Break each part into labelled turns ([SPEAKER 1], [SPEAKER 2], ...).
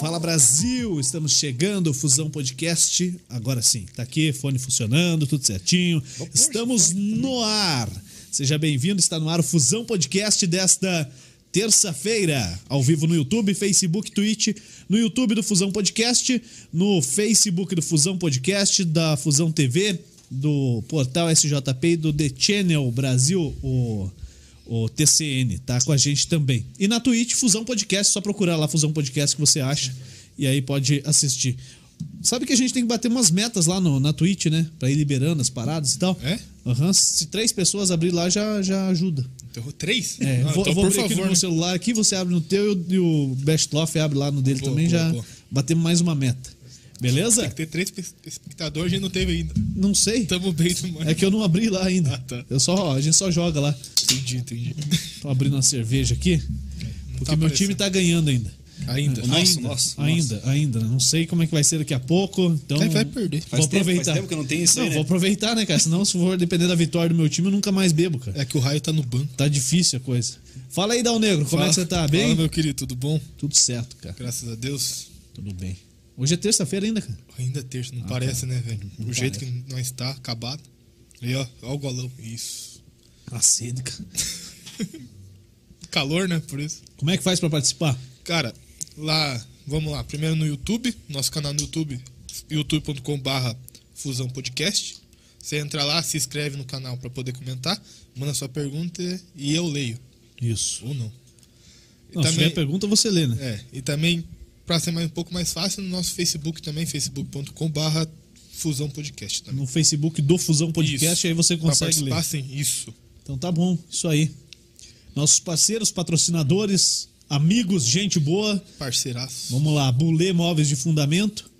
[SPEAKER 1] Fala Brasil, estamos chegando, Fusão Podcast. Agora sim, tá aqui, fone funcionando, tudo certinho. Estamos no ar. Seja bem-vindo, está no ar o Fusão Podcast desta terça-feira, ao vivo no YouTube, Facebook, Twitch, no YouTube do Fusão Podcast, no Facebook do Fusão Podcast, da Fusão TV, do portal SJP e do The Channel Brasil, o o TCN, tá com a gente também. E na Twitch, Fusão Podcast, só procurar lá Fusão Podcast que você acha e aí pode assistir. Sabe que a gente tem que bater umas metas lá no, na Twitch, né? Pra ir liberando as paradas e tal.
[SPEAKER 2] É?
[SPEAKER 1] Aham. Se três pessoas abrir lá, já, já ajuda.
[SPEAKER 2] Então, três?
[SPEAKER 1] É,
[SPEAKER 2] Ah,
[SPEAKER 1] eu vou,
[SPEAKER 2] então,
[SPEAKER 1] eu vou
[SPEAKER 2] por
[SPEAKER 1] abrir aqui no
[SPEAKER 2] favor.
[SPEAKER 1] meu celular aqui, você abre no teu e o, e o Best Love abre lá no dele
[SPEAKER 2] Boa,
[SPEAKER 1] também,
[SPEAKER 2] boa,
[SPEAKER 1] já
[SPEAKER 2] boa.
[SPEAKER 1] batemos mais uma meta.
[SPEAKER 2] Tem
[SPEAKER 1] Beleza?
[SPEAKER 2] que ter três pe- espectadores, a gente não teve ainda.
[SPEAKER 1] Não sei.
[SPEAKER 2] Tamo bem demais.
[SPEAKER 1] É que eu não abri lá ainda.
[SPEAKER 2] Ah, tá.
[SPEAKER 1] Eu só, a gente só joga lá.
[SPEAKER 2] Entendi, entendi.
[SPEAKER 1] Tô abrindo uma cerveja aqui. Porque meu
[SPEAKER 2] aparecendo.
[SPEAKER 1] time tá ganhando ainda.
[SPEAKER 2] Ainda.
[SPEAKER 3] O nosso,
[SPEAKER 1] ainda,
[SPEAKER 3] nosso,
[SPEAKER 1] ainda, ainda. Não sei como é que vai ser daqui a pouco. Então
[SPEAKER 2] Vai- vai perder.
[SPEAKER 1] Vou
[SPEAKER 2] Faz
[SPEAKER 3] tempo-
[SPEAKER 1] aproveitar.
[SPEAKER 3] faz tempo que não tem isso
[SPEAKER 1] Não,
[SPEAKER 3] aí, né?
[SPEAKER 1] vou aproveitar, né, cara? Senão, se for depender da vitória do meu time, eu nunca mais bebo, cara.
[SPEAKER 2] É que o raio tá no banco.
[SPEAKER 1] Tá difícil a coisa. Fala aí, Dal Negro, como é que você tá? Bem?
[SPEAKER 2] Fala, meu querido, tudo bom?
[SPEAKER 1] Tudo certo, cara.
[SPEAKER 2] Graças a Deus.
[SPEAKER 1] Tudo bem. Hoje é terça-feira ainda, cara.
[SPEAKER 2] Ainda é terça, não parece, né, velho? O jeito que nós tá, acabado. Aí, ó, ó o golão. Isso.
[SPEAKER 1] A sede, cara.
[SPEAKER 2] Calor, né, por isso.
[SPEAKER 1] Como é que faz pra participar?
[SPEAKER 2] Cara, lá, vamos lá. Primeiro no YouTube, nosso canal no YouTube, youtube.com barra Fusão Podcast. Você entra lá, se inscreve no canal pra poder comentar, manda sua pergunta e eu leio.
[SPEAKER 1] Isso.
[SPEAKER 2] Ou não. E
[SPEAKER 1] Não, se
[SPEAKER 2] também,
[SPEAKER 1] tiver pergunta, você lê, né?
[SPEAKER 2] é, e também, pra ser mais, um pouco mais fácil, no nosso Facebook também, facebook.com barra Fusão Podcast também.
[SPEAKER 1] No Facebook do Fusão Podcast,
[SPEAKER 2] É. Isso.
[SPEAKER 1] aí você
[SPEAKER 2] Pra
[SPEAKER 1] consegue ler.
[SPEAKER 2] participar, sim, isso.
[SPEAKER 1] Então tá bom, isso aí. Nossos parceiros, patrocinadores, amigos, gente boa.
[SPEAKER 2] Parceiraço.
[SPEAKER 1] Vamos lá, Bulê Móveis de Fundamento.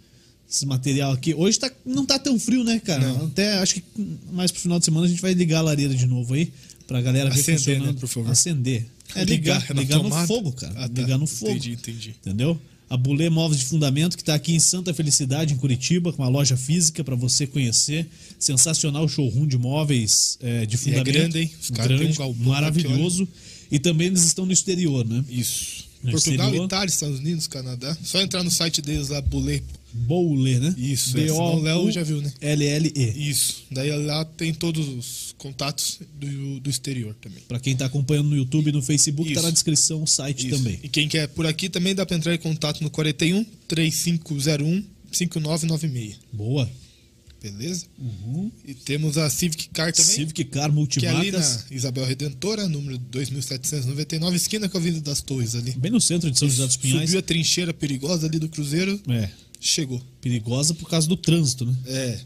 [SPEAKER 1] Esse material aqui. Hoje tá, não tá tão frio, né, cara?
[SPEAKER 2] Não.
[SPEAKER 1] Até acho que mais pro final de semana a gente vai ligar a lareira de novo aí. Pra galera ver
[SPEAKER 2] Acender,
[SPEAKER 1] funcionando.
[SPEAKER 2] né, por favor.
[SPEAKER 1] Acender. É ligar. Ligar,
[SPEAKER 2] na
[SPEAKER 1] no
[SPEAKER 2] tomada.
[SPEAKER 1] fogo, cara.
[SPEAKER 2] Ah, tá.
[SPEAKER 1] Ligar no fogo.
[SPEAKER 2] Entendi, entendi.
[SPEAKER 1] Entendeu? A Bulê Móveis de Fundamento, que está aqui em Santa Felicidade, em Curitiba, com uma loja física para você conhecer. Sensacional showroom de móveis eh, de fundamento.
[SPEAKER 2] é grande, hein? Os caras
[SPEAKER 1] Grande,
[SPEAKER 2] têm um galpão
[SPEAKER 1] maravilhoso. E também eles estão no exterior, né?
[SPEAKER 2] Isso.
[SPEAKER 1] No
[SPEAKER 2] Portugal,
[SPEAKER 1] exterior.
[SPEAKER 2] Itália, Estados Unidos, Canadá. Só entrar no site deles lá, Bulê.
[SPEAKER 1] Bowler, né?
[SPEAKER 2] Isso, é,
[SPEAKER 1] b
[SPEAKER 2] senão
[SPEAKER 1] o
[SPEAKER 2] o Léo já viu, né?
[SPEAKER 1] L-L-E.
[SPEAKER 2] Isso. Daí lá tem todos os contatos do, do exterior também.
[SPEAKER 1] Para quem tá acompanhando no YouTube e no Facebook, tá
[SPEAKER 2] Isso.
[SPEAKER 1] na descrição o site
[SPEAKER 2] Isso.
[SPEAKER 1] também.
[SPEAKER 2] E quem quer por aqui também dá pra entrar em contato no 41 3501 5996.
[SPEAKER 1] Boa.
[SPEAKER 2] Beleza? E temos a Civic Car Uhum. também.
[SPEAKER 1] Civic Car
[SPEAKER 2] Que é ali na
[SPEAKER 1] Multimarcas.
[SPEAKER 2] Isabel Redentora, número 2799, esquina com a Avenida das Torres ali.
[SPEAKER 1] Bem no centro de São José dos Pinhais.
[SPEAKER 2] Subiu a trincheira perigosa ali do Cruzeiro,
[SPEAKER 1] É.
[SPEAKER 2] chegou.
[SPEAKER 1] Perigosa por causa do trânsito, né?
[SPEAKER 2] É.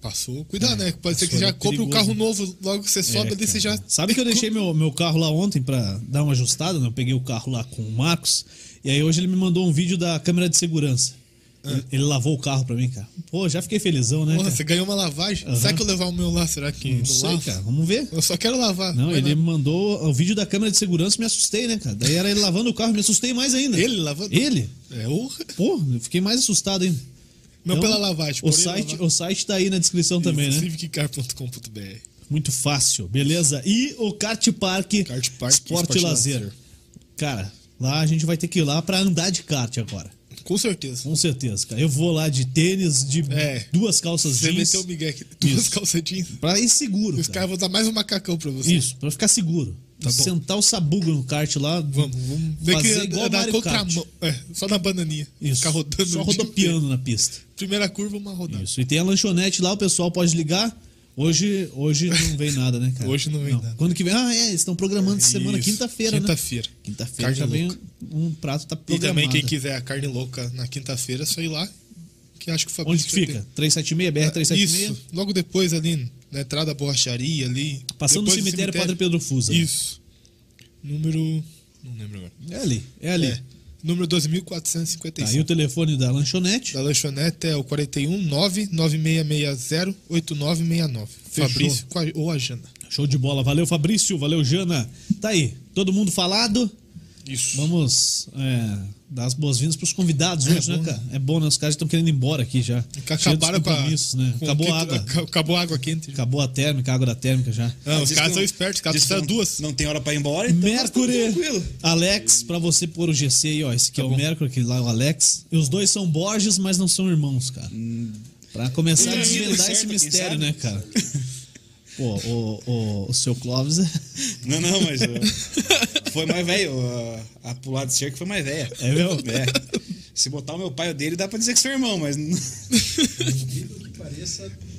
[SPEAKER 2] Passou. Cuidado, né? Pode ser que
[SPEAKER 1] passou,
[SPEAKER 2] já
[SPEAKER 1] é
[SPEAKER 2] compre
[SPEAKER 1] perigoso.
[SPEAKER 2] um
[SPEAKER 1] É,
[SPEAKER 2] carro novo logo que você sobe ali,
[SPEAKER 1] cara.
[SPEAKER 2] você já.
[SPEAKER 1] Sabe que eu deixei meu, meu carro lá ontem pra dar uma ajustada, né? Eu peguei o carro lá com o Marcos. E aí hoje ele me mandou um vídeo da câmera de segurança. Ele, ele lavou o carro pra mim, cara. Pô, já fiquei felizão, né?
[SPEAKER 2] Ah. Porra,
[SPEAKER 1] cara?
[SPEAKER 2] você ganhou uma lavagem?
[SPEAKER 1] Aham.
[SPEAKER 2] Será que eu levar o meu lá? Será que.
[SPEAKER 1] Não
[SPEAKER 2] eu
[SPEAKER 1] sei,
[SPEAKER 2] lavo?
[SPEAKER 1] cara. Vamos ver.
[SPEAKER 2] Eu só quero lavar.
[SPEAKER 1] Não,
[SPEAKER 2] Vai
[SPEAKER 1] ele
[SPEAKER 2] lá.
[SPEAKER 1] me mandou o vídeo da câmera de segurança, me assustei, né, cara? Daí era ele lavando o carro, me assustei mais ainda.
[SPEAKER 2] Ele lavando?
[SPEAKER 1] Ele?
[SPEAKER 2] É o.
[SPEAKER 1] Pô, eu fiquei mais assustado ainda.
[SPEAKER 2] Não
[SPEAKER 1] Então,
[SPEAKER 2] pela lavagem,
[SPEAKER 1] O
[SPEAKER 2] por ele
[SPEAKER 1] site,
[SPEAKER 2] lavar.
[SPEAKER 1] o site tá aí na descrição também, né?
[SPEAKER 2] Civiccar.com.br.
[SPEAKER 1] Muito fácil, beleza? E o Kart Park,
[SPEAKER 2] Kart Park,
[SPEAKER 1] Esporte
[SPEAKER 2] Esporte
[SPEAKER 1] e Lazer.
[SPEAKER 2] Lazer.
[SPEAKER 1] Cara, lá a gente vai ter que ir lá pra andar de kart agora.
[SPEAKER 2] Com certeza.
[SPEAKER 1] Com certeza, cara. Eu vou lá de tênis, de
[SPEAKER 2] É.
[SPEAKER 1] duas calças
[SPEAKER 2] Você
[SPEAKER 1] jeans.
[SPEAKER 2] meteu o Miguel aqui. Duas
[SPEAKER 1] Isso.
[SPEAKER 2] calças jeans.
[SPEAKER 1] Pra ir seguro.
[SPEAKER 2] Os
[SPEAKER 1] cara.
[SPEAKER 2] caras vão dar mais um macacão pra você.
[SPEAKER 1] Isso, pra ficar seguro.
[SPEAKER 2] Tá bom.
[SPEAKER 1] Sentar o sabugo no kart lá.
[SPEAKER 2] Vamos, vamos. Vê
[SPEAKER 1] Fazer
[SPEAKER 2] que
[SPEAKER 1] igual
[SPEAKER 2] igual na
[SPEAKER 1] Mario
[SPEAKER 2] contramão. É, só na bananinha.
[SPEAKER 1] Isso.
[SPEAKER 2] Ficar rodando.
[SPEAKER 1] Só
[SPEAKER 2] o dia inteiro. Tá.
[SPEAKER 1] rodopiando na pista.
[SPEAKER 2] Primeira curva, uma rodada.
[SPEAKER 1] Isso. E tem a lanchonete lá, o pessoal pode ligar. Hoje, hoje não vem nada, né, cara?
[SPEAKER 2] Hoje não vem nada.
[SPEAKER 1] Quando que vem? Ah, é, eles estão programando essa semana,
[SPEAKER 2] Isso.
[SPEAKER 1] quinta-feira, né?
[SPEAKER 2] Quinta-feira.
[SPEAKER 1] Quinta-feira
[SPEAKER 2] Carne
[SPEAKER 1] também
[SPEAKER 2] louca.
[SPEAKER 1] um prato tá
[SPEAKER 2] E
[SPEAKER 1] programado.
[SPEAKER 2] também quem quiser a carne louca na quinta-feira, é só ir lá. Que acho que o
[SPEAKER 1] Onde
[SPEAKER 2] Fabrício
[SPEAKER 1] que
[SPEAKER 2] vai
[SPEAKER 1] fica? É, 376, BR-376?
[SPEAKER 2] Isso. Logo depois ali, na entrada da borracharia ali.
[SPEAKER 1] Passando o
[SPEAKER 2] depois do
[SPEAKER 1] cemitério, Padre Pedro Fusa.
[SPEAKER 2] Isso. Número. Não lembro agora.
[SPEAKER 1] É ali, é ali.
[SPEAKER 2] É. Número
[SPEAKER 1] Tá, e
[SPEAKER 2] 12.455.
[SPEAKER 1] o telefone da lanchonete.
[SPEAKER 2] Da lanchonete é o 41 996608969.
[SPEAKER 1] Fechou.
[SPEAKER 2] Fabrício com a- ou a Jana.
[SPEAKER 1] Show de bola. Valeu, Fabrício. Valeu, Jana. Tá aí. Todo mundo falado.
[SPEAKER 2] Isso.
[SPEAKER 1] Vamos é, dar as boas-vindas pros convidados
[SPEAKER 2] É
[SPEAKER 1] hoje,
[SPEAKER 2] bom,
[SPEAKER 1] né, cara? É bom, né? Os caras estão querendo ir embora aqui já.
[SPEAKER 2] Que
[SPEAKER 1] Cheio dos
[SPEAKER 2] acabaram com a.
[SPEAKER 1] compromissos, né?
[SPEAKER 2] com
[SPEAKER 1] Acabou
[SPEAKER 2] que-
[SPEAKER 1] a água.
[SPEAKER 2] Acabou a água quente.
[SPEAKER 1] Acabou a térmica, a água da térmica já.
[SPEAKER 2] Não,
[SPEAKER 3] Ah,
[SPEAKER 2] os
[SPEAKER 3] diz
[SPEAKER 2] caras
[SPEAKER 3] que
[SPEAKER 2] são
[SPEAKER 3] não-
[SPEAKER 2] espertos, os caras
[SPEAKER 3] diz que
[SPEAKER 2] precisaram
[SPEAKER 3] não-
[SPEAKER 2] duas.
[SPEAKER 3] Não tem hora pra ir embora, então.
[SPEAKER 1] Mercury,
[SPEAKER 3] nós tamo Tranquilo.
[SPEAKER 1] Alex, pra você pôr o GC aí, ó.
[SPEAKER 2] Tá
[SPEAKER 1] Esse aqui é o Mercury, aquele lá é o Alex. E os dois são Borges, mas não são irmãos, cara. Pra
[SPEAKER 2] Hum.
[SPEAKER 1] começar a
[SPEAKER 3] Tudo
[SPEAKER 1] desvendar
[SPEAKER 3] certo,
[SPEAKER 1] esse
[SPEAKER 3] quem
[SPEAKER 1] mistério,
[SPEAKER 3] sabe?
[SPEAKER 1] né, cara? Pô, o, o, o seu Clóvis é.
[SPEAKER 3] Não, não, mas. ó, foi mais velho. ó, A pulada de cerco foi mais velha.
[SPEAKER 1] É mesmo?
[SPEAKER 3] É. Se botar o meu pai ou dele, dá pra dizer que sou irmão, mas. não-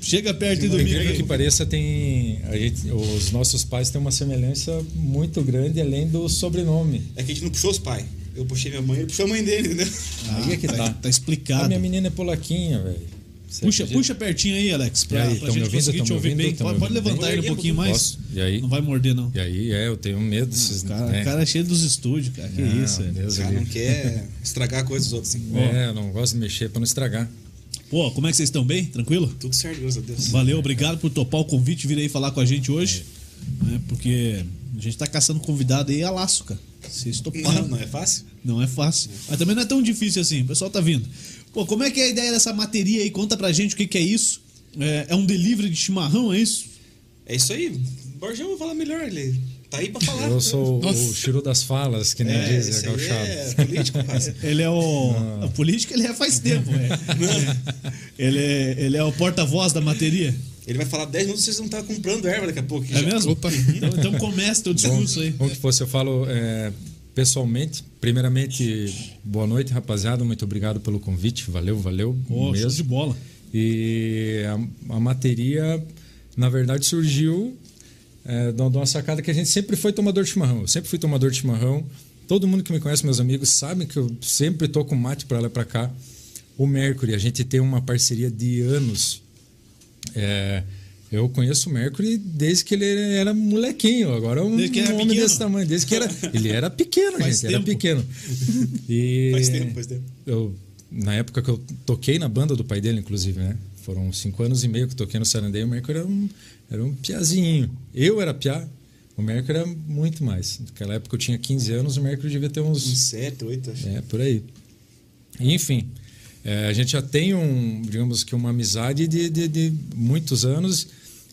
[SPEAKER 1] Chega perto e
[SPEAKER 4] Por incrível que
[SPEAKER 1] domingo.
[SPEAKER 4] pareça, tem a gente- os nossos pais têm uma semelhança muito grande além do sobrenome.
[SPEAKER 3] É que a gente não puxou os pais. Eu puxei minha mãe, ele puxou a mãe dele, entendeu?
[SPEAKER 4] Aí é que tá.
[SPEAKER 1] Tá
[SPEAKER 4] A
[SPEAKER 1] explicado.
[SPEAKER 4] minha menina é polaquinha, velho. Você
[SPEAKER 1] Puxa,
[SPEAKER 4] acredita?
[SPEAKER 1] puxa pertinho aí, Alex, pra,
[SPEAKER 4] E aí,
[SPEAKER 1] pra
[SPEAKER 4] tão me
[SPEAKER 1] gente
[SPEAKER 4] ouvindo?
[SPEAKER 1] conseguir
[SPEAKER 4] Tão
[SPEAKER 1] te
[SPEAKER 4] me
[SPEAKER 1] ouvir
[SPEAKER 4] ouvindo?
[SPEAKER 1] bem.
[SPEAKER 4] Tão
[SPEAKER 1] Pode,
[SPEAKER 4] me
[SPEAKER 1] pode
[SPEAKER 4] ouvindo
[SPEAKER 1] levantar
[SPEAKER 4] bem?
[SPEAKER 1] ele um pouquinho mais.
[SPEAKER 4] Posso? E aí?
[SPEAKER 1] Não vai morder, não.
[SPEAKER 4] E aí, é, eu tenho medo desses.
[SPEAKER 1] Cara,
[SPEAKER 4] né?
[SPEAKER 1] o cara é cheio dos estúdios, cara. Que
[SPEAKER 4] Ah,
[SPEAKER 1] isso, velho.
[SPEAKER 4] Deus
[SPEAKER 3] O cara não
[SPEAKER 4] livre.
[SPEAKER 3] quer estragar a coisa dos outros, assim.
[SPEAKER 4] É, eu não gosto de mexer pra não estragar.
[SPEAKER 1] Pô, como é que vocês estão bem? Tranquilo?
[SPEAKER 3] Tudo certo, graças a Deus.
[SPEAKER 1] Valeu, obrigado por topar o convite, vir aí falar com a gente hoje.
[SPEAKER 4] É.
[SPEAKER 1] Né, porque a gente tá caçando convidado aí a laço, cara. Vocês
[SPEAKER 3] Não,
[SPEAKER 1] toparam.
[SPEAKER 3] não é fácil?
[SPEAKER 1] Não é fácil. Mas também não é tão difícil assim. O pessoal tá vindo. Pô, como é que é a ideia dessa materia aí? Conta pra gente o que, que é isso. É, é um delivery de chimarrão, é isso?
[SPEAKER 3] É isso aí. O Borjão vai falar melhor, ele tá aí pra falar.
[SPEAKER 4] Eu sou o-
[SPEAKER 2] Nossa.
[SPEAKER 4] o Chiru das falas, que nem
[SPEAKER 3] É,
[SPEAKER 4] diz
[SPEAKER 3] isso
[SPEAKER 4] a
[SPEAKER 3] aí
[SPEAKER 4] gauchada.
[SPEAKER 3] é político, rapaz.
[SPEAKER 1] Ele é o.
[SPEAKER 3] Ah.
[SPEAKER 1] A política ele é faz tempo, é. ele, é, ele é o porta-voz da materia.
[SPEAKER 3] Ele vai falar 10 minutos, vocês vão estar comprando erva daqui a pouco.
[SPEAKER 1] É mesmo?
[SPEAKER 2] Opa.
[SPEAKER 1] Então, então começa teu discurso aí.
[SPEAKER 4] Como que fosse, eu falo é, pessoalmente. Primeiramente, boa noite, rapaziada. Muito obrigado pelo convite. Valeu, valeu
[SPEAKER 1] Pô, show
[SPEAKER 4] mesmo.
[SPEAKER 1] de bola.
[SPEAKER 4] E a, a materia, na verdade, surgiu é, de uma de uma sacada que a gente sempre foi tomador de chimarrão. Eu sempre fui tomador de chimarrão. Todo mundo que me conhece, meus amigos, sabe que eu sempre tô com mate para lá e para cá. O Mercury, a gente tem uma parceria de anos. É, eu conheço o Mercury desde que ele era molequinho. Agora é um
[SPEAKER 1] Desde que era
[SPEAKER 4] homem
[SPEAKER 1] pequeno.
[SPEAKER 4] desse tamanho. Desde que era, ele era pequeno,
[SPEAKER 1] Faz
[SPEAKER 4] gente. Era
[SPEAKER 1] tempo.
[SPEAKER 4] pequeno. E-
[SPEAKER 3] Faz tempo, faz tempo.
[SPEAKER 4] eu, na época que eu toquei na banda do pai dele, inclusive, né? Foram cinco anos e meio que eu toquei no Sarandeio. O Mercury era um, era um piazinho. Eu era piá, o Mercury era muito mais. Naquela época eu tinha 15 anos, o Mercury devia ter uns
[SPEAKER 3] 7, 8, acho.
[SPEAKER 4] é, por aí. E, Enfim, é, a gente já tem, um, digamos que, uma amizade de, de, de muitos anos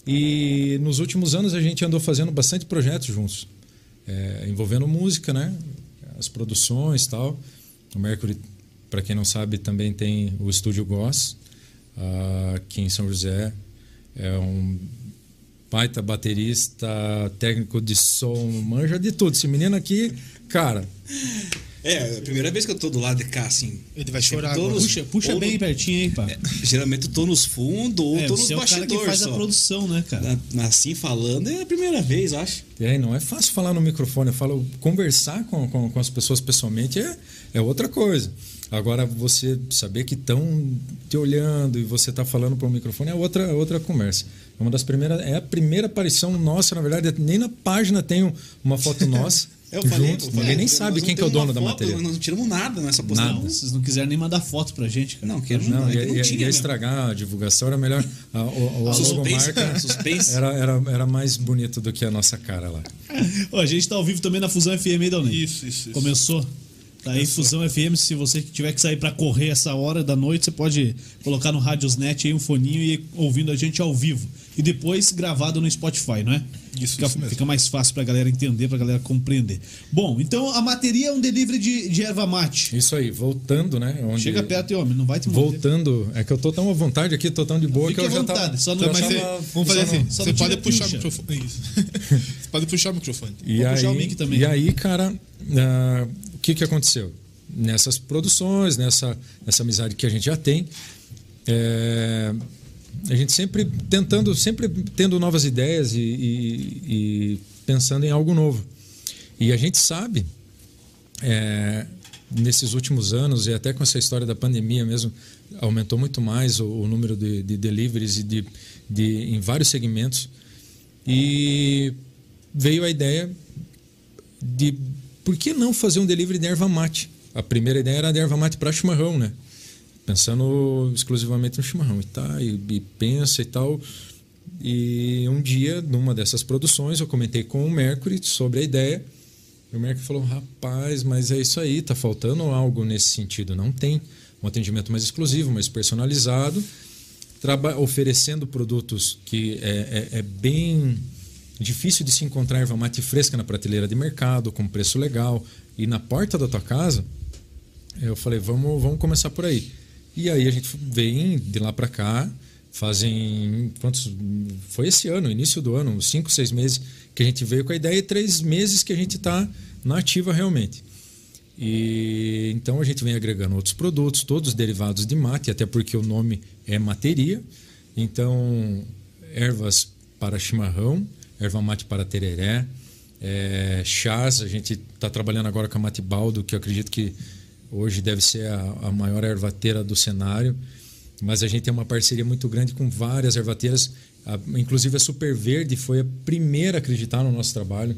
[SPEAKER 4] e nos últimos anos a gente andou fazendo bastante projetos juntos, é, envolvendo música, né? As produções e tal. O Mercury, para quem não sabe, também tem o Estúdio Goss, ah, aqui em São José. É um baita baterista, técnico de som, manja de tudo. Esse menino aqui, cara,
[SPEAKER 3] É, a primeira vez que eu tô do lado de cá, assim.
[SPEAKER 2] Ele vai
[SPEAKER 3] Sempre
[SPEAKER 2] chorar
[SPEAKER 3] tô
[SPEAKER 2] agora.
[SPEAKER 3] nos-
[SPEAKER 1] Puxa, puxa
[SPEAKER 3] ou
[SPEAKER 1] bem
[SPEAKER 3] no-
[SPEAKER 1] pertinho aí, pá.
[SPEAKER 3] Geralmente eu tô nos fundos ou
[SPEAKER 1] É,
[SPEAKER 3] tô nos
[SPEAKER 1] você é o cara que
[SPEAKER 3] bastidores.
[SPEAKER 1] faz a
[SPEAKER 3] só.
[SPEAKER 1] produção, né, cara?
[SPEAKER 3] Na- na- assim falando, é a primeira vez, acho.
[SPEAKER 4] E aí, não é fácil falar no microfone. Eu falo, conversar com, com, com as pessoas pessoalmente é, é outra coisa. Agora, você saber que estão te olhando e você está falando para o microfone é outra, é outra conversa. É Uma das primeiras, é a primeira aparição nossa, na verdade, nem na página tem um- uma foto nossa.
[SPEAKER 3] Eu falei,
[SPEAKER 4] juntos.
[SPEAKER 3] eu falei,
[SPEAKER 4] ninguém nem
[SPEAKER 3] nós
[SPEAKER 4] sabe
[SPEAKER 3] não
[SPEAKER 4] quem que é o
[SPEAKER 3] temos
[SPEAKER 4] dono da
[SPEAKER 3] uma foto,
[SPEAKER 4] matéria.
[SPEAKER 3] Nós não tiramos nada nessa
[SPEAKER 1] Não,
[SPEAKER 3] postagem.
[SPEAKER 1] vocês não quiseram nem mandar foto pra gente, cara.
[SPEAKER 3] Não, quero
[SPEAKER 4] Não,
[SPEAKER 3] não, é que
[SPEAKER 4] ia,
[SPEAKER 3] não
[SPEAKER 4] ia-
[SPEAKER 3] tinha
[SPEAKER 4] ia
[SPEAKER 3] mesmo.
[SPEAKER 4] estragar a divulgação, era melhor. A, o- o- a
[SPEAKER 3] Suspense, né?
[SPEAKER 4] logomarca
[SPEAKER 3] suspense.
[SPEAKER 4] Era, era, era mais bonito do que a nossa cara lá.
[SPEAKER 1] Ó, a gente tá ao vivo também na Fusão FM, aí, Dalney.
[SPEAKER 2] Isso, isso, isso.
[SPEAKER 1] Começou? Tá aí, Fusão FM. Se você tiver que sair pra correr essa hora da noite, você pode colocar no Radiosnet aí um foninho e ir ouvindo a gente ao vivo. E depois gravado no Spotify, não é?
[SPEAKER 2] Isso,
[SPEAKER 1] fica,
[SPEAKER 2] isso mesmo.
[SPEAKER 1] fica mais fácil pra galera entender, pra galera compreender. Bom, então a materia é um delivery de, de erva mate.
[SPEAKER 4] Isso aí, voltando, né? onde-
[SPEAKER 1] Chega perto e, homem, não vai te morder.
[SPEAKER 4] Voltando, é que eu tô tão à vontade aqui, tô tão de boa
[SPEAKER 1] Fique
[SPEAKER 4] que eu
[SPEAKER 1] à
[SPEAKER 4] já
[SPEAKER 1] vontade,
[SPEAKER 4] tava,
[SPEAKER 1] só não
[SPEAKER 4] já
[SPEAKER 1] vai
[SPEAKER 2] Mas
[SPEAKER 1] Só
[SPEAKER 2] você-
[SPEAKER 4] tava
[SPEAKER 1] não-
[SPEAKER 2] vamos fazer
[SPEAKER 1] só
[SPEAKER 2] assim.
[SPEAKER 1] não- só
[SPEAKER 2] Você
[SPEAKER 1] não
[SPEAKER 2] pode
[SPEAKER 1] tira a
[SPEAKER 2] puxar o
[SPEAKER 1] pilcha.
[SPEAKER 2] microfone. Isso. Você pode puxar o microfone.
[SPEAKER 4] E
[SPEAKER 1] Vou
[SPEAKER 4] aí,
[SPEAKER 1] puxar o mic também. né?
[SPEAKER 4] E aí, cara, ah, o que, que aconteceu? Nessas produções, nessa, nessa amizade que a gente já tem, é, a gente sempre tentando, sempre tendo novas ideias e, e- e pensando em algo novo. E a gente sabe, é, nesses últimos anos, e até com essa história da pandemia mesmo, aumentou muito mais o, o número de, de deliveries e de, de, em vários segmentos. E veio a ideia de por que não fazer um delivery de erva mate? A primeira ideia era de erva mate para chimarrão, né? Pensando exclusivamente no chimarrão e tá, e, e pensa e tal. E um dia, numa dessas produções, eu comentei com o Mercury sobre a ideia E o médico falou: rapaz, mas é isso aí, tá faltando algo nesse sentido. Não tem um atendimento mais exclusivo, mais personalizado, traba- oferecendo produtos que é, é- é bem difícil de se encontrar erva mate fresca na prateleira de mercado, com preço legal e na porta da tua casa. Eu falei, vamos, vamos começar por aí. E aí a gente vem de lá para cá, fazem quantos? Foi esse ano, início do ano, uns cinco, seis meses que a gente veio com a ideia e três meses que a gente está na ativa realmente. E então a gente vem agregando outros produtos, todos derivados de mate, até porque o nome é materia. Então, ervas para chimarrão, erva mate para tereré, é, chás. A gente está trabalhando agora com a mate baldo, que eu acredito que hoje deve ser a, a maior ervateira do cenário. Mas a gente tem uma parceria muito grande com várias ervateiras. A- inclusive a Super Verde foi a primeira a acreditar no nosso trabalho.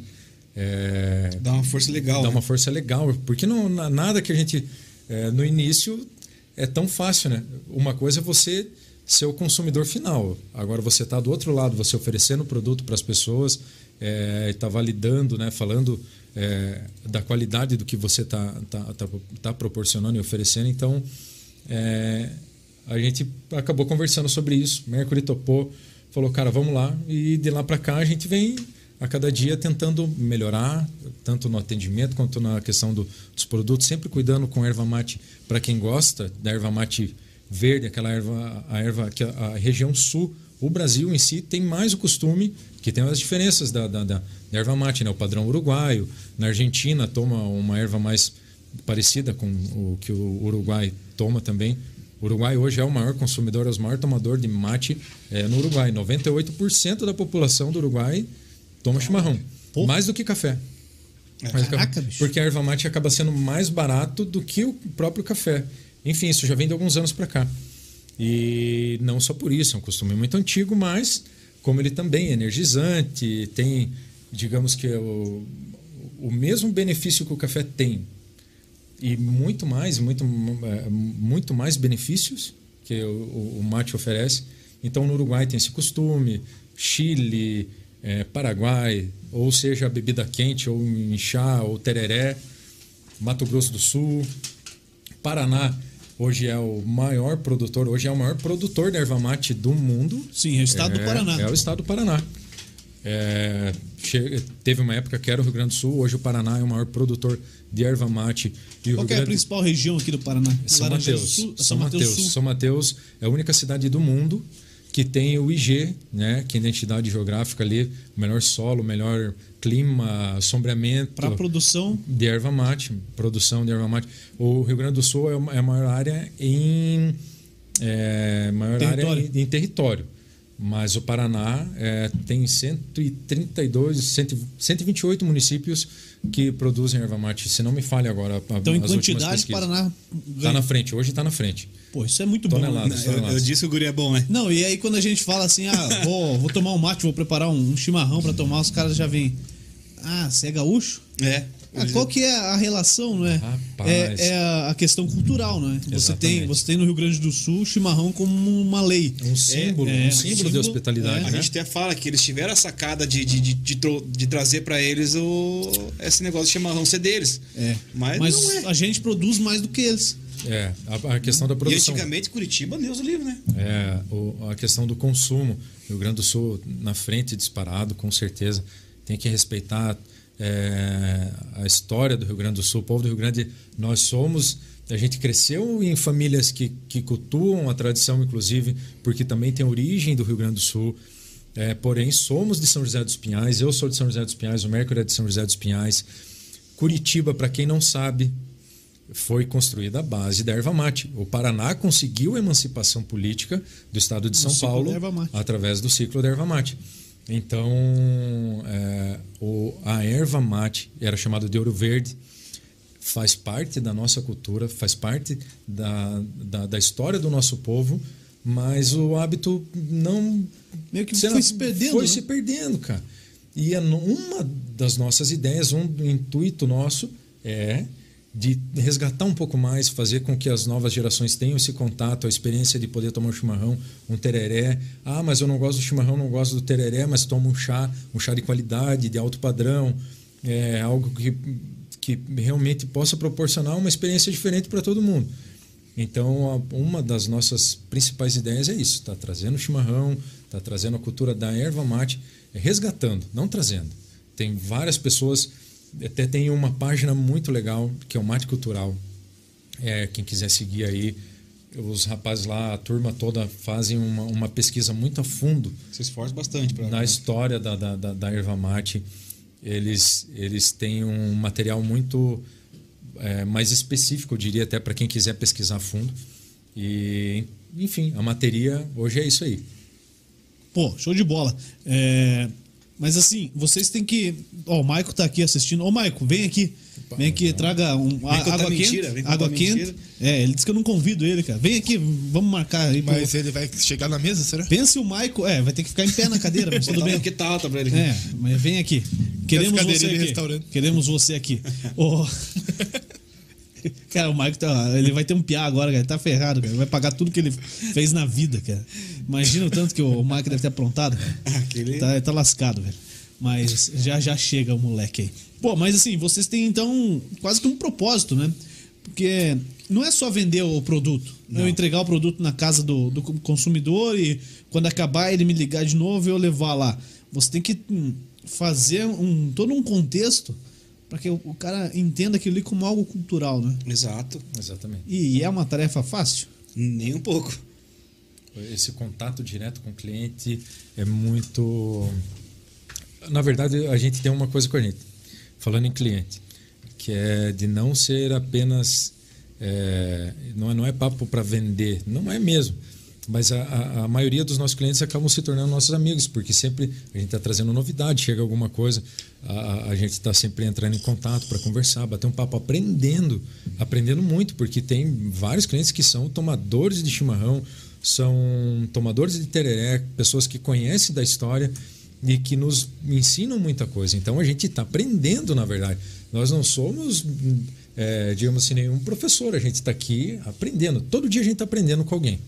[SPEAKER 4] É,
[SPEAKER 3] Dá uma força legal.
[SPEAKER 4] Dá
[SPEAKER 3] né?
[SPEAKER 4] uma força legal, porque não, na- nada que a gente é, no início é tão fácil, né? Uma coisa é você ser o consumidor final, agora você está do outro lado, você oferecendo o produto para as pessoas, está validando, né? Falando é, da qualidade do que você está tá, tá- tá proporcionando e oferecendo, então é, a gente acabou conversando sobre isso. Mercury topou, falou, cara, vamos lá. E de lá para cá a gente vem a cada dia tentando melhorar, tanto no atendimento quanto na questão do- dos produtos, sempre cuidando com erva mate para quem gosta da erva mate verde, aquela erva, a erva que a, a região sul, o Brasil em si tem mais o costume que tem as diferenças da, da, da, da erva mate, né? O padrão uruguaio, na Argentina toma uma erva mais parecida com o que o Uruguai toma também. O Uruguai hoje é o maior consumidor, é o maior tomador de mate eh, no Uruguai. 98% da população do Uruguai toma chimarrão. Mais do que café. Mais do que-
[SPEAKER 1] É, Caraca, bicho.
[SPEAKER 4] Porque a erva mate acaba sendo mais barato do que o próprio café. Enfim, isso já vem de alguns anos para cá. E não só por isso, é um costume muito antigo, mas como ele também é energizante, tem, digamos que, o, o mesmo benefício que o café tem, e muito mais, muito, eh, muito mais benefícios que o, o- o mate oferece. Então, no Uruguai tem esse costume, Chile, eh, Paraguai, ou seja, bebida quente, ou em chá, ou tereré, Mato Grosso do Sul, Paraná. Hoje é o maior produtor, hoje é o maior produtor de erva mate do mundo.
[SPEAKER 1] Sim, é o estado do
[SPEAKER 4] É,
[SPEAKER 1] Paraná.
[SPEAKER 4] É o estado do Paraná. É, che- teve uma época que era o Rio Grande do Sul, hoje o Paraná é o maior produtor de erva mate. E
[SPEAKER 1] Qual
[SPEAKER 4] o Rio
[SPEAKER 1] que é a
[SPEAKER 4] Grande... É
[SPEAKER 1] principal região aqui do Paraná?
[SPEAKER 4] São
[SPEAKER 1] Laranjeiras do
[SPEAKER 4] Mateus.
[SPEAKER 1] Sul?
[SPEAKER 4] São Mateus.
[SPEAKER 1] Sul.
[SPEAKER 4] São Mateus é a única cidade do mundo que tem o IG, né? Que é a identidade geográfica ali, o melhor solo, o melhor clima, assombramento
[SPEAKER 1] Para produção,
[SPEAKER 4] de erva mate, produção de erva mate. O Rio Grande do Sul é uma- é a maior área em é, maior
[SPEAKER 1] Território.
[SPEAKER 4] área em, em território. Mas o Paraná é, tem 132, 100, 128 municípios que produzem erva mate. Se não me falha agora, a-
[SPEAKER 1] então em
[SPEAKER 4] as últimas
[SPEAKER 1] quantidade,
[SPEAKER 4] pesquisas.
[SPEAKER 1] Paraná
[SPEAKER 4] Tá
[SPEAKER 1] ganha.
[SPEAKER 4] na frente, hoje tá na frente.
[SPEAKER 1] Pô, isso é muito bom.
[SPEAKER 4] Tonelada.
[SPEAKER 1] né?
[SPEAKER 3] Eu, eu disse que o guri é bom, né?
[SPEAKER 1] Não, e aí quando a gente fala assim, ah, vou, vou tomar um mate, vou preparar um, um chimarrão pra tomar, os caras já vêm. Ah, você é gaúcho?
[SPEAKER 3] É.
[SPEAKER 1] Ah, qual que é a relação, não é?
[SPEAKER 4] Rapaz.
[SPEAKER 1] É, é a- a questão cultural, não é? Você tem,
[SPEAKER 4] Exatamente.
[SPEAKER 1] você tem no Rio Grande do Sul o chimarrão como uma lei.
[SPEAKER 4] Um símbolo,
[SPEAKER 1] é,
[SPEAKER 4] um símbolo de
[SPEAKER 1] símbolo,
[SPEAKER 4] hospitalidade,
[SPEAKER 3] A
[SPEAKER 4] né?
[SPEAKER 3] gente até fala que eles tiveram a sacada de, de, de, de tro- de trazer pra eles o, esse negócio de chimarrão ser deles.
[SPEAKER 1] É.
[SPEAKER 3] Mas,
[SPEAKER 1] Mas
[SPEAKER 3] não é.
[SPEAKER 1] a gente produz mais do que eles.
[SPEAKER 4] É, a, a questão da
[SPEAKER 3] E
[SPEAKER 4] produção.
[SPEAKER 3] antigamente Curitiba, Deus o livre, né?
[SPEAKER 4] É, o- a questão do consumo. Rio Grande do Sul na frente disparado, com certeza. Tem que respeitar é, a história do Rio Grande do Sul. O povo do Rio Grande, nós somos. A gente cresceu em famílias que, que cultuam a tradição, inclusive, porque também tem origem do Rio Grande do Sul. É, porém, somos de São José dos Pinhais. Eu sou de São José dos Pinhais, o Mercury é de São José dos Pinhais. Curitiba, para quem não sabe, foi construída a base da erva mate. O Paraná conseguiu a emancipação política do estado de São
[SPEAKER 1] ciclo
[SPEAKER 4] Paulo
[SPEAKER 1] da erva mate.
[SPEAKER 4] através do ciclo da erva mate. Então, é, o- a erva mate era chamada de ouro verde, faz parte da nossa cultura, faz parte da, da, da história do nosso povo, mas o hábito não.
[SPEAKER 1] Meio que
[SPEAKER 4] sei
[SPEAKER 1] foi se perdendo,
[SPEAKER 4] Foi
[SPEAKER 1] né?
[SPEAKER 4] se perdendo, cara. E a no- uma das nossas ideias, um do intuito nosso é de resgatar um pouco mais, fazer com que as novas gerações tenham esse contato, a experiência de poder tomar um chimarrão, um tereré. Ah, mas eu não gosto do chimarrão, não gosto do tereré, mas tomo um chá, um chá de qualidade, de alto padrão. é, algo que, que realmente possa proporcionar uma experiência diferente para todo mundo. Então, a- uma das nossas principais ideias é isso: está trazendo o chimarrão, está trazendo a cultura da erva mate, é resgatando, não trazendo. Tem várias pessoas, até tem uma página muito legal que é o Mate Cultural. É, quem quiser seguir aí, os rapazes lá, a turma toda, fazem uma, uma pesquisa muito a fundo
[SPEAKER 3] Se esforça bastante pra.
[SPEAKER 4] na história da, da, da, da erva mate, eles, eles têm um material muito é, mais específico, eu diria até para quem quiser pesquisar a fundo. E, enfim, a materia hoje é isso aí.
[SPEAKER 1] Pô, show de bola. É, Mas assim, vocês têm que. Ó, o Maico tá aqui assistindo. Ô, Maico, vem aqui. vem aqui, traga um, a-
[SPEAKER 2] tá
[SPEAKER 3] contar
[SPEAKER 1] água
[SPEAKER 3] mentira,
[SPEAKER 1] quente.
[SPEAKER 3] vem contar
[SPEAKER 1] água quente.
[SPEAKER 3] mentira.
[SPEAKER 1] É, ele disse que eu não convido ele, cara. Vem aqui, vamos marcar aí. pro-
[SPEAKER 2] Mas ele vai chegar na mesa, será?
[SPEAKER 1] Pense o Maico. É, vai ter que ficar em pé na cadeira, mas
[SPEAKER 2] Tá
[SPEAKER 1] tudo
[SPEAKER 3] Botar
[SPEAKER 1] bem.
[SPEAKER 3] uma quitata tá pra ele.
[SPEAKER 1] É, mas vem aqui. Queremos
[SPEAKER 2] cadeirinhas
[SPEAKER 1] você
[SPEAKER 2] de
[SPEAKER 1] aqui.
[SPEAKER 2] restaurante.
[SPEAKER 1] Queremos você aqui. Ô, Cara, o Maico tá, ele vai ter um piá agora, cara. Ele tá ferrado, cara. Ele vai pagar tudo que ele fez na vida, cara. Imagina o tanto que o Maico deve ter aprontado. cara.
[SPEAKER 3] Ah, Aquele-
[SPEAKER 1] Tá, ele tá lascado, velho. Mas já já chega o moleque aí. Pô, mas assim, vocês têm então quase que um propósito, né? Porque não é só vender o produto. Eu entregar o produto na casa do, do consumidor e quando acabar ele me ligar de novo e eu levar lá. Você tem que hum, fazer um, todo um contexto para que o, o cara entenda aquilo ali como algo cultural, né?
[SPEAKER 3] Exato.
[SPEAKER 4] Exatamente.
[SPEAKER 1] E, é uma tarefa fácil.
[SPEAKER 3] Nem um pouco.
[SPEAKER 4] Esse contato direto com o cliente é muito. Na verdade, a gente tem uma coisa com a gente, falando em cliente, que é de não ser apenas. é, não, é, não é papo para vender, não é mesmo. Mas a, a, a maioria dos nossos clientes acabam se tornando nossos amigos, porque sempre a gente está trazendo novidade, chega alguma coisa, a, a- a gente está sempre entrando em contato para conversar, bater um papo, aprendendo, aprendendo muito, porque tem vários clientes que são tomadores de chimarrão, são tomadores de tereré, pessoas que conhecem da história e que nos ensinam muita coisa. Então a gente está aprendendo, na verdade. Nós não somos, hum, é, digamos assim, nenhum professor, a gente está aqui aprendendo. Todo dia a gente está aprendendo com alguém.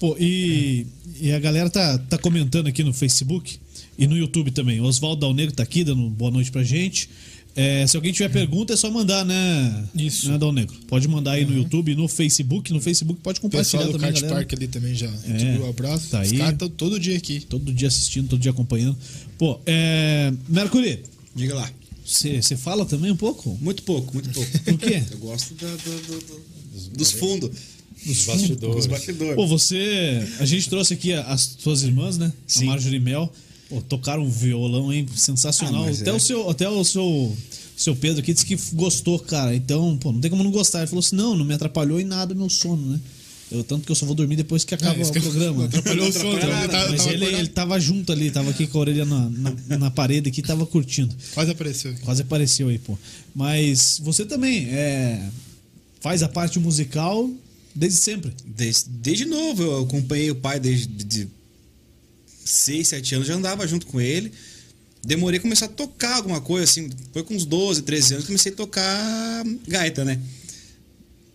[SPEAKER 1] Pô, e, e a galera tá, tá comentando aqui no Facebook e no YouTube também. O Oswaldo Dalnegro tá aqui dando boa noite pra gente. É, se alguém tiver pergunta, é só mandar, né?
[SPEAKER 2] Isso.
[SPEAKER 1] Né, Dalnegro? Pode mandar aí no YouTube, no Facebook. No Facebook pode
[SPEAKER 2] O pessoal
[SPEAKER 1] compartilhar
[SPEAKER 2] do
[SPEAKER 1] também,
[SPEAKER 2] Kart
[SPEAKER 1] galera.
[SPEAKER 2] Park ali também já recebeu o abraço.
[SPEAKER 1] É, tá
[SPEAKER 2] Os
[SPEAKER 1] aí.
[SPEAKER 2] caras estão todo dia aqui.
[SPEAKER 1] Todo dia assistindo, todo dia acompanhando. Pô, é... Mercury,
[SPEAKER 3] Diga lá.
[SPEAKER 1] você você fala também um pouco?
[SPEAKER 3] Muito pouco, muito pouco.
[SPEAKER 1] Por quê?
[SPEAKER 3] Eu gosto da- do- do- do- dos fundos.
[SPEAKER 4] Os
[SPEAKER 3] Dos
[SPEAKER 4] bastidores.
[SPEAKER 3] bastidores.
[SPEAKER 1] Pô, você. A gente trouxe aqui a- as suas irmãs, né?
[SPEAKER 3] Sim.
[SPEAKER 1] A Marjorie Mel. Pô, tocaram um violão, hein? Sensacional.
[SPEAKER 3] Ah, mas
[SPEAKER 1] até,
[SPEAKER 3] é.
[SPEAKER 1] o seu, até o seu. Seu Pedro aqui disse que f- gostou, cara. Então, pô, não tem como não gostar. Ele falou assim: não, não me atrapalhou em nada o meu sono, né? Eu, tanto que eu só vou dormir depois que acaba
[SPEAKER 2] É, isso
[SPEAKER 1] o
[SPEAKER 2] que eu-
[SPEAKER 1] programa. né?
[SPEAKER 2] Atrapalhou o sono. Tá,
[SPEAKER 3] Não atrapalha
[SPEAKER 2] eu tava-
[SPEAKER 3] nada,
[SPEAKER 1] Mas
[SPEAKER 2] tava
[SPEAKER 1] ele,
[SPEAKER 2] acordado.
[SPEAKER 1] ele tava junto ali, tava aqui com a orelha na, na, na parede aqui, tava curtindo.
[SPEAKER 2] Quase apareceu aqui.
[SPEAKER 1] Quase apareceu aí, pô. Mas você também é, faz a parte musical desde sempre.
[SPEAKER 3] Desde, desde novo, eu acompanhei o pai desde de 6, 7 anos, já andava junto com ele. Demorei a começar a tocar alguma coisa, assim. Foi com uns 12, 13 anos que comecei a tocar gaita, né?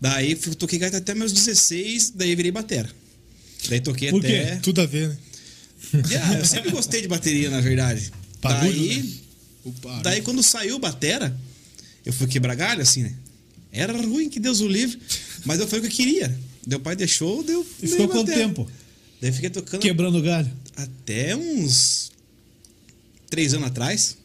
[SPEAKER 3] Daí fui- toquei gaita até meus 16, daí virei batera. Daí toquei
[SPEAKER 1] Por
[SPEAKER 3] até.
[SPEAKER 2] Tudo a ver, né?
[SPEAKER 3] Ah, eu sempre gostei de bateria, na verdade.
[SPEAKER 2] Barulho,
[SPEAKER 3] daí,
[SPEAKER 2] né? O
[SPEAKER 1] Tá
[SPEAKER 2] barulho.
[SPEAKER 3] daí quando saiu batera, eu fui quebrar galho, assim, né? Era ruim, que Deus o livre. Mas eu foi o que eu queria. Meu pai deixou, deu.
[SPEAKER 1] E
[SPEAKER 3] dei
[SPEAKER 1] ficou quanto
[SPEAKER 3] batera.
[SPEAKER 1] tempo?
[SPEAKER 3] Daí fiquei tocando
[SPEAKER 1] Quebrando o galho.
[SPEAKER 3] até uns três anos atrás.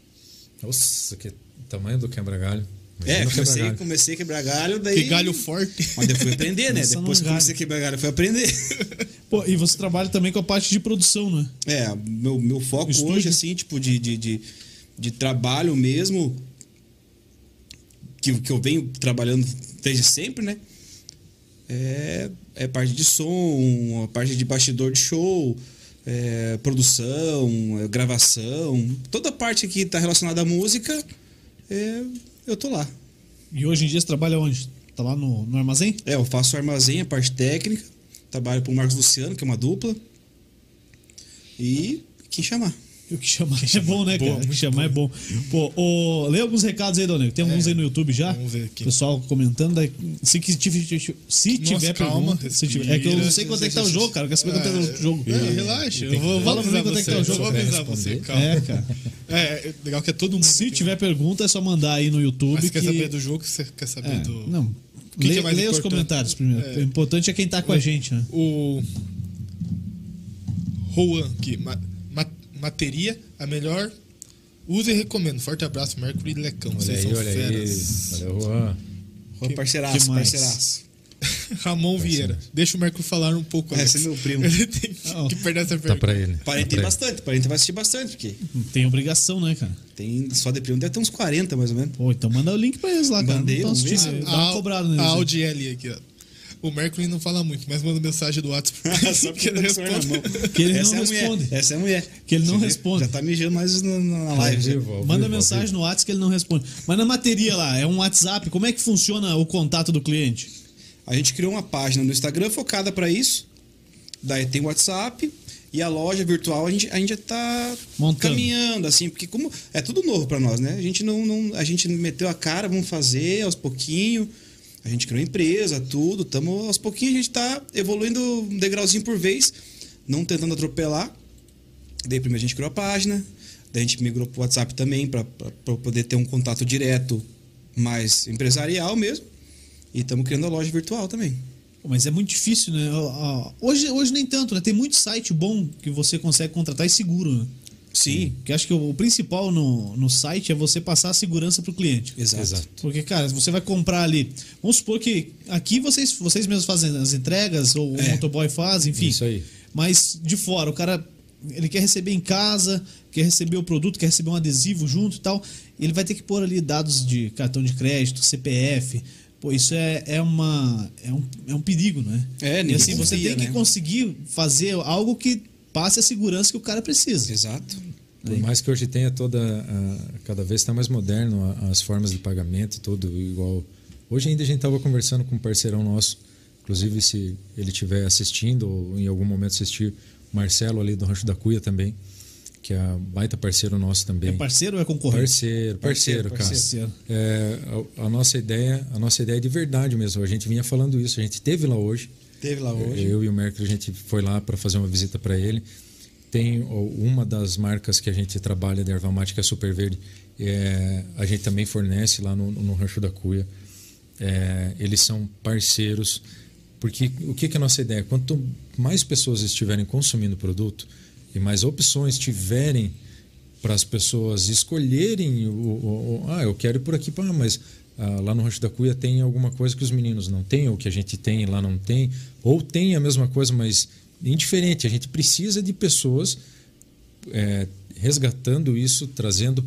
[SPEAKER 4] Nossa, que tamanho do quebra-galho.
[SPEAKER 3] É,
[SPEAKER 4] Imagina o
[SPEAKER 3] comecei,
[SPEAKER 4] quebra-galho.
[SPEAKER 3] comecei a quebrar galho, daí.
[SPEAKER 2] Que galho forte.
[SPEAKER 3] Mas depois fui aprender, né?
[SPEAKER 1] Começa num
[SPEAKER 3] Depois que
[SPEAKER 1] galho.
[SPEAKER 3] comecei a quebrar galho, eu fui aprender.
[SPEAKER 1] Pô, e você trabalha também com a parte de produção, né?
[SPEAKER 3] É, meu, meu foco
[SPEAKER 1] Estúdio.
[SPEAKER 3] hoje, assim, tipo, de, de, de, de trabalho mesmo, que, que eu venho trabalhando desde sempre, né? É, é parte de som, a parte de bastidor de show, é, produção, é, gravação, toda parte que está relacionada à música, é, eu tô lá.
[SPEAKER 1] E hoje em dia você trabalha onde? Tá lá no, no armazém?
[SPEAKER 3] É, eu faço armazém, a parte técnica, trabalho para o Marcos Luciano, que é uma dupla, e quem chamar.
[SPEAKER 1] E o que chamar é bom, né, cara?
[SPEAKER 2] boa,
[SPEAKER 1] o que
[SPEAKER 2] muito
[SPEAKER 1] chamar é bom. Pô, ô, lê alguns recados aí, Donego. Tem alguns aí no YouTube já.
[SPEAKER 2] vamos ver aqui.
[SPEAKER 1] Pessoal comentando. daí, Se, que tive- se tiver
[SPEAKER 2] calma,
[SPEAKER 1] pergunta. se tiver- é que eu não sei quanto é que tá o jogo, cara. Eu quero saber quanto é que tá o jogo.
[SPEAKER 2] Não, relaxa, eu vou, vou
[SPEAKER 1] Fala pra mim
[SPEAKER 2] avisar
[SPEAKER 1] quanto é que
[SPEAKER 2] você.
[SPEAKER 1] tá o
[SPEAKER 2] eu vou
[SPEAKER 1] jogo.
[SPEAKER 2] avisar você, calma.
[SPEAKER 1] É, cara.
[SPEAKER 2] É, é legal que é todo mundo.
[SPEAKER 1] Se
[SPEAKER 2] tem-
[SPEAKER 1] tiver pergunta, é só mandar aí no YouTube.
[SPEAKER 2] Mas você quer
[SPEAKER 1] que-
[SPEAKER 2] saber do jogo, você quer saber
[SPEAKER 1] É,
[SPEAKER 2] do.
[SPEAKER 1] Não.
[SPEAKER 2] que
[SPEAKER 1] Lê,
[SPEAKER 2] é mais
[SPEAKER 1] lê os
[SPEAKER 2] importante?
[SPEAKER 1] comentários primeiro.
[SPEAKER 2] É.
[SPEAKER 1] O importante é quem tá com a gente, né?
[SPEAKER 2] O. Juan, que ma ma- materia, a melhor. Usa e recomendo. Forte abraço, Mercury e Lecão.
[SPEAKER 4] Olha
[SPEAKER 2] Vocês
[SPEAKER 4] aí,
[SPEAKER 2] são
[SPEAKER 4] olha
[SPEAKER 2] feras.
[SPEAKER 4] aí. Valeu, Juan.
[SPEAKER 3] Pô, parceiraço,
[SPEAKER 1] que mais?
[SPEAKER 3] parceiraço.
[SPEAKER 2] Ramon Vieira. Deixa o Mercury falar um pouco.
[SPEAKER 3] É,
[SPEAKER 2] Alex.
[SPEAKER 3] esse é meu primo.
[SPEAKER 2] Ele tem que,
[SPEAKER 1] Ah, ó.
[SPEAKER 2] que perder essa
[SPEAKER 4] Tá
[SPEAKER 2] pergunta.
[SPEAKER 4] pra ele.
[SPEAKER 3] Parente
[SPEAKER 4] tá pra ele.
[SPEAKER 3] bastante, parente vai assistir bastante, porque
[SPEAKER 1] Tem obrigação, né, cara?
[SPEAKER 3] tem só de primo, deve ter uns 40 mais ou menos.
[SPEAKER 1] Pô, então manda o link pra eles lá, cara.
[SPEAKER 3] Mandei,
[SPEAKER 1] Não tão
[SPEAKER 3] vamos ver.
[SPEAKER 1] assistindo, Dá
[SPEAKER 2] A-
[SPEAKER 1] uma cobrada neles.
[SPEAKER 2] A
[SPEAKER 1] aí.
[SPEAKER 2] Audi L aqui, ó. O Mercury não fala muito, mas manda mensagem do WhatsApp.
[SPEAKER 3] Só porque
[SPEAKER 2] ele
[SPEAKER 3] tá com o celular na
[SPEAKER 2] responde.
[SPEAKER 3] mão.
[SPEAKER 1] Que ele
[SPEAKER 3] Essa
[SPEAKER 1] não
[SPEAKER 3] é a mulher,
[SPEAKER 1] responde.
[SPEAKER 3] Essa é a mulher.
[SPEAKER 1] Que ele não
[SPEAKER 3] Você vê?
[SPEAKER 1] responde.
[SPEAKER 3] Já tá mijando mais na, na
[SPEAKER 4] Ao
[SPEAKER 3] live.
[SPEAKER 4] vivo,
[SPEAKER 3] já.
[SPEAKER 4] ao
[SPEAKER 1] Manda
[SPEAKER 4] vivo, ao
[SPEAKER 1] mensagem
[SPEAKER 4] vivo.
[SPEAKER 1] no WhatsApp que ele não responde. Mas na materia lá, é um WhatsApp. Como é que funciona o contato do cliente?
[SPEAKER 3] A gente criou uma página no Instagram focada pra isso. Daí tem WhatsApp e a loja virtual a gente ainda tá
[SPEAKER 1] Montando.
[SPEAKER 3] caminhando assim, porque como é tudo novo pra nós, né? A gente não, não- a gente meteu a cara, vamos fazer aos pouquinho. A gente criou empresa, tudo, tamo aos pouquinhos a gente tá evoluindo um degrauzinho por vez, não tentando atropelar. Daí primeiro a gente criou a página, daí a gente migrou pro WhatsApp também para poder ter um contato direto mais empresarial mesmo. E estamos criando a loja virtual também.
[SPEAKER 1] Pô, Mas é muito difícil, né? Ó, ó, Hoje, hoje nem tanto, né? Tem muito site bom que você consegue contratar e seguro, né?
[SPEAKER 3] Sim,
[SPEAKER 1] Porque acho que o principal no, no site é você passar a segurança pro cliente.
[SPEAKER 3] exato.
[SPEAKER 4] Exato.
[SPEAKER 1] Porque, cara, você vai comprar ali. Vamos supor que aqui vocês, vocês mesmos fazem as entregas, ou o
[SPEAKER 3] É.
[SPEAKER 1] motoboy faz, enfim.
[SPEAKER 4] Isso aí.
[SPEAKER 1] Mas de fora, o cara ele quer receber em casa, quer receber o produto, quer receber um adesivo junto e tal. Ele vai ter que pôr ali dados de cartão de crédito, CPF. Pô, isso é, é, uma, é, um, é um perigo, né?
[SPEAKER 3] É,
[SPEAKER 1] E
[SPEAKER 3] ninguém
[SPEAKER 1] assim, você
[SPEAKER 3] confia,
[SPEAKER 1] tem que
[SPEAKER 3] né?
[SPEAKER 1] conseguir fazer algo que passe a segurança que o cara precisa.
[SPEAKER 3] Exato.
[SPEAKER 4] Por mais que hoje tenha toda. a- cada vez está mais moderno a- as formas de pagamento e tudo igual. Hoje ainda a gente estava conversando com um parceirão nosso, inclusive se ele estiver assistindo ou em algum momento assistir, o Marcelo ali do Rancho da Cuia também, que é um baita parceiro nosso também.
[SPEAKER 1] É parceiro ou é concorrente?
[SPEAKER 4] Parceiro,
[SPEAKER 3] Parceiro,
[SPEAKER 4] parceiro, cara.
[SPEAKER 1] parceiro.
[SPEAKER 4] É, a, a nossa ideia, a nossa ideia é de verdade mesmo. A gente vinha falando isso, a gente teve lá hoje.
[SPEAKER 3] Teve lá hoje.
[SPEAKER 4] Eu e o Mercury a gente foi lá para fazer uma visita para ele. Tem ó, uma das marcas que a gente trabalha da Ervamática que é a Super Verde. é, a gente também fornece lá no, no Rancho da Cuia. É, eles são parceiros. Porque o que, que é a nossa ideia? Quanto mais pessoas estiverem consumindo o produto e mais opções tiverem para as pessoas escolherem o, o- o- ah eu quero ir por aqui pá, mas ah, lá no Rancho da Cuia tem alguma coisa que os meninos não têm ou que a gente tem e lá não tem ou tem a mesma coisa mas indiferente a gente precisa de pessoas é, resgatando isso trazendo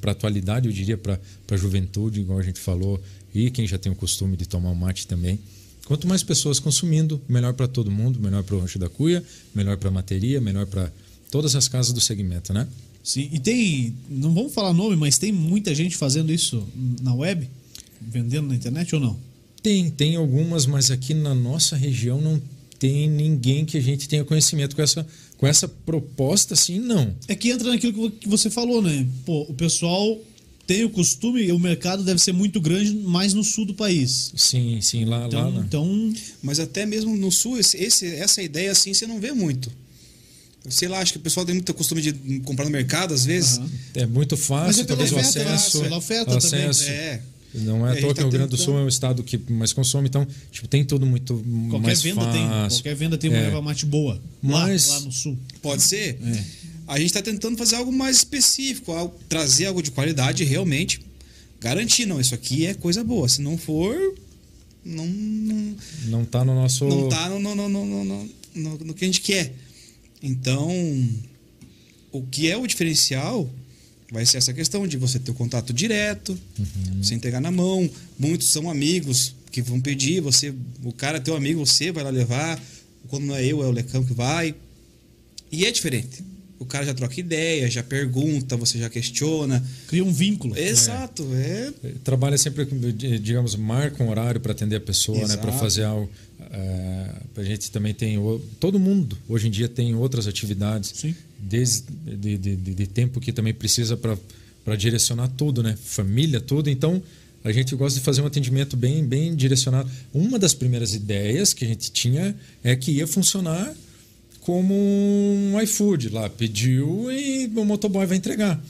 [SPEAKER 4] para a atualidade eu diria para a juventude igual a gente falou e quem já tem o costume de tomar um mate também quanto mais pessoas consumindo melhor para todo mundo melhor para o Rancho da Cuia melhor para a materia melhor para todas as casas do segmento né
[SPEAKER 1] Sim, e tem, não vamos falar nome, mas tem muita gente fazendo isso na web, vendendo na internet ou não?
[SPEAKER 4] Tem, tem algumas, mas aqui na nossa região não tem ninguém que a gente tenha conhecimento com essa, com essa proposta, assim, não.
[SPEAKER 1] É que entra naquilo que vo- que você falou, né? Pô, o pessoal tem o costume, o mercado deve ser muito grande, mais no sul do país.
[SPEAKER 4] Sim, sim, lá,
[SPEAKER 1] Então,
[SPEAKER 4] lá. né?
[SPEAKER 1] então
[SPEAKER 3] Mas até mesmo no sul, esse, esse- essa ideia assim você não vê muito. Sei lá, acho que o pessoal tem muito costume de comprar no mercado às vezes.
[SPEAKER 1] Aham.
[SPEAKER 4] É muito
[SPEAKER 1] Mas
[SPEAKER 4] fácil,
[SPEAKER 1] é pela
[SPEAKER 4] talvez o
[SPEAKER 1] oferta, né?
[SPEAKER 4] acesso.
[SPEAKER 1] Pela oferta
[SPEAKER 4] o
[SPEAKER 1] também, né? então
[SPEAKER 4] acesso.
[SPEAKER 3] É.
[SPEAKER 4] Não
[SPEAKER 3] E
[SPEAKER 4] é
[SPEAKER 3] a
[SPEAKER 4] à
[SPEAKER 3] gente
[SPEAKER 4] toa que
[SPEAKER 3] tá
[SPEAKER 4] o Rio Grande do Sul
[SPEAKER 3] tentando.
[SPEAKER 4] é um estado que mais consome, então, tipo, tem tudo muito
[SPEAKER 1] qualquer
[SPEAKER 4] mais
[SPEAKER 1] venda
[SPEAKER 4] fácil.
[SPEAKER 1] tem, qualquer venda tem uma
[SPEAKER 4] É.
[SPEAKER 1] erva mate boa
[SPEAKER 4] Mas-
[SPEAKER 1] lá, lá no sul.
[SPEAKER 3] Pode ser?
[SPEAKER 1] É.
[SPEAKER 3] A gente está tentando fazer algo mais específico, algo- trazer algo de qualidade realmente. Garantir, não, isso aqui é coisa boa. Se não for, não, não,
[SPEAKER 4] Não tá no nosso...
[SPEAKER 3] não tá no, no, no, no, no, no, no- no que a gente quer. Então, o que é o diferencial vai ser essa questão de você ter o contato direto,
[SPEAKER 4] Uhum.
[SPEAKER 3] você entregar na mão. Muitos são amigos que vão pedir, você, o cara é teu amigo, você vai lá levar. Quando não é eu, é o Lecão que vai. E é diferente. O cara já troca ideia, já pergunta, você já questiona.
[SPEAKER 1] Cria um vínculo.
[SPEAKER 3] Exato, é
[SPEAKER 4] trabalha sempre, digamos, marca um horário para atender a pessoa, né,
[SPEAKER 3] Exato.
[SPEAKER 4] para fazer algo. É, a gente também tem. o- Todo mundo hoje em dia tem outras atividades.
[SPEAKER 1] Sim.
[SPEAKER 4] Desde de, de, de- de tempo que também precisa para direcionar tudo, né? Família, tudo. Então, a gente gosta de fazer um atendimento bem, bem direcionado. Uma das primeiras ideias que a gente tinha é que ia funcionar como um iFood lá. Pediu e o motoboy vai entregar.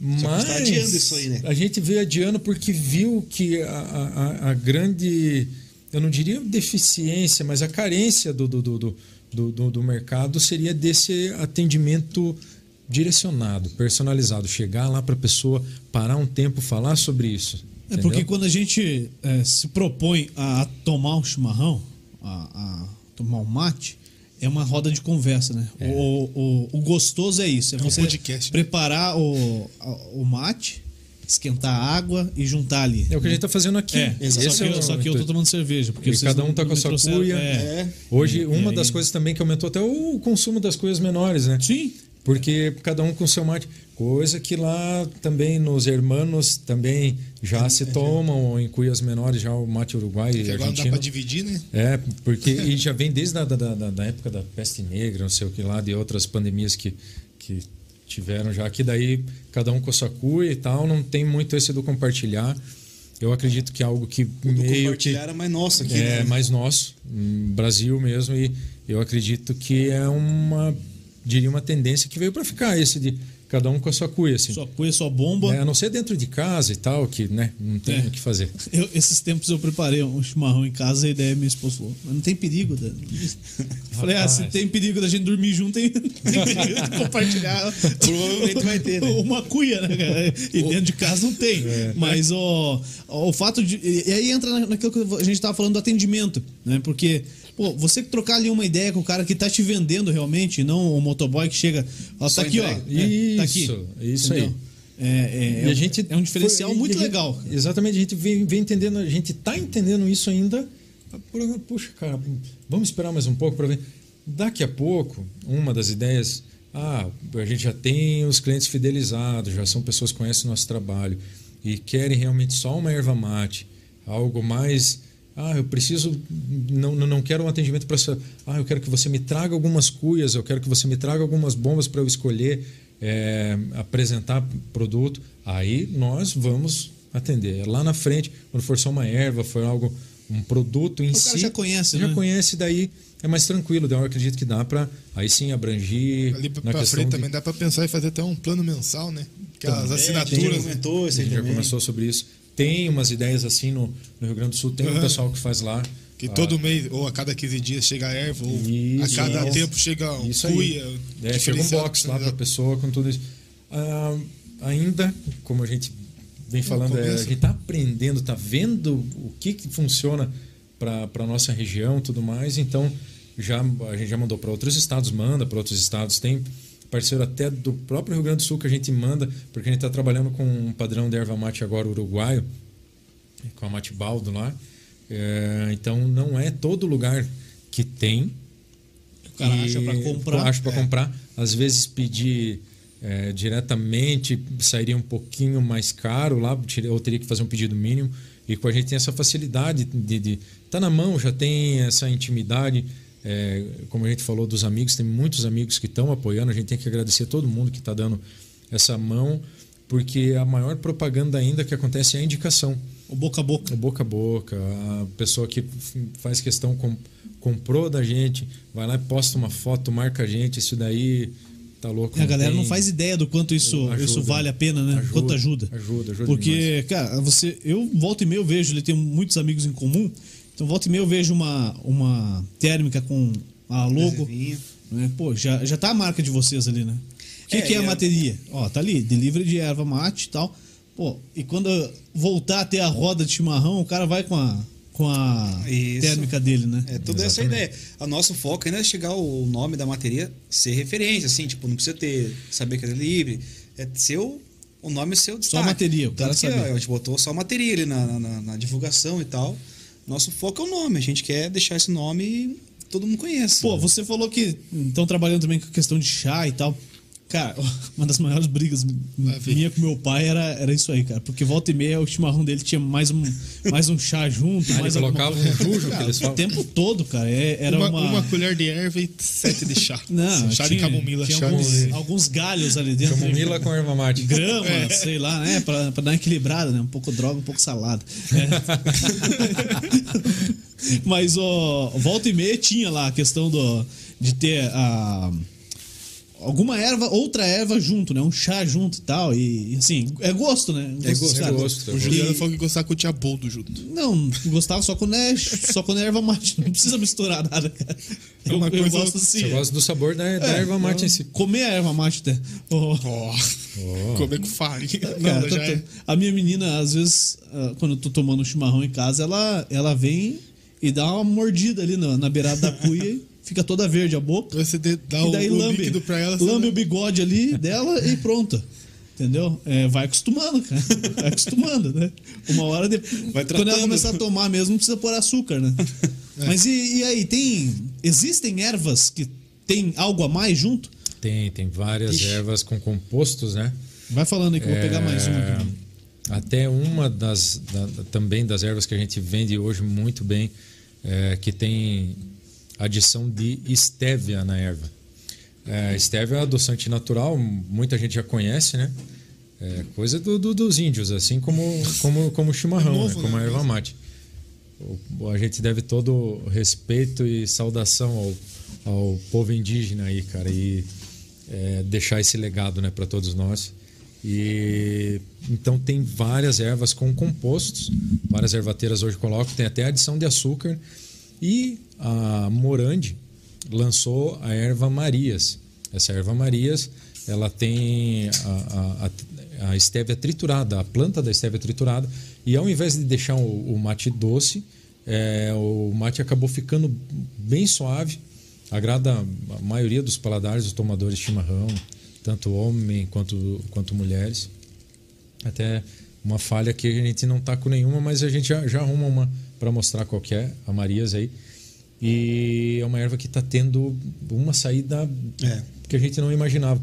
[SPEAKER 4] Mas
[SPEAKER 3] tá adiando isso aí, né?
[SPEAKER 4] a gente veio adiando porque viu que a, a- a- a grande, eu não diria deficiência, mas a carência do, do, do, do, do- do- do mercado seria desse atendimento direcionado, personalizado. Chegar lá para a pessoa, parar um tempo, falar sobre isso.
[SPEAKER 1] É
[SPEAKER 4] entendeu?
[SPEAKER 1] porque quando a gente é, se propõe a tomar um chimarrão, a, a tomar um mate, é uma roda de conversa, né?
[SPEAKER 4] É.
[SPEAKER 1] O, o, o gostoso é isso. É,
[SPEAKER 2] um
[SPEAKER 1] você
[SPEAKER 2] podcast, né?
[SPEAKER 1] preparar o, a- o mate, esquentar a água e juntar ali.
[SPEAKER 4] É o que a gente está fazendo aqui.
[SPEAKER 1] É,
[SPEAKER 4] Esse
[SPEAKER 1] só,
[SPEAKER 4] é
[SPEAKER 1] que,
[SPEAKER 4] o-
[SPEAKER 1] só que eu tô tomando cerveja. Porque
[SPEAKER 4] E
[SPEAKER 1] vocês
[SPEAKER 4] cada um
[SPEAKER 1] não-
[SPEAKER 4] tá
[SPEAKER 1] não
[SPEAKER 4] com a
[SPEAKER 1] me
[SPEAKER 4] sua
[SPEAKER 1] trouxeram-
[SPEAKER 4] cuia.
[SPEAKER 1] É.
[SPEAKER 4] Hoje, uma
[SPEAKER 1] aí-
[SPEAKER 4] das coisas também que aumentou até o consumo das coisas menores, né?
[SPEAKER 1] Sim.
[SPEAKER 4] Porque cada um com seu mate. Coisa que lá também nos hermanos também
[SPEAKER 1] É
[SPEAKER 4] já se tomam em cuias menores, já o mate uruguai
[SPEAKER 2] Que
[SPEAKER 4] e
[SPEAKER 2] agora não dá pra
[SPEAKER 4] argentino.
[SPEAKER 2] dividir, né?
[SPEAKER 4] É, porque e já vem desde a da, da, da- da época da peste negra, não sei o que lá, de outras pandemias que, que tiveram já, que daí cada um com a sua cuia e tal, não tem muito esse do compartilhar. Eu acredito que é algo que meio que
[SPEAKER 3] compartilhar era mais nosso aqui,
[SPEAKER 4] é
[SPEAKER 3] né?
[SPEAKER 4] mais nosso, hum, Brasil mesmo, e eu acredito que é uma, diria, uma tendência que veio para ficar, esse de cada um com a sua cuia, assim.
[SPEAKER 1] Sua cuia, sua bomba.
[SPEAKER 4] Né? A não ser dentro de casa e tal, que né, não tem
[SPEAKER 1] É.
[SPEAKER 4] o que fazer.
[SPEAKER 1] Eu- esses tempos eu preparei um chimarrão em casa e daí minha esposa falou: Mas não tem perigo, Dani. Eu Falei, ah,
[SPEAKER 4] Rapaz.
[SPEAKER 1] se tem perigo da gente dormir junto, tem, tem perigo de compartilhar.
[SPEAKER 3] Provavelmente vai ter, né? É.
[SPEAKER 1] Uma cuia, né, cara? E dentro de casa não tem. Mas ó, o fato de. E aí entra na- naquilo que a gente tava falando do atendimento, né? Porque, pô, você que trocar ali uma ideia com o cara que tá te vendendo realmente, e não o motoboy que chega. Ó,
[SPEAKER 3] Só
[SPEAKER 1] tá aqui, ó.
[SPEAKER 3] entrega.
[SPEAKER 1] é, tá aqui.
[SPEAKER 4] Isso, isso aí.
[SPEAKER 1] Entendeu? É, é,
[SPEAKER 4] E
[SPEAKER 1] é, é um diferencial
[SPEAKER 4] foi- e
[SPEAKER 1] muito
[SPEAKER 4] a gente-
[SPEAKER 1] legal.
[SPEAKER 4] Exatamente, a gente vem, vem entendendo, a gente tá entendendo isso ainda. Por- Puxa, cara, vamos esperar mais um pouco para ver. Daqui a pouco, uma das ideias, ah, a gente já tem os clientes fidelizados, já são pessoas que conhecem o nosso trabalho e querem realmente só uma erva mate, algo mais. Ah, eu preciso, não, não, não quero um atendimento para. Ah, eu quero que você me traga algumas cuias, eu quero que você me traga algumas bombas para eu escolher é, apresentar produto, aí nós vamos atender. Lá na frente, quando for só uma erva, for algo, um produto em
[SPEAKER 1] cara
[SPEAKER 4] si.
[SPEAKER 1] já conhece,
[SPEAKER 4] já
[SPEAKER 1] né?
[SPEAKER 4] conhece, daí é mais tranquilo. Daí eu acredito que dá para aí sim abrangir.
[SPEAKER 2] Ali
[SPEAKER 4] na
[SPEAKER 2] pra
[SPEAKER 4] questão
[SPEAKER 2] frente
[SPEAKER 4] de-
[SPEAKER 2] também dá pra pensar e fazer até um plano mensal, né? Aquelas
[SPEAKER 3] A gente já
[SPEAKER 2] assinaturas. né?
[SPEAKER 3] comentou
[SPEAKER 4] A
[SPEAKER 3] isso aí
[SPEAKER 4] gente já
[SPEAKER 3] também.
[SPEAKER 4] começou sobre isso. Tem umas ideias assim no, no Rio Grande do Sul, tem um
[SPEAKER 2] Aham.
[SPEAKER 4] pessoal que faz lá.
[SPEAKER 2] Que
[SPEAKER 4] Ah,
[SPEAKER 2] todo mês, ou a cada 15 dias chega a erva, ou
[SPEAKER 4] Isso,
[SPEAKER 2] a cada
[SPEAKER 4] isso.
[SPEAKER 2] tempo chega um
[SPEAKER 4] Isso aí.
[SPEAKER 2] cuia.
[SPEAKER 4] É, chega um
[SPEAKER 2] diferenciado,
[SPEAKER 4] box lá
[SPEAKER 2] né?
[SPEAKER 4] para a pessoa com tudo isso. Ah, ainda, como a gente vem falando, é, a
[SPEAKER 2] começo.
[SPEAKER 4] gente está aprendendo, está vendo o que, que funciona para a nossa região e tudo mais. Então, já, a gente já mandou para outros estados, manda para outros estados. Tem parceiro até do próprio Rio Grande do Sul que a gente manda, porque a gente está trabalhando com um padrão de erva mate agora uruguaio, com a Matibaldo lá. É, então, não é todo lugar que tem
[SPEAKER 1] O cara
[SPEAKER 4] e
[SPEAKER 1] acha pra comprar. é,
[SPEAKER 4] Acha É, pra comprar. Às vezes pedir é, diretamente sairia um pouquinho mais caro lá, tira- ou teria que fazer um pedido mínimo. E com a gente tem essa facilidade de, de tá na mão, já tem essa intimidade. É, como a gente falou dos amigos, tem muitos amigos que estão apoiando. A gente tem que agradecer a todo mundo que está dando essa mão, porque a maior propaganda ainda que acontece é a indicação.
[SPEAKER 1] O boca a boca.
[SPEAKER 4] O boca a boca, a pessoa que f- faz questão, com- comprou da gente, vai lá e posta uma foto, marca a gente, isso daí tá louco.
[SPEAKER 1] E a galera
[SPEAKER 4] tem-
[SPEAKER 1] não faz ideia do quanto isso,
[SPEAKER 4] Ajuda.
[SPEAKER 1] isso vale a pena, né?
[SPEAKER 4] Ajuda,
[SPEAKER 1] quanto ajuda.
[SPEAKER 4] ajuda, ajuda
[SPEAKER 1] Porque, cara, você. Eu volta e meia eu vejo, ele tem muitos amigos em comum. Então volta e meia eu vejo uma, uma térmica com a logo.
[SPEAKER 3] Reservinha.
[SPEAKER 1] Né? Pô, já, já tá a marca de vocês ali, né? O que,
[SPEAKER 3] É,
[SPEAKER 1] que é a
[SPEAKER 3] e a-
[SPEAKER 1] materia? Ó, tá ali, delivery de erva mate e tal. Pô, e quando voltar a ter a roda de chimarrão, o cara vai com a, com a
[SPEAKER 3] Isso.
[SPEAKER 1] térmica dele, né?
[SPEAKER 3] É toda essa
[SPEAKER 4] Exatamente.
[SPEAKER 3] ideia. A nosso foco ainda é chegar o nome da materia ser referência, assim, tipo, não precisa ter saber que é livre. É seu o nome é seu destaque.
[SPEAKER 1] materia, o cara
[SPEAKER 3] Tanto que,
[SPEAKER 1] saber.
[SPEAKER 3] ó, A gente botou só materia ali na, na- na- na divulgação e tal. Nosso foco é o nome. A gente quer deixar esse nome e todo mundo conhece.
[SPEAKER 1] Pô, você falou que estão trabalhando também com a questão de chá e tal. Cara, uma das maiores brigas
[SPEAKER 2] ver.
[SPEAKER 1] minha com meu pai era, era isso aí, cara. Porque volta e meia o chimarrão dele tinha mais um, mais um chá junto,
[SPEAKER 4] Aí
[SPEAKER 1] mais
[SPEAKER 4] ele colocava
[SPEAKER 1] alguma
[SPEAKER 4] um
[SPEAKER 1] coisa.
[SPEAKER 4] rujo, que eles
[SPEAKER 1] O
[SPEAKER 4] falam.
[SPEAKER 1] tempo todo, cara. é- Era
[SPEAKER 2] Uma,
[SPEAKER 1] uma.
[SPEAKER 2] uma colher de erva e sete de chá.
[SPEAKER 1] Não,
[SPEAKER 2] chá
[SPEAKER 1] tinha,
[SPEAKER 2] de camomila,
[SPEAKER 1] tinha um
[SPEAKER 2] chá
[SPEAKER 1] alguns,
[SPEAKER 2] de...
[SPEAKER 1] alguns galhos ali dentro.
[SPEAKER 4] Camomila com erva mate.
[SPEAKER 1] grama, sei lá, né? Pra, pra dar uma equilibrada, né? Um pouco droga, um pouco salada. É. Mas, ó, volta e meia tinha lá a questão do, de ter a. Alguma erva, outra erva junto, né? Um chá junto e tal. E, assim, é gosto, né?
[SPEAKER 4] É gosto,
[SPEAKER 1] dos
[SPEAKER 4] é
[SPEAKER 1] caras.
[SPEAKER 4] gosto, é
[SPEAKER 2] O
[SPEAKER 4] gosto.
[SPEAKER 2] Juliano
[SPEAKER 1] E-
[SPEAKER 2] falou que gostava que eu tinha boldo junto.
[SPEAKER 1] não, gostava só quando é, só quando é erva mate. Não precisa misturar nada, cara.
[SPEAKER 2] É
[SPEAKER 1] Eu,
[SPEAKER 2] uma
[SPEAKER 1] eu
[SPEAKER 2] coisa-
[SPEAKER 1] gosto assim.
[SPEAKER 4] Você gosta do sabor da, da
[SPEAKER 1] É,
[SPEAKER 4] erva mate em
[SPEAKER 1] eu-
[SPEAKER 4] si.
[SPEAKER 1] Comer a erva mate né? até. Ó,
[SPEAKER 2] Ó, comer com farinha.
[SPEAKER 1] Cara,
[SPEAKER 2] Não,
[SPEAKER 1] tô-
[SPEAKER 2] já é.
[SPEAKER 1] tô- A minha menina, às vezes, ah, quando eu tô tomando um chimarrão em casa, ela, ela vem e dá uma mordida ali na, na beirada da cuia e fica toda verde a boca.
[SPEAKER 2] Você dê- dá
[SPEAKER 1] e
[SPEAKER 2] o,
[SPEAKER 1] daí
[SPEAKER 2] é, o
[SPEAKER 1] lambe,
[SPEAKER 2] líquido pra ela. você
[SPEAKER 1] lambe o bigode ali dela e pronto. Entendeu? É, vai acostumando, cara. Vai acostumando, né? Uma hora depois.
[SPEAKER 3] Vai
[SPEAKER 1] Quando ela
[SPEAKER 3] tratando.
[SPEAKER 1] começar a tomar mesmo, não precisa pôr açúcar, né?
[SPEAKER 2] É.
[SPEAKER 1] Mas e, e aí, tem. Existem ervas que tem algo a mais junto?
[SPEAKER 4] Tem, tem várias ervas com compostos, né?
[SPEAKER 1] Vai falando aí que eu vou pegar mais uma
[SPEAKER 4] É,
[SPEAKER 1] aqui. né?
[SPEAKER 4] Até uma das da- da- também das ervas que a gente vende hoje muito bem, é, que tem adição de estévia na erva. É, estévia é um adoçante natural, muita gente já conhece, né? É, coisa do- do- dos índios, assim como como como o chimarrão,
[SPEAKER 2] É novo,
[SPEAKER 4] né? como
[SPEAKER 2] né?
[SPEAKER 4] a erva mate. O- A gente deve todo o respeito e saudação ao, ao povo indígena aí, cara, e é, deixar esse legado, né, para todos nós. E então tem várias ervas com compostos, várias ervateiras hoje colocam, tem até adição de açúcar. E a Morandi lançou a erva Marias. Essa erva Marias, ela tem a, a, a, a estévia triturada, a planta da estévia triturada, e ao invés de deixar o, o mate doce, é, o mate acabou ficando bem suave, agrada a maioria dos paladares dos tomadores de chimarrão, tanto homem quanto, quanto mulheres até uma falha que a gente não tá com nenhuma, mas a gente já, já arruma uma para mostrar qual que é, a Marias aí. E é uma erva que tá tendo uma saída
[SPEAKER 3] É.
[SPEAKER 4] que a gente não imaginava.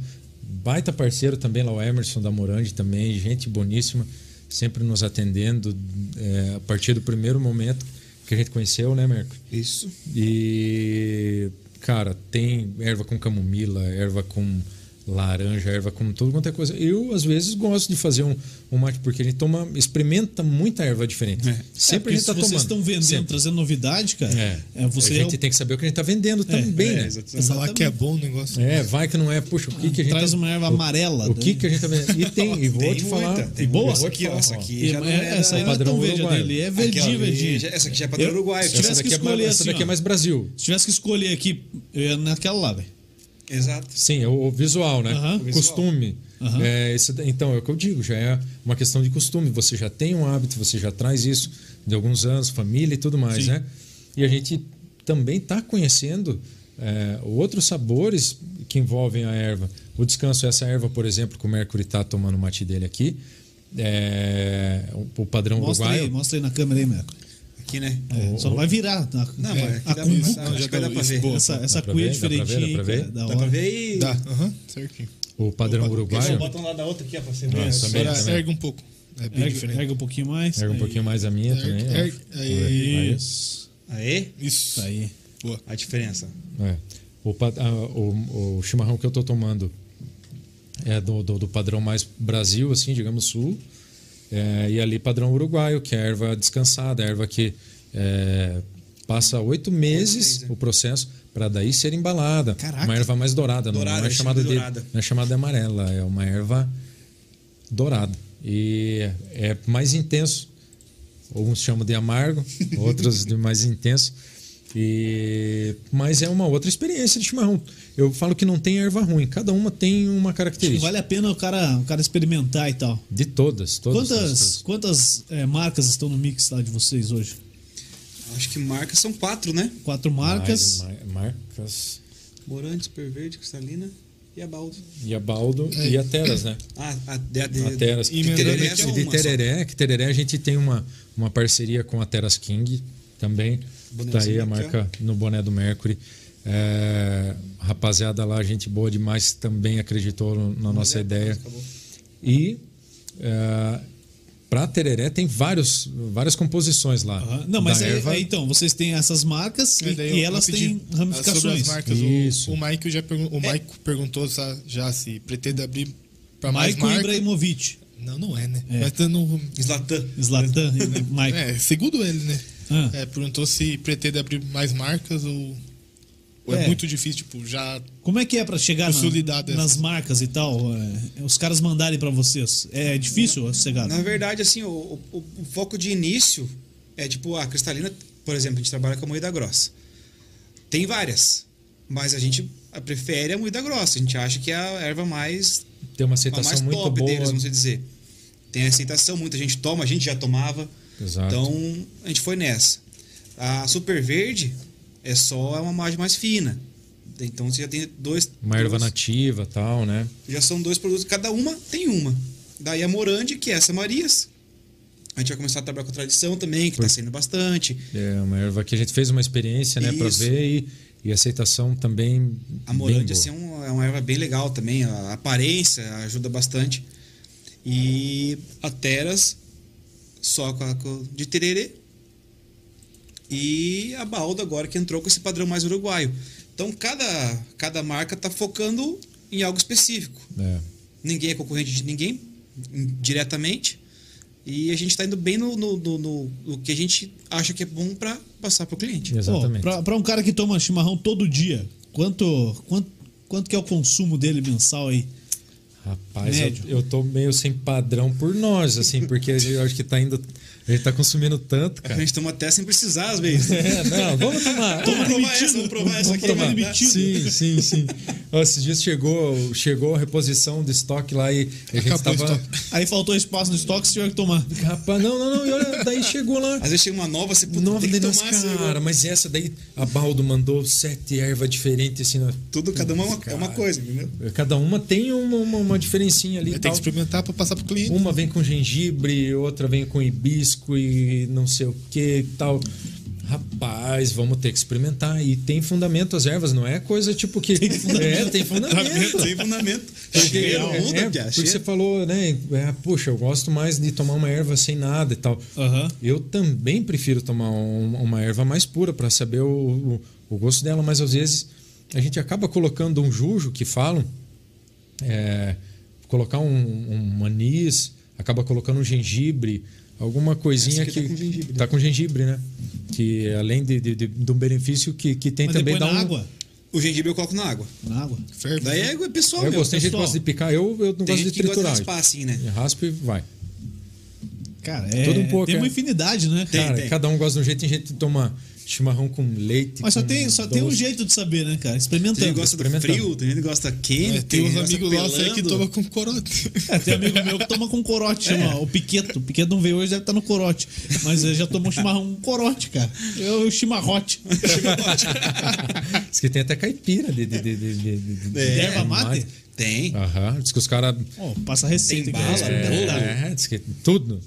[SPEAKER 4] Baita parceiro também lá o Emerson da Morandi também, gente boníssima, sempre nos atendendo é, a partir do primeiro momento que a gente conheceu, né, Merco?
[SPEAKER 3] Isso.
[SPEAKER 4] E, cara, tem erva com camomila, erva com laranja, erva com tudo quanto é coisa. Eu, às vezes, gosto de fazer um, um mate, porque a gente toma, experimenta muita erva diferente. Sempre
[SPEAKER 1] É, porque
[SPEAKER 4] a gente tá
[SPEAKER 1] se vocês
[SPEAKER 4] tomando.
[SPEAKER 1] estão vendendo,
[SPEAKER 4] sempre.
[SPEAKER 1] trazendo novidade, cara.
[SPEAKER 4] É.
[SPEAKER 1] É, você
[SPEAKER 4] a
[SPEAKER 1] é
[SPEAKER 4] gente
[SPEAKER 1] o-
[SPEAKER 4] tem que saber o que a gente tá vendendo também,
[SPEAKER 1] é,
[SPEAKER 4] né?
[SPEAKER 3] exatamente.
[SPEAKER 2] Vai falar que é bom o negócio.
[SPEAKER 4] É, vai que não é. Puxa, o que, que a gente.
[SPEAKER 1] traz
[SPEAKER 4] tá-
[SPEAKER 1] uma erva
[SPEAKER 4] o-
[SPEAKER 1] amarela. né?
[SPEAKER 4] O que, que a gente tá vendendo? E tem, e vou
[SPEAKER 3] Tem
[SPEAKER 4] te falar.
[SPEAKER 3] muita, tem
[SPEAKER 4] e boa,
[SPEAKER 3] muita.
[SPEAKER 4] vou
[SPEAKER 3] Essa
[SPEAKER 4] te
[SPEAKER 3] aqui, ó,
[SPEAKER 4] falar,
[SPEAKER 3] essa
[SPEAKER 4] ó.
[SPEAKER 3] aqui.
[SPEAKER 1] E-
[SPEAKER 3] já não
[SPEAKER 1] é-
[SPEAKER 3] é da-
[SPEAKER 1] essa aí não é
[SPEAKER 4] Padrão
[SPEAKER 1] tão verde
[SPEAKER 4] uruguaio.
[SPEAKER 1] dele, é verdinha,
[SPEAKER 3] Aquela ali, já-
[SPEAKER 1] verdinha.
[SPEAKER 3] essa aqui já é
[SPEAKER 1] Eu-
[SPEAKER 3] padrão uruguaio.
[SPEAKER 1] se tivesse
[SPEAKER 4] Essa
[SPEAKER 1] que
[SPEAKER 4] daqui, é,
[SPEAKER 1] escolher
[SPEAKER 4] mais- essa
[SPEAKER 1] assim,
[SPEAKER 4] daqui é
[SPEAKER 1] ó.
[SPEAKER 4] mais Brasil.
[SPEAKER 1] Se tivesse que escolher aqui, eu ia naquela lá, velho.
[SPEAKER 3] Exato.
[SPEAKER 4] Sim, é o o visual, né?
[SPEAKER 1] Aham. O
[SPEAKER 4] O
[SPEAKER 3] visual.
[SPEAKER 4] costume.
[SPEAKER 1] Aham.
[SPEAKER 4] É, isso, então, é o que eu digo, já é uma questão de costume. Você já tem um hábito, você já traz isso de alguns anos, família e tudo mais,
[SPEAKER 1] Sim.
[SPEAKER 4] né? E a gente também está conhecendo é, outros sabores que envolvem a erva. O descanso, é essa erva, por exemplo, que o Mercury está tomando o mate dele aqui, é, o- o padrão
[SPEAKER 1] Mostra
[SPEAKER 4] uruguaio.
[SPEAKER 1] aí, mostra aí na câmera aí, Merco.
[SPEAKER 3] Aqui, né?
[SPEAKER 1] É, só não vai virar. tá?
[SPEAKER 3] Não,
[SPEAKER 1] É,
[SPEAKER 3] mas aqui
[SPEAKER 1] a
[SPEAKER 3] dá
[SPEAKER 1] cumbuca.
[SPEAKER 3] pra, acho que dá pra ver.
[SPEAKER 1] Essa, essa
[SPEAKER 4] Dá pra
[SPEAKER 1] cuia é
[SPEAKER 4] ver, dá pra ver,
[SPEAKER 1] diferentinha aí,
[SPEAKER 4] dá pra
[SPEAKER 1] cara,
[SPEAKER 4] ver.
[SPEAKER 1] da
[SPEAKER 3] Dá pra
[SPEAKER 1] hora.
[SPEAKER 3] ver e...
[SPEAKER 2] Dá, aham, certinho.
[SPEAKER 4] O padrão uruguaio.
[SPEAKER 1] é
[SPEAKER 3] Bota um lado da outra aqui, ó, pra você ver.
[SPEAKER 4] Ah,
[SPEAKER 3] Isso.
[SPEAKER 4] também,
[SPEAKER 2] Agora
[SPEAKER 4] também.
[SPEAKER 2] ergue um pouco. É bem
[SPEAKER 1] Ergue,
[SPEAKER 2] diferente.
[SPEAKER 1] ergue um pouquinho mais.
[SPEAKER 4] Pega um
[SPEAKER 1] Aí.
[SPEAKER 4] pouquinho mais a
[SPEAKER 1] É,
[SPEAKER 4] minha
[SPEAKER 2] Ergue,
[SPEAKER 4] também. ó.
[SPEAKER 2] ergue. Aí.
[SPEAKER 4] Aí.
[SPEAKER 1] Isso.
[SPEAKER 3] Aí,
[SPEAKER 2] Isso.
[SPEAKER 1] Tá aí.
[SPEAKER 2] Boa.
[SPEAKER 3] a diferença.
[SPEAKER 4] É. O, pa- ah, o- o chimarrão que eu tô tomando é do, do- do padrão mais Brasil, assim, digamos sul. É, e ali padrão uruguaio, que é a erva descansada, a erva que é, passa oito meses
[SPEAKER 3] meses, é.
[SPEAKER 4] o processo para daí ser embalada.
[SPEAKER 1] Caraca.
[SPEAKER 4] Uma erva mais dourada, não-
[SPEAKER 3] Dourada,
[SPEAKER 4] não é
[SPEAKER 3] chama
[SPEAKER 4] chamada
[SPEAKER 3] de
[SPEAKER 4] de,
[SPEAKER 3] dourada.
[SPEAKER 4] não é chamada de amarela, é uma erva dourada. E é mais intenso. Alguns chamam de amargo, outros de mais intenso. E mas é uma outra experiência de chimarrão. Eu falo que não tem erva ruim, cada uma tem
[SPEAKER 1] Acho
[SPEAKER 4] uma
[SPEAKER 1] que
[SPEAKER 4] característica.
[SPEAKER 1] vale a pena o cara, o cara experimentar e tal.
[SPEAKER 4] De todas, todas. todas,
[SPEAKER 1] Quantas,
[SPEAKER 4] todas.
[SPEAKER 1] quantas é, marcas estão no mix lá de vocês hoje?
[SPEAKER 3] Acho que marcas são quatro, né?
[SPEAKER 1] Quatro marcas. Ah,
[SPEAKER 4] Mar- mar- marcas
[SPEAKER 3] Morantes, Perverde, Cristalina e a Baldo.
[SPEAKER 4] e a Baldo e a Teras, né?
[SPEAKER 3] Ah, a, a, de-
[SPEAKER 4] A Teras.
[SPEAKER 3] É. E
[SPEAKER 4] E
[SPEAKER 3] emendando
[SPEAKER 4] Tereré,
[SPEAKER 3] aqui é
[SPEAKER 4] de
[SPEAKER 3] uma só.
[SPEAKER 4] Tereré, que Tereré a gente tem uma, uma parceria com a Teras King também. Tá aí
[SPEAKER 3] Bonézinho
[SPEAKER 4] a
[SPEAKER 3] aqui,
[SPEAKER 4] marca no boné do Mercury. É, a rapaziada lá, gente boa demais, também acreditou no- na nossa é ideia. E é, para tereré tem vários, várias composições lá.
[SPEAKER 1] Aham. Não, mas
[SPEAKER 4] Da
[SPEAKER 1] aí,
[SPEAKER 4] erva.
[SPEAKER 1] aí, então, vocês têm essas marcas e,
[SPEAKER 2] E É, daí eu-
[SPEAKER 1] e elas
[SPEAKER 2] eu pedi
[SPEAKER 1] têm
[SPEAKER 2] Sobre as
[SPEAKER 1] ramificações. É.
[SPEAKER 2] marcas, o-
[SPEAKER 4] Isso.
[SPEAKER 2] O, Mike já pergun- o Maico perguntou sa- já se pretende abrir para mais
[SPEAKER 1] Maicon
[SPEAKER 2] marcas.
[SPEAKER 1] Ibrahimovic,
[SPEAKER 2] Não, não é, né? Mas tá no-
[SPEAKER 3] Slatan.
[SPEAKER 1] Zlatan e Maicon.
[SPEAKER 2] É, segundo ele, né?
[SPEAKER 1] Ah.
[SPEAKER 2] É, perguntou se pretende abrir mais marcas ou, ou é.
[SPEAKER 1] É.
[SPEAKER 2] muito difícil, tipo, já.
[SPEAKER 1] Como é que é pra chegar na-
[SPEAKER 2] Consolidar dessas.
[SPEAKER 1] nas marcas e tal? É, os caras mandarem pra vocês. É difícil, Cegado?
[SPEAKER 3] Na verdade, assim, o, o- o foco de início é tipo a cristalina, por exemplo, a gente trabalha com a moída grossa. Tem várias, mas a gente prefere a moída grossa. A gente acha que é a erva mais
[SPEAKER 4] Tem
[SPEAKER 3] a
[SPEAKER 4] uma aceitação
[SPEAKER 3] mais
[SPEAKER 4] muito
[SPEAKER 3] top
[SPEAKER 4] boa.
[SPEAKER 3] deles, vamos dizer. Tem aceitação, muita gente toma, a gente já tomava.
[SPEAKER 4] Exato.
[SPEAKER 3] Então, a gente foi nessa. A Super Verde é só uma margem mais fina. Então, você já tem dois...
[SPEAKER 4] Uma erva
[SPEAKER 3] dois-
[SPEAKER 4] nativa tal, né?
[SPEAKER 3] Já são dois produtos, cada uma tem uma. Daí a Morandi, que é essa Marias. A gente vai começar a trabalhar com a tradição também, que está sendo bastante.
[SPEAKER 4] É uma erva que a gente fez uma experiência, né, para
[SPEAKER 3] Isso.
[SPEAKER 4] ver e, e a aceitação também.
[SPEAKER 3] A
[SPEAKER 4] bem
[SPEAKER 3] morante
[SPEAKER 4] boa.
[SPEAKER 3] assim, é um- é uma erva bem legal também, a aparência ajuda bastante. E a teras só com a com- de tererê. E a balda agora que entrou com esse padrão mais uruguaio. Então cada, cada marca está focando em algo específico.
[SPEAKER 4] É.
[SPEAKER 3] Ninguém é concorrente de ninguém in- diretamente. E a gente está indo bem no, no, no, no- no que a gente acha que é bom para passar para o cliente.
[SPEAKER 4] Exatamente.
[SPEAKER 1] Pô, pra, pra um cara que toma chimarrão todo dia, quanto, quanto, quanto que é o consumo dele mensal aí?
[SPEAKER 4] Rapaz,
[SPEAKER 1] Médio.
[SPEAKER 4] eu, eu tô meio sem padrão por nós, assim, porque eu acho que tá indo. A gente tá consumindo tanto,
[SPEAKER 3] A
[SPEAKER 4] cara.
[SPEAKER 3] gente toma até sem precisar, às vezes.
[SPEAKER 4] É, não, vamos tomar.
[SPEAKER 3] Vamos
[SPEAKER 4] vamos
[SPEAKER 3] provar essa, vamos provar essa
[SPEAKER 1] é
[SPEAKER 3] aqui.
[SPEAKER 4] tomar.
[SPEAKER 3] vai dar.
[SPEAKER 4] Tá Sim, sim, sim. Ó, esses dias chegou, chegou a reposição de estoque lá e a gente
[SPEAKER 2] Acabou o
[SPEAKER 4] tava.
[SPEAKER 2] estoque.
[SPEAKER 1] Aí faltou espaço no estoque, o senhor que tomar.
[SPEAKER 4] Rapaz, não, não, não. E olha, daí chegou lá.
[SPEAKER 3] Às vezes chega uma nova, você puta,
[SPEAKER 4] Nove
[SPEAKER 3] tem que
[SPEAKER 4] de nós,
[SPEAKER 3] tomar essa
[SPEAKER 4] cara, mas essa daí, a Baldo mandou sete ervas diferentes, assim, nós-
[SPEAKER 3] Tudo, cada uma é uma, é uma
[SPEAKER 4] Cara.
[SPEAKER 3] coisa, entendeu?
[SPEAKER 4] Cada uma tem uma, uma, uma diferencinha ali. e
[SPEAKER 2] Vai ter
[SPEAKER 4] tal.
[SPEAKER 2] que experimentar para passar pro cliente.
[SPEAKER 4] Uma vem com gengibre, outra vem com hibisco e não sei o que e tal. Rapaz, vamos ter que experimentar. E tem fundamento as ervas, não é coisa tipo que. é, tem fundamento.
[SPEAKER 3] Sem
[SPEAKER 2] né?
[SPEAKER 3] fundamento.
[SPEAKER 4] Porque,
[SPEAKER 3] Cheiro,
[SPEAKER 4] é,
[SPEAKER 3] muda,
[SPEAKER 4] é,
[SPEAKER 3] piá,
[SPEAKER 4] porque
[SPEAKER 3] cheiro.
[SPEAKER 4] você falou, né? é, Puxa, eu gosto mais de tomar uma erva sem nada e tal.
[SPEAKER 1] Aham.
[SPEAKER 4] Eu também prefiro tomar um- uma erva mais pura para saber o, o- o gosto dela, mas às vezes a gente acaba colocando um jujo que falam, é, colocar um, um anis, acaba colocando um gengibre, alguma coisinha
[SPEAKER 3] Essa aqui
[SPEAKER 4] que
[SPEAKER 3] tá com gengibre.
[SPEAKER 4] tá com gengibre, né? Que além de, de, de, de um benefício que, que tem
[SPEAKER 1] Mas
[SPEAKER 4] também
[SPEAKER 1] depois
[SPEAKER 4] dá
[SPEAKER 1] na
[SPEAKER 4] um
[SPEAKER 1] água.
[SPEAKER 3] O gengibre eu coloco na água.
[SPEAKER 1] Na água.
[SPEAKER 2] Ferve.
[SPEAKER 3] Daí é pessoal
[SPEAKER 4] Eu
[SPEAKER 3] mesmo.
[SPEAKER 4] gosto, tem gente que
[SPEAKER 1] pessoal.
[SPEAKER 4] gosta de picar, eu, eu
[SPEAKER 3] Tem
[SPEAKER 4] não gosto de
[SPEAKER 3] gente que gosta de
[SPEAKER 4] triturar.
[SPEAKER 3] raspar assim, né?
[SPEAKER 4] Raspa e vai.
[SPEAKER 1] Cara, é,
[SPEAKER 4] Tudo um pouco,
[SPEAKER 1] tem uma
[SPEAKER 4] é.
[SPEAKER 1] infinidade, né?
[SPEAKER 4] cara,
[SPEAKER 3] tem.
[SPEAKER 4] cada um gosta de um jeito, tem gente que toma chimarrão com leite.
[SPEAKER 1] Mas só
[SPEAKER 4] com
[SPEAKER 1] tem, só tem um
[SPEAKER 4] doce.
[SPEAKER 1] jeito de saber, né, cara?
[SPEAKER 3] Tem gente que
[SPEAKER 1] Experimentando.
[SPEAKER 3] gosta do
[SPEAKER 4] experimentando.
[SPEAKER 3] frio, tem gente que gosta quente.
[SPEAKER 2] É, tem uns
[SPEAKER 3] gente que
[SPEAKER 2] amigos
[SPEAKER 3] gosta
[SPEAKER 2] nossos aí que
[SPEAKER 3] pelando.
[SPEAKER 2] toma com corote.
[SPEAKER 1] É, tem amigo meu que toma com corote,
[SPEAKER 4] É.
[SPEAKER 1] chama o Piqueto. O Piqueto não veio hoje, deve estar no corote. Mas ele já tomou um chimarrão com corote, cara. Eu chimarrote.
[SPEAKER 4] Diz que tem até caipira de, de, de, de, de, de- de
[SPEAKER 3] É.
[SPEAKER 1] Erva mate?
[SPEAKER 3] Tem.
[SPEAKER 4] Aham, diz que os caras.
[SPEAKER 1] Ó, passa a receita.
[SPEAKER 3] Tem
[SPEAKER 1] cara.
[SPEAKER 3] bala,
[SPEAKER 1] Tem
[SPEAKER 3] tem-
[SPEAKER 1] bala.
[SPEAKER 4] É, diz que tudo.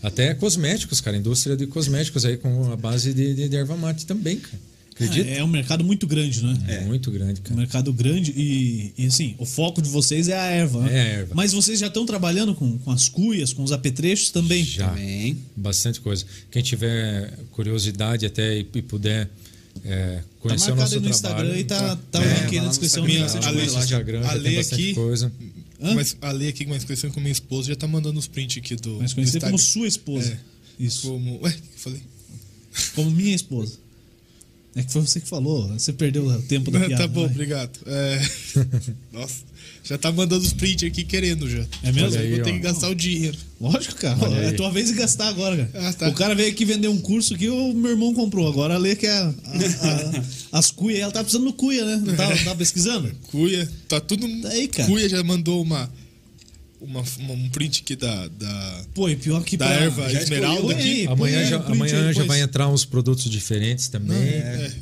[SPEAKER 4] Até cosméticos, cara. Indústria de cosméticos aí com a base de, de, de erva mate também, cara. Acredita?
[SPEAKER 1] É um mercado muito grande, né?
[SPEAKER 4] É. Muito grande,
[SPEAKER 1] Um
[SPEAKER 4] cara.
[SPEAKER 1] mercado grande e, e, assim, o foco de vocês é a erva. né?
[SPEAKER 4] É a erva.
[SPEAKER 1] Mas vocês já estão trabalhando com, com as cuias, com os apetrechos também? Tá
[SPEAKER 4] Já.
[SPEAKER 3] Também.
[SPEAKER 4] Bastante coisa. Quem tiver curiosidade até e, e puder é,
[SPEAKER 1] Tá
[SPEAKER 4] conhecer o
[SPEAKER 1] marcado
[SPEAKER 4] nosso
[SPEAKER 1] aí no
[SPEAKER 4] trabalho.
[SPEAKER 1] Instagram
[SPEAKER 4] né?
[SPEAKER 1] e tá, tá
[SPEAKER 3] É,
[SPEAKER 1] o link
[SPEAKER 3] vai
[SPEAKER 1] aí
[SPEAKER 3] lá
[SPEAKER 1] na
[SPEAKER 3] no
[SPEAKER 1] descrição.
[SPEAKER 3] Instagram,
[SPEAKER 1] do nosso
[SPEAKER 3] lá
[SPEAKER 2] a lei-
[SPEAKER 4] no
[SPEAKER 1] podcast.
[SPEAKER 4] Instagram já
[SPEAKER 2] a
[SPEAKER 4] tem
[SPEAKER 2] lei
[SPEAKER 4] bastante
[SPEAKER 2] aqui-
[SPEAKER 4] coisa.
[SPEAKER 1] Hã?
[SPEAKER 2] Mas a lei aqui, mais conhecida como minha esposa, já tá mandando os prints aqui do.
[SPEAKER 1] Mas conhecer
[SPEAKER 2] do
[SPEAKER 1] como
[SPEAKER 2] Instagram.
[SPEAKER 1] sua esposa.
[SPEAKER 2] É,
[SPEAKER 1] Isso.
[SPEAKER 2] Como. Ué, o que eu falei?
[SPEAKER 1] Como minha esposa. É que foi você que falou. Você perdeu o tempo da
[SPEAKER 2] Não,
[SPEAKER 1] piada.
[SPEAKER 2] tá bom,
[SPEAKER 1] vai.
[SPEAKER 2] obrigado. É, Nossa, já tá mandando os prints aqui querendo já.
[SPEAKER 1] É mesmo?
[SPEAKER 2] Mas eu
[SPEAKER 4] Olha aí,
[SPEAKER 2] vou ter
[SPEAKER 4] ó.
[SPEAKER 2] que gastar o dinheiro.
[SPEAKER 1] Lógico, cara.
[SPEAKER 4] Olha
[SPEAKER 1] é
[SPEAKER 4] aí.
[SPEAKER 1] tua vez de gastar agora, cara.
[SPEAKER 2] Ah, tá.
[SPEAKER 1] O cara veio aqui vender um curso que o meu irmão comprou. Agora a lei que é a, a- a- as cuias. Ela tá precisando no cuia, né? Não tá, não tá pesquisando?
[SPEAKER 2] Cuia, tá tudo.
[SPEAKER 1] Tá aí, cara.
[SPEAKER 2] Cuia já mandou uma. uma, uma- um print aqui da. da
[SPEAKER 1] Pô, e pior que
[SPEAKER 2] Da
[SPEAKER 1] pra-
[SPEAKER 2] erva
[SPEAKER 1] já
[SPEAKER 2] esmeralda
[SPEAKER 1] escolheu aí,
[SPEAKER 2] aqui.
[SPEAKER 1] põe
[SPEAKER 4] Amanhã,
[SPEAKER 1] aí
[SPEAKER 4] já,
[SPEAKER 1] o um print aí
[SPEAKER 4] amanhã já
[SPEAKER 1] depois. Ah, é.
[SPEAKER 4] vai entrar uns produtos diferentes também.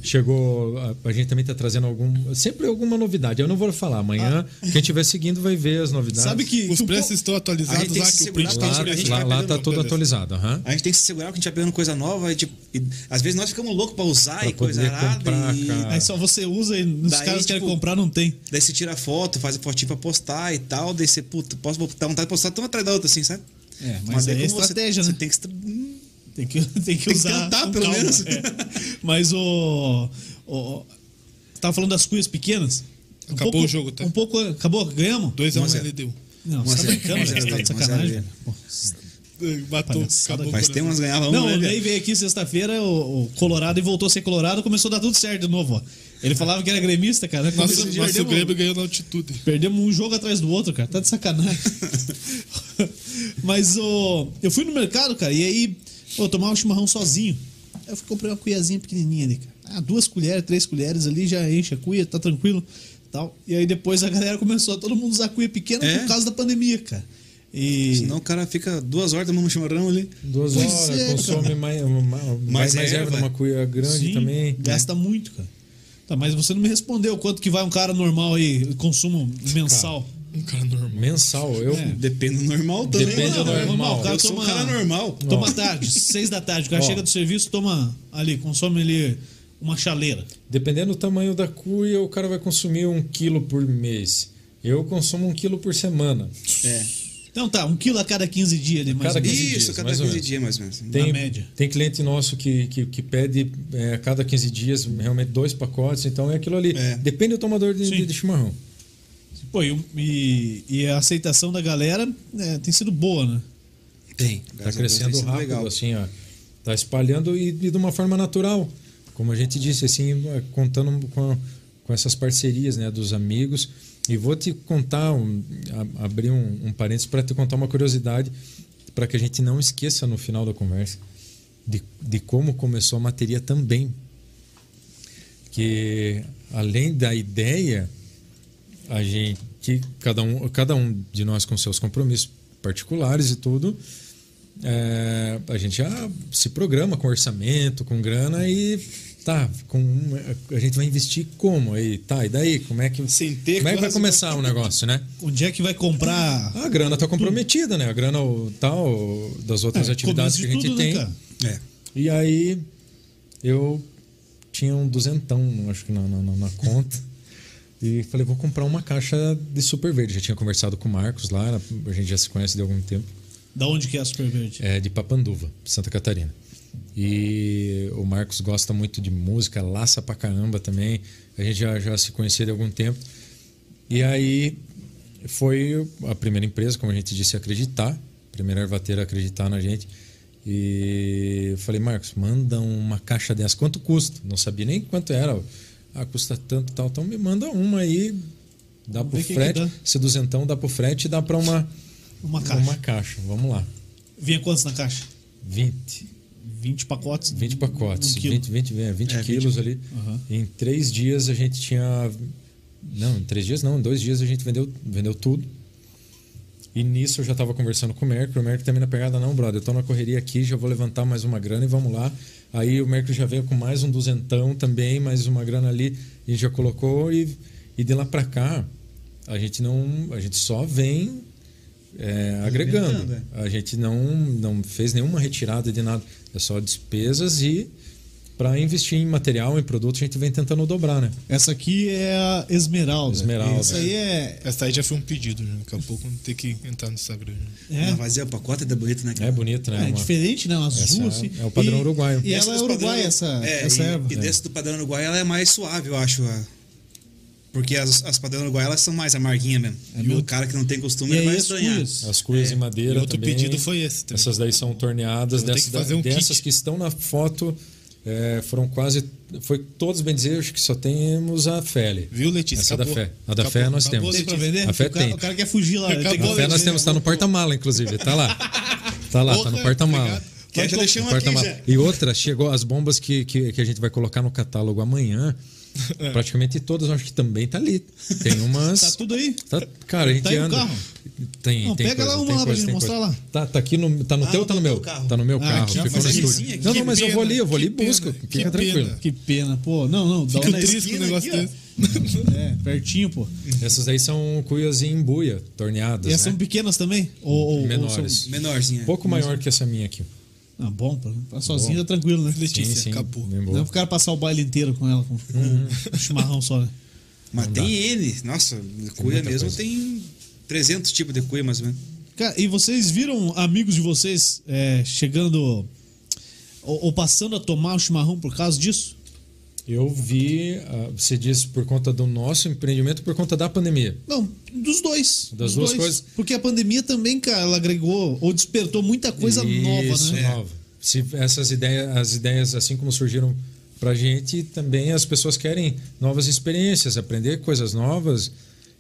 [SPEAKER 4] Chegou. A, a gente também está trazendo algum. Sempre alguma novidade. Eu não vou falar. Amanhã, quem estiver seguindo vai ver as novidades.
[SPEAKER 1] Ah. Sabe que
[SPEAKER 2] os
[SPEAKER 1] tu
[SPEAKER 2] preços estão
[SPEAKER 3] a gente
[SPEAKER 2] atualizados
[SPEAKER 3] tem
[SPEAKER 2] lá,
[SPEAKER 3] que
[SPEAKER 2] que o print
[SPEAKER 3] segurar,
[SPEAKER 2] tá
[SPEAKER 3] tem que- a gente
[SPEAKER 4] lá
[SPEAKER 3] vai
[SPEAKER 4] lá
[SPEAKER 2] pegando,
[SPEAKER 4] tá tudo
[SPEAKER 1] assim.
[SPEAKER 2] beleza.
[SPEAKER 4] atualizado. aham.
[SPEAKER 3] A gente tem que se segurar porque a gente vai pegando coisa nova. E, tipo, e às vezes nós ficamos loucos pra usar
[SPEAKER 4] Pra
[SPEAKER 3] e coisa
[SPEAKER 4] poder
[SPEAKER 3] arada.
[SPEAKER 4] comprar,
[SPEAKER 3] e
[SPEAKER 4] cara.
[SPEAKER 1] Aí só você usa e os
[SPEAKER 3] Daí,
[SPEAKER 1] caras querem
[SPEAKER 3] tipo,
[SPEAKER 1] comprar, não tem.
[SPEAKER 3] daí você tira foto, faz a fotinha pra postar e tal. Daí você, puta, posso botar vontade de postar tão atrás da outra assim, sabe?
[SPEAKER 1] É, mas aí é
[SPEAKER 3] como você-
[SPEAKER 1] estratégia,
[SPEAKER 3] você,
[SPEAKER 1] né?
[SPEAKER 3] tem que. estra- Hum,
[SPEAKER 1] Tem que, tem que
[SPEAKER 3] que
[SPEAKER 1] usar.
[SPEAKER 3] tentar,
[SPEAKER 1] com
[SPEAKER 3] pelo
[SPEAKER 1] calma,
[SPEAKER 3] menos.
[SPEAKER 1] é. Mas o. o você tava falando das cuias pequenas?
[SPEAKER 2] Acabou
[SPEAKER 1] pouco-
[SPEAKER 2] o jogo, tá?
[SPEAKER 1] Um pouco. Acabou? Ganhamos?
[SPEAKER 2] Dois a um
[SPEAKER 3] Mas é.
[SPEAKER 2] LDU.
[SPEAKER 1] Não,
[SPEAKER 3] Um a
[SPEAKER 1] você tá
[SPEAKER 3] zero. Um
[SPEAKER 1] brincando,
[SPEAKER 3] a
[SPEAKER 1] né? Você tá de
[SPEAKER 3] zero, um a zero,
[SPEAKER 1] sacanagem.
[SPEAKER 3] um a
[SPEAKER 1] velho. Pô,
[SPEAKER 2] Matou,
[SPEAKER 1] Palhaçada,
[SPEAKER 2] acabou.
[SPEAKER 3] Mas tem umas ganhava um.
[SPEAKER 1] Não,
[SPEAKER 3] né,
[SPEAKER 1] o
[SPEAKER 3] velho?
[SPEAKER 1] Ney veio aqui sexta-feira, o, o Colorado e voltou a ser Colorado, começou a dar tudo certo de novo, ó. Ele falava que era gremista, cara.
[SPEAKER 2] Nosso,
[SPEAKER 1] Começou-
[SPEAKER 2] nosso
[SPEAKER 1] perdemos-
[SPEAKER 2] Grêmio ganhou na altitude.
[SPEAKER 1] Perdemos um jogo atrás do outro, cara. Tá de sacanagem. Mas ô, eu fui no mercado, cara, e aí ô, eu tomava um chimarrão sozinho. Aí eu fui comprar uma cuiazinha pequenininha ali, cara. Ah, duas colheres, três colheres ali, já enche a cuia, tá tranquilo. tal. E aí depois a galera começou a todo mundo usar cuia pequena
[SPEAKER 3] É?
[SPEAKER 1] por causa da pandemia, cara. E
[SPEAKER 3] Senão o cara fica duas horas tomando um chimarrão ali.
[SPEAKER 4] Duas
[SPEAKER 1] Pois
[SPEAKER 4] horas,
[SPEAKER 1] é, cara.
[SPEAKER 4] consome mais, mais, mais, mais
[SPEAKER 3] erva.
[SPEAKER 4] erva numa cuia grande
[SPEAKER 1] Sim, É.
[SPEAKER 4] também. né?
[SPEAKER 1] gasta muito, cara. Tá, mas você não me respondeu quanto que vai um cara normal aí, consumo mensal.
[SPEAKER 2] Um cara normal.
[SPEAKER 4] Mensal. Eu,
[SPEAKER 1] É.
[SPEAKER 3] Depende do normal também.
[SPEAKER 4] Depende
[SPEAKER 3] né,
[SPEAKER 4] do
[SPEAKER 3] velho?
[SPEAKER 4] normal.
[SPEAKER 1] O cara
[SPEAKER 3] Eu sou um
[SPEAKER 1] toma,
[SPEAKER 3] cara normal.
[SPEAKER 1] Toma à tarde, seis da tarde. O cara
[SPEAKER 4] Ó.
[SPEAKER 1] chega do serviço, toma ali, consome ali uma chaleira.
[SPEAKER 4] Dependendo do tamanho da cuia, o cara vai consumir um quilo por mês. Eu consumo um quilo por semana.
[SPEAKER 3] É.
[SPEAKER 1] Então tá, um quilo a cada 15 dias ali, mais
[SPEAKER 4] Cada
[SPEAKER 1] ou menos.
[SPEAKER 4] 15
[SPEAKER 3] Isso,
[SPEAKER 4] dias,
[SPEAKER 3] cada
[SPEAKER 4] mais ou
[SPEAKER 3] 15
[SPEAKER 4] menos.
[SPEAKER 3] dias mais ou menos.
[SPEAKER 4] Tem,
[SPEAKER 1] média.
[SPEAKER 4] tem cliente nosso que, que, que pede é, a cada 15 dias realmente dois pacotes, então é aquilo ali.
[SPEAKER 3] É.
[SPEAKER 4] Depende do tomador de,
[SPEAKER 1] Sim.
[SPEAKER 4] de, de chimarrão.
[SPEAKER 1] Pô, e, e- e a aceitação da galera né, tem sido boa, né?
[SPEAKER 3] Tem.
[SPEAKER 4] Está Tá crescendo rápido,
[SPEAKER 3] Legal.
[SPEAKER 4] assim, ó. Está espalhando e, e de uma forma natural. Como a gente disse, assim, é, contando com, com essas parcerias né, dos amigos. E vou te contar, um, a- abrir um, um parênteses para te contar uma curiosidade, para que a gente não esqueça no final da conversa, de, de como começou a materia também. Que além da ideia, a gente, cada um, cada um de nós com seus compromissos particulares e tudo, é, a gente já se programa com orçamento, com grana e tá, com, a gente vai investir como aí, tá, e daí, como é que,
[SPEAKER 3] Sem ter
[SPEAKER 4] como é que vai
[SPEAKER 3] quase-
[SPEAKER 4] começar o negócio, né?
[SPEAKER 1] Onde é que vai comprar
[SPEAKER 4] A grana tá comprometida, né? A grana o, tal das outras
[SPEAKER 1] É,
[SPEAKER 4] atividades
[SPEAKER 1] começo
[SPEAKER 4] que
[SPEAKER 1] de
[SPEAKER 4] a gente
[SPEAKER 1] tudo, né,
[SPEAKER 4] tem.
[SPEAKER 1] cara?
[SPEAKER 3] É.
[SPEAKER 4] E aí eu tinha um duzentão, acho que na, na- na- na conta. E falei, vou comprar uma caixa de super verde. Já tinha conversado com o Marcos lá, a gente já se conhece de algum tempo.
[SPEAKER 1] da onde que é a Superverde?
[SPEAKER 4] É de Papanduva, Santa Catarina. E o Marcos gosta muito de música, laça pra caramba também. A gente já, já se conhecia de algum tempo. E aí foi a primeira empresa, como a gente disse, a acreditar. a Primeira ervateira a acreditar na gente. E eu falei, Marcos, manda uma caixa dessa. Quanto custa? Não sabia nem quanto era. Ah, custa tanto tal. Então me manda uma aí. Dá
[SPEAKER 1] Vamos ver
[SPEAKER 4] pro
[SPEAKER 1] o que que
[SPEAKER 4] frete.
[SPEAKER 1] dá.
[SPEAKER 4] Se duzentão dá pro frete, dá pra uma,
[SPEAKER 1] Uma caixa.
[SPEAKER 4] uma caixa. Vamos lá.
[SPEAKER 1] Vinha quantos na caixa?
[SPEAKER 4] 20.
[SPEAKER 1] 20 pacotes?
[SPEAKER 4] 20 pacotes,
[SPEAKER 1] Um quilo.
[SPEAKER 4] 20, 20, é, 20
[SPEAKER 3] É,
[SPEAKER 4] quilos
[SPEAKER 3] 20.
[SPEAKER 4] ali.
[SPEAKER 1] Aham.
[SPEAKER 4] Em três dias a gente tinha. Não, em três dias não, em dois dias a gente vendeu, vendeu tudo. E nisso eu já estava conversando com o Mercury. O Mercury também na pegada, não, brother, eu tô na correria aqui, já vou levantar mais uma grana e vamos lá. Aí o Mercury já veio com mais um duzentão também, mais uma grana ali e já colocou. E, e de lá para cá, a gente não. A gente só vem é, agregando.
[SPEAKER 3] Alimentando, é.
[SPEAKER 4] A gente não, não fez nenhuma retirada de nada. É só despesas e para investir em material, em produto, a gente vem tentando dobrar, né?
[SPEAKER 1] Essa aqui é a Esmeralda.
[SPEAKER 4] Esmeralda.
[SPEAKER 1] Isso aí é.
[SPEAKER 2] Essa aí já foi um pedido, já. Daqui a pouco vamos ter que entrar no Instagram. já.
[SPEAKER 1] é-
[SPEAKER 3] Ela vazia o pacote é bonito, né? cara?
[SPEAKER 4] É bonito, né?
[SPEAKER 1] É,
[SPEAKER 4] Uma-
[SPEAKER 1] diferente, né? Azul,
[SPEAKER 4] Essa
[SPEAKER 1] assim.
[SPEAKER 4] é o padrão
[SPEAKER 1] E-
[SPEAKER 4] uruguaio.
[SPEAKER 1] E
[SPEAKER 3] Essa
[SPEAKER 1] ela é
[SPEAKER 3] dos
[SPEAKER 1] uruguaia,
[SPEAKER 3] padrão-
[SPEAKER 1] essa,
[SPEAKER 3] é,
[SPEAKER 1] essa
[SPEAKER 3] e,
[SPEAKER 1] erva.
[SPEAKER 3] E dessa do padrão uruguai ela é mais suave, eu acho. a- Porque as, as padrão uruguai elas são mais amarguinhas mesmo. e o cara que não tem
[SPEAKER 1] E
[SPEAKER 3] costume ele
[SPEAKER 1] aí
[SPEAKER 3] vai
[SPEAKER 1] as
[SPEAKER 3] estranhar.
[SPEAKER 1] cuias.
[SPEAKER 4] As cuias de madeira
[SPEAKER 2] é, E outro
[SPEAKER 4] também.
[SPEAKER 2] pedido foi esse também.
[SPEAKER 4] Essas daí são torneadas.
[SPEAKER 2] Eu vou ter
[SPEAKER 4] Dessas,
[SPEAKER 2] que fazer um
[SPEAKER 4] dessas
[SPEAKER 2] kit.
[SPEAKER 4] que estão na foto é, foram quase... Foi todos, bem dizer, acho que só temos a Fele.
[SPEAKER 2] Viu, Letícia?
[SPEAKER 4] Essa é
[SPEAKER 2] Acabou.
[SPEAKER 4] da Fé. A da
[SPEAKER 2] Acabou.
[SPEAKER 4] Fé nós
[SPEAKER 2] Acabou,
[SPEAKER 4] temos.
[SPEAKER 1] Tem pra vender?
[SPEAKER 4] A Fé
[SPEAKER 1] o, cara,
[SPEAKER 4] tem.
[SPEAKER 1] o cara quer fugir lá. ele tem que
[SPEAKER 2] Acabou,
[SPEAKER 4] A Fé
[SPEAKER 1] vender.
[SPEAKER 4] nós temos. Tá no porta-mala, inclusive. Tá lá. Tá lá, tá no
[SPEAKER 2] Porra,
[SPEAKER 4] porta-mala.
[SPEAKER 2] obrigado.
[SPEAKER 3] Que eu já deixei uma aqui
[SPEAKER 4] Porta-mala.
[SPEAKER 3] já.
[SPEAKER 4] E outra, chegou as bombas que, que, que a gente vai colocar no catálogo amanhã. Praticamente todas, acho que também tá ali. Tem umas.
[SPEAKER 1] É. Tá tudo aí?
[SPEAKER 4] Tá- cara, a gente
[SPEAKER 1] Tá aí o
[SPEAKER 4] anda.
[SPEAKER 1] carro?
[SPEAKER 4] Tem,
[SPEAKER 1] Não,
[SPEAKER 4] tem
[SPEAKER 1] pega
[SPEAKER 4] coisa,
[SPEAKER 1] lá uma
[SPEAKER 4] tem
[SPEAKER 1] lá pra
[SPEAKER 4] coisa,
[SPEAKER 1] gente
[SPEAKER 4] tem
[SPEAKER 1] mostrar
[SPEAKER 4] coisa.
[SPEAKER 1] lá.
[SPEAKER 4] Tá, tá aqui no, tá no
[SPEAKER 5] Ah,
[SPEAKER 4] teu ou
[SPEAKER 5] no
[SPEAKER 4] tá no
[SPEAKER 5] teu
[SPEAKER 4] meu?
[SPEAKER 5] carro.
[SPEAKER 4] Tá no meu
[SPEAKER 1] Ah,
[SPEAKER 4] carro.
[SPEAKER 1] aqui,
[SPEAKER 4] Ficou
[SPEAKER 1] mas
[SPEAKER 4] no
[SPEAKER 1] aqui
[SPEAKER 4] estúdio.
[SPEAKER 3] sim, aqui.
[SPEAKER 4] não, não, mas
[SPEAKER 2] Que
[SPEAKER 4] eu vou
[SPEAKER 2] pena,
[SPEAKER 4] ali, eu vou ali e
[SPEAKER 2] que
[SPEAKER 4] busco.
[SPEAKER 2] pena,
[SPEAKER 4] Fica
[SPEAKER 2] que
[SPEAKER 4] tranquilo.
[SPEAKER 2] pena.
[SPEAKER 1] Que pena, pô. Não, não, dá
[SPEAKER 2] Fico
[SPEAKER 1] uma
[SPEAKER 2] triste com um
[SPEAKER 1] esquina
[SPEAKER 2] negócio
[SPEAKER 1] aqui, ó.
[SPEAKER 2] desse.
[SPEAKER 1] É, pertinho, pô.
[SPEAKER 4] Essas aí são cuias em buia, torneadas.
[SPEAKER 1] E as
[SPEAKER 4] né?
[SPEAKER 1] são pequenas também? Ou, ou-
[SPEAKER 4] Menores.
[SPEAKER 1] ou são-
[SPEAKER 3] Menorzinha.
[SPEAKER 4] Um pouco maior que essa minha aqui.
[SPEAKER 1] Ah, bom, pra, pra sozinha tá tranquilo, né?
[SPEAKER 2] Letícia,
[SPEAKER 4] sim,
[SPEAKER 2] acabou.
[SPEAKER 4] bem boa. Uhum.
[SPEAKER 1] Não ficar passar o baile inteiro com ela, com um chimarrão só, né?
[SPEAKER 3] Mas tem N. Nossa, cuia
[SPEAKER 4] muita
[SPEAKER 3] mesmo
[SPEAKER 4] coisa.
[SPEAKER 3] tem 300 tipos de cuia, mais ou menos.
[SPEAKER 1] Cara, e vocês viram amigos de vocês é, chegando ou, ou passando a tomar o chimarrão por causa disso?
[SPEAKER 4] Eu vi, ah, você disse, por conta do nosso empreendimento, por conta da pandemia.
[SPEAKER 1] Não, dos dois.
[SPEAKER 4] Das
[SPEAKER 1] dos
[SPEAKER 4] duas
[SPEAKER 1] dois.
[SPEAKER 4] coisas.
[SPEAKER 1] Porque a pandemia também, cara, ela agregou ou despertou muita coisa
[SPEAKER 4] Isso, é.
[SPEAKER 1] nova, né?
[SPEAKER 4] nova. Se essas ideias, as ideias assim como surgiram pra gente, também as pessoas querem novas experiências, aprender coisas novas.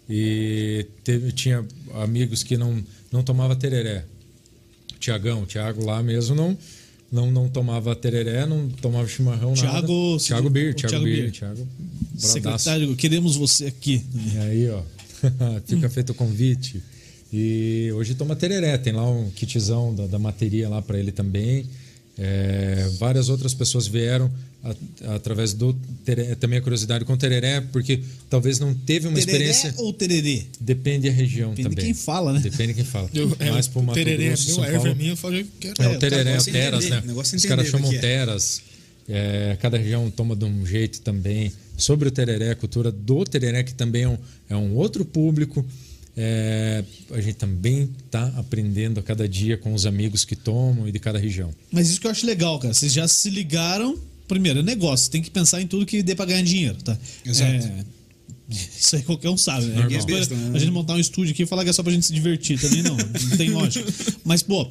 [SPEAKER 4] E teve, tinha amigos que não não tomava tereré. O Tiagão, o Tiago lá mesmo não não não tomava tereré, não tomava chimarrão nada.
[SPEAKER 1] Thiago-
[SPEAKER 4] Tiago
[SPEAKER 1] o
[SPEAKER 4] Bir, Tiago
[SPEAKER 1] Thiago
[SPEAKER 4] Bir,
[SPEAKER 1] Bir.
[SPEAKER 4] Tiago. Bradaço.
[SPEAKER 1] Secretário, queremos você aqui.
[SPEAKER 4] E aí, ó, fica feito o convite. E hoje toma tereré, tem lá um kitzão da, da materia lá para ele também. É, várias outras pessoas vieram a- através do tereré, é, também a curiosidade com o tereré, porque talvez não teve uma
[SPEAKER 1] Tereré
[SPEAKER 4] experiência.
[SPEAKER 1] ou tererê?
[SPEAKER 4] Depende da região
[SPEAKER 1] Depende de
[SPEAKER 4] também.
[SPEAKER 1] quem fala, né?
[SPEAKER 4] Depende de quem fala.
[SPEAKER 2] Eu, é,
[SPEAKER 4] Mais pro Mato
[SPEAKER 2] tererê
[SPEAKER 4] Grosso,
[SPEAKER 2] é meu,
[SPEAKER 4] São
[SPEAKER 2] a erva é
[SPEAKER 4] Paulo.
[SPEAKER 2] minha, eu falei que
[SPEAKER 4] É,
[SPEAKER 2] era.
[SPEAKER 4] o tereré, é o
[SPEAKER 3] negócio é
[SPEAKER 4] teras,
[SPEAKER 3] entender,
[SPEAKER 4] né?
[SPEAKER 3] o negócio é
[SPEAKER 4] Os caras
[SPEAKER 3] entender o
[SPEAKER 4] chamam
[SPEAKER 3] que é.
[SPEAKER 4] teras. é, cada região toma de um jeito também. Sobre o tereré, a cultura do tereré, que também é um, é um outro público. É, a gente também está aprendendo a cada dia com os amigos que tomam e de cada região.
[SPEAKER 1] Mas isso que eu acho legal, cara. Vocês já se ligaram. Primeiro, é negócio. Tem que pensar em tudo que dê pra ganhar dinheiro, tá?
[SPEAKER 3] Exato.
[SPEAKER 1] É, Isso aí qualquer um sabe. Né?
[SPEAKER 4] Normal.
[SPEAKER 1] Ninguém espera
[SPEAKER 3] Besta, né?
[SPEAKER 1] A gente montar um estúdio aqui e falar que é só pra gente se divertir também, não. Não tem lógica. Mas, pô,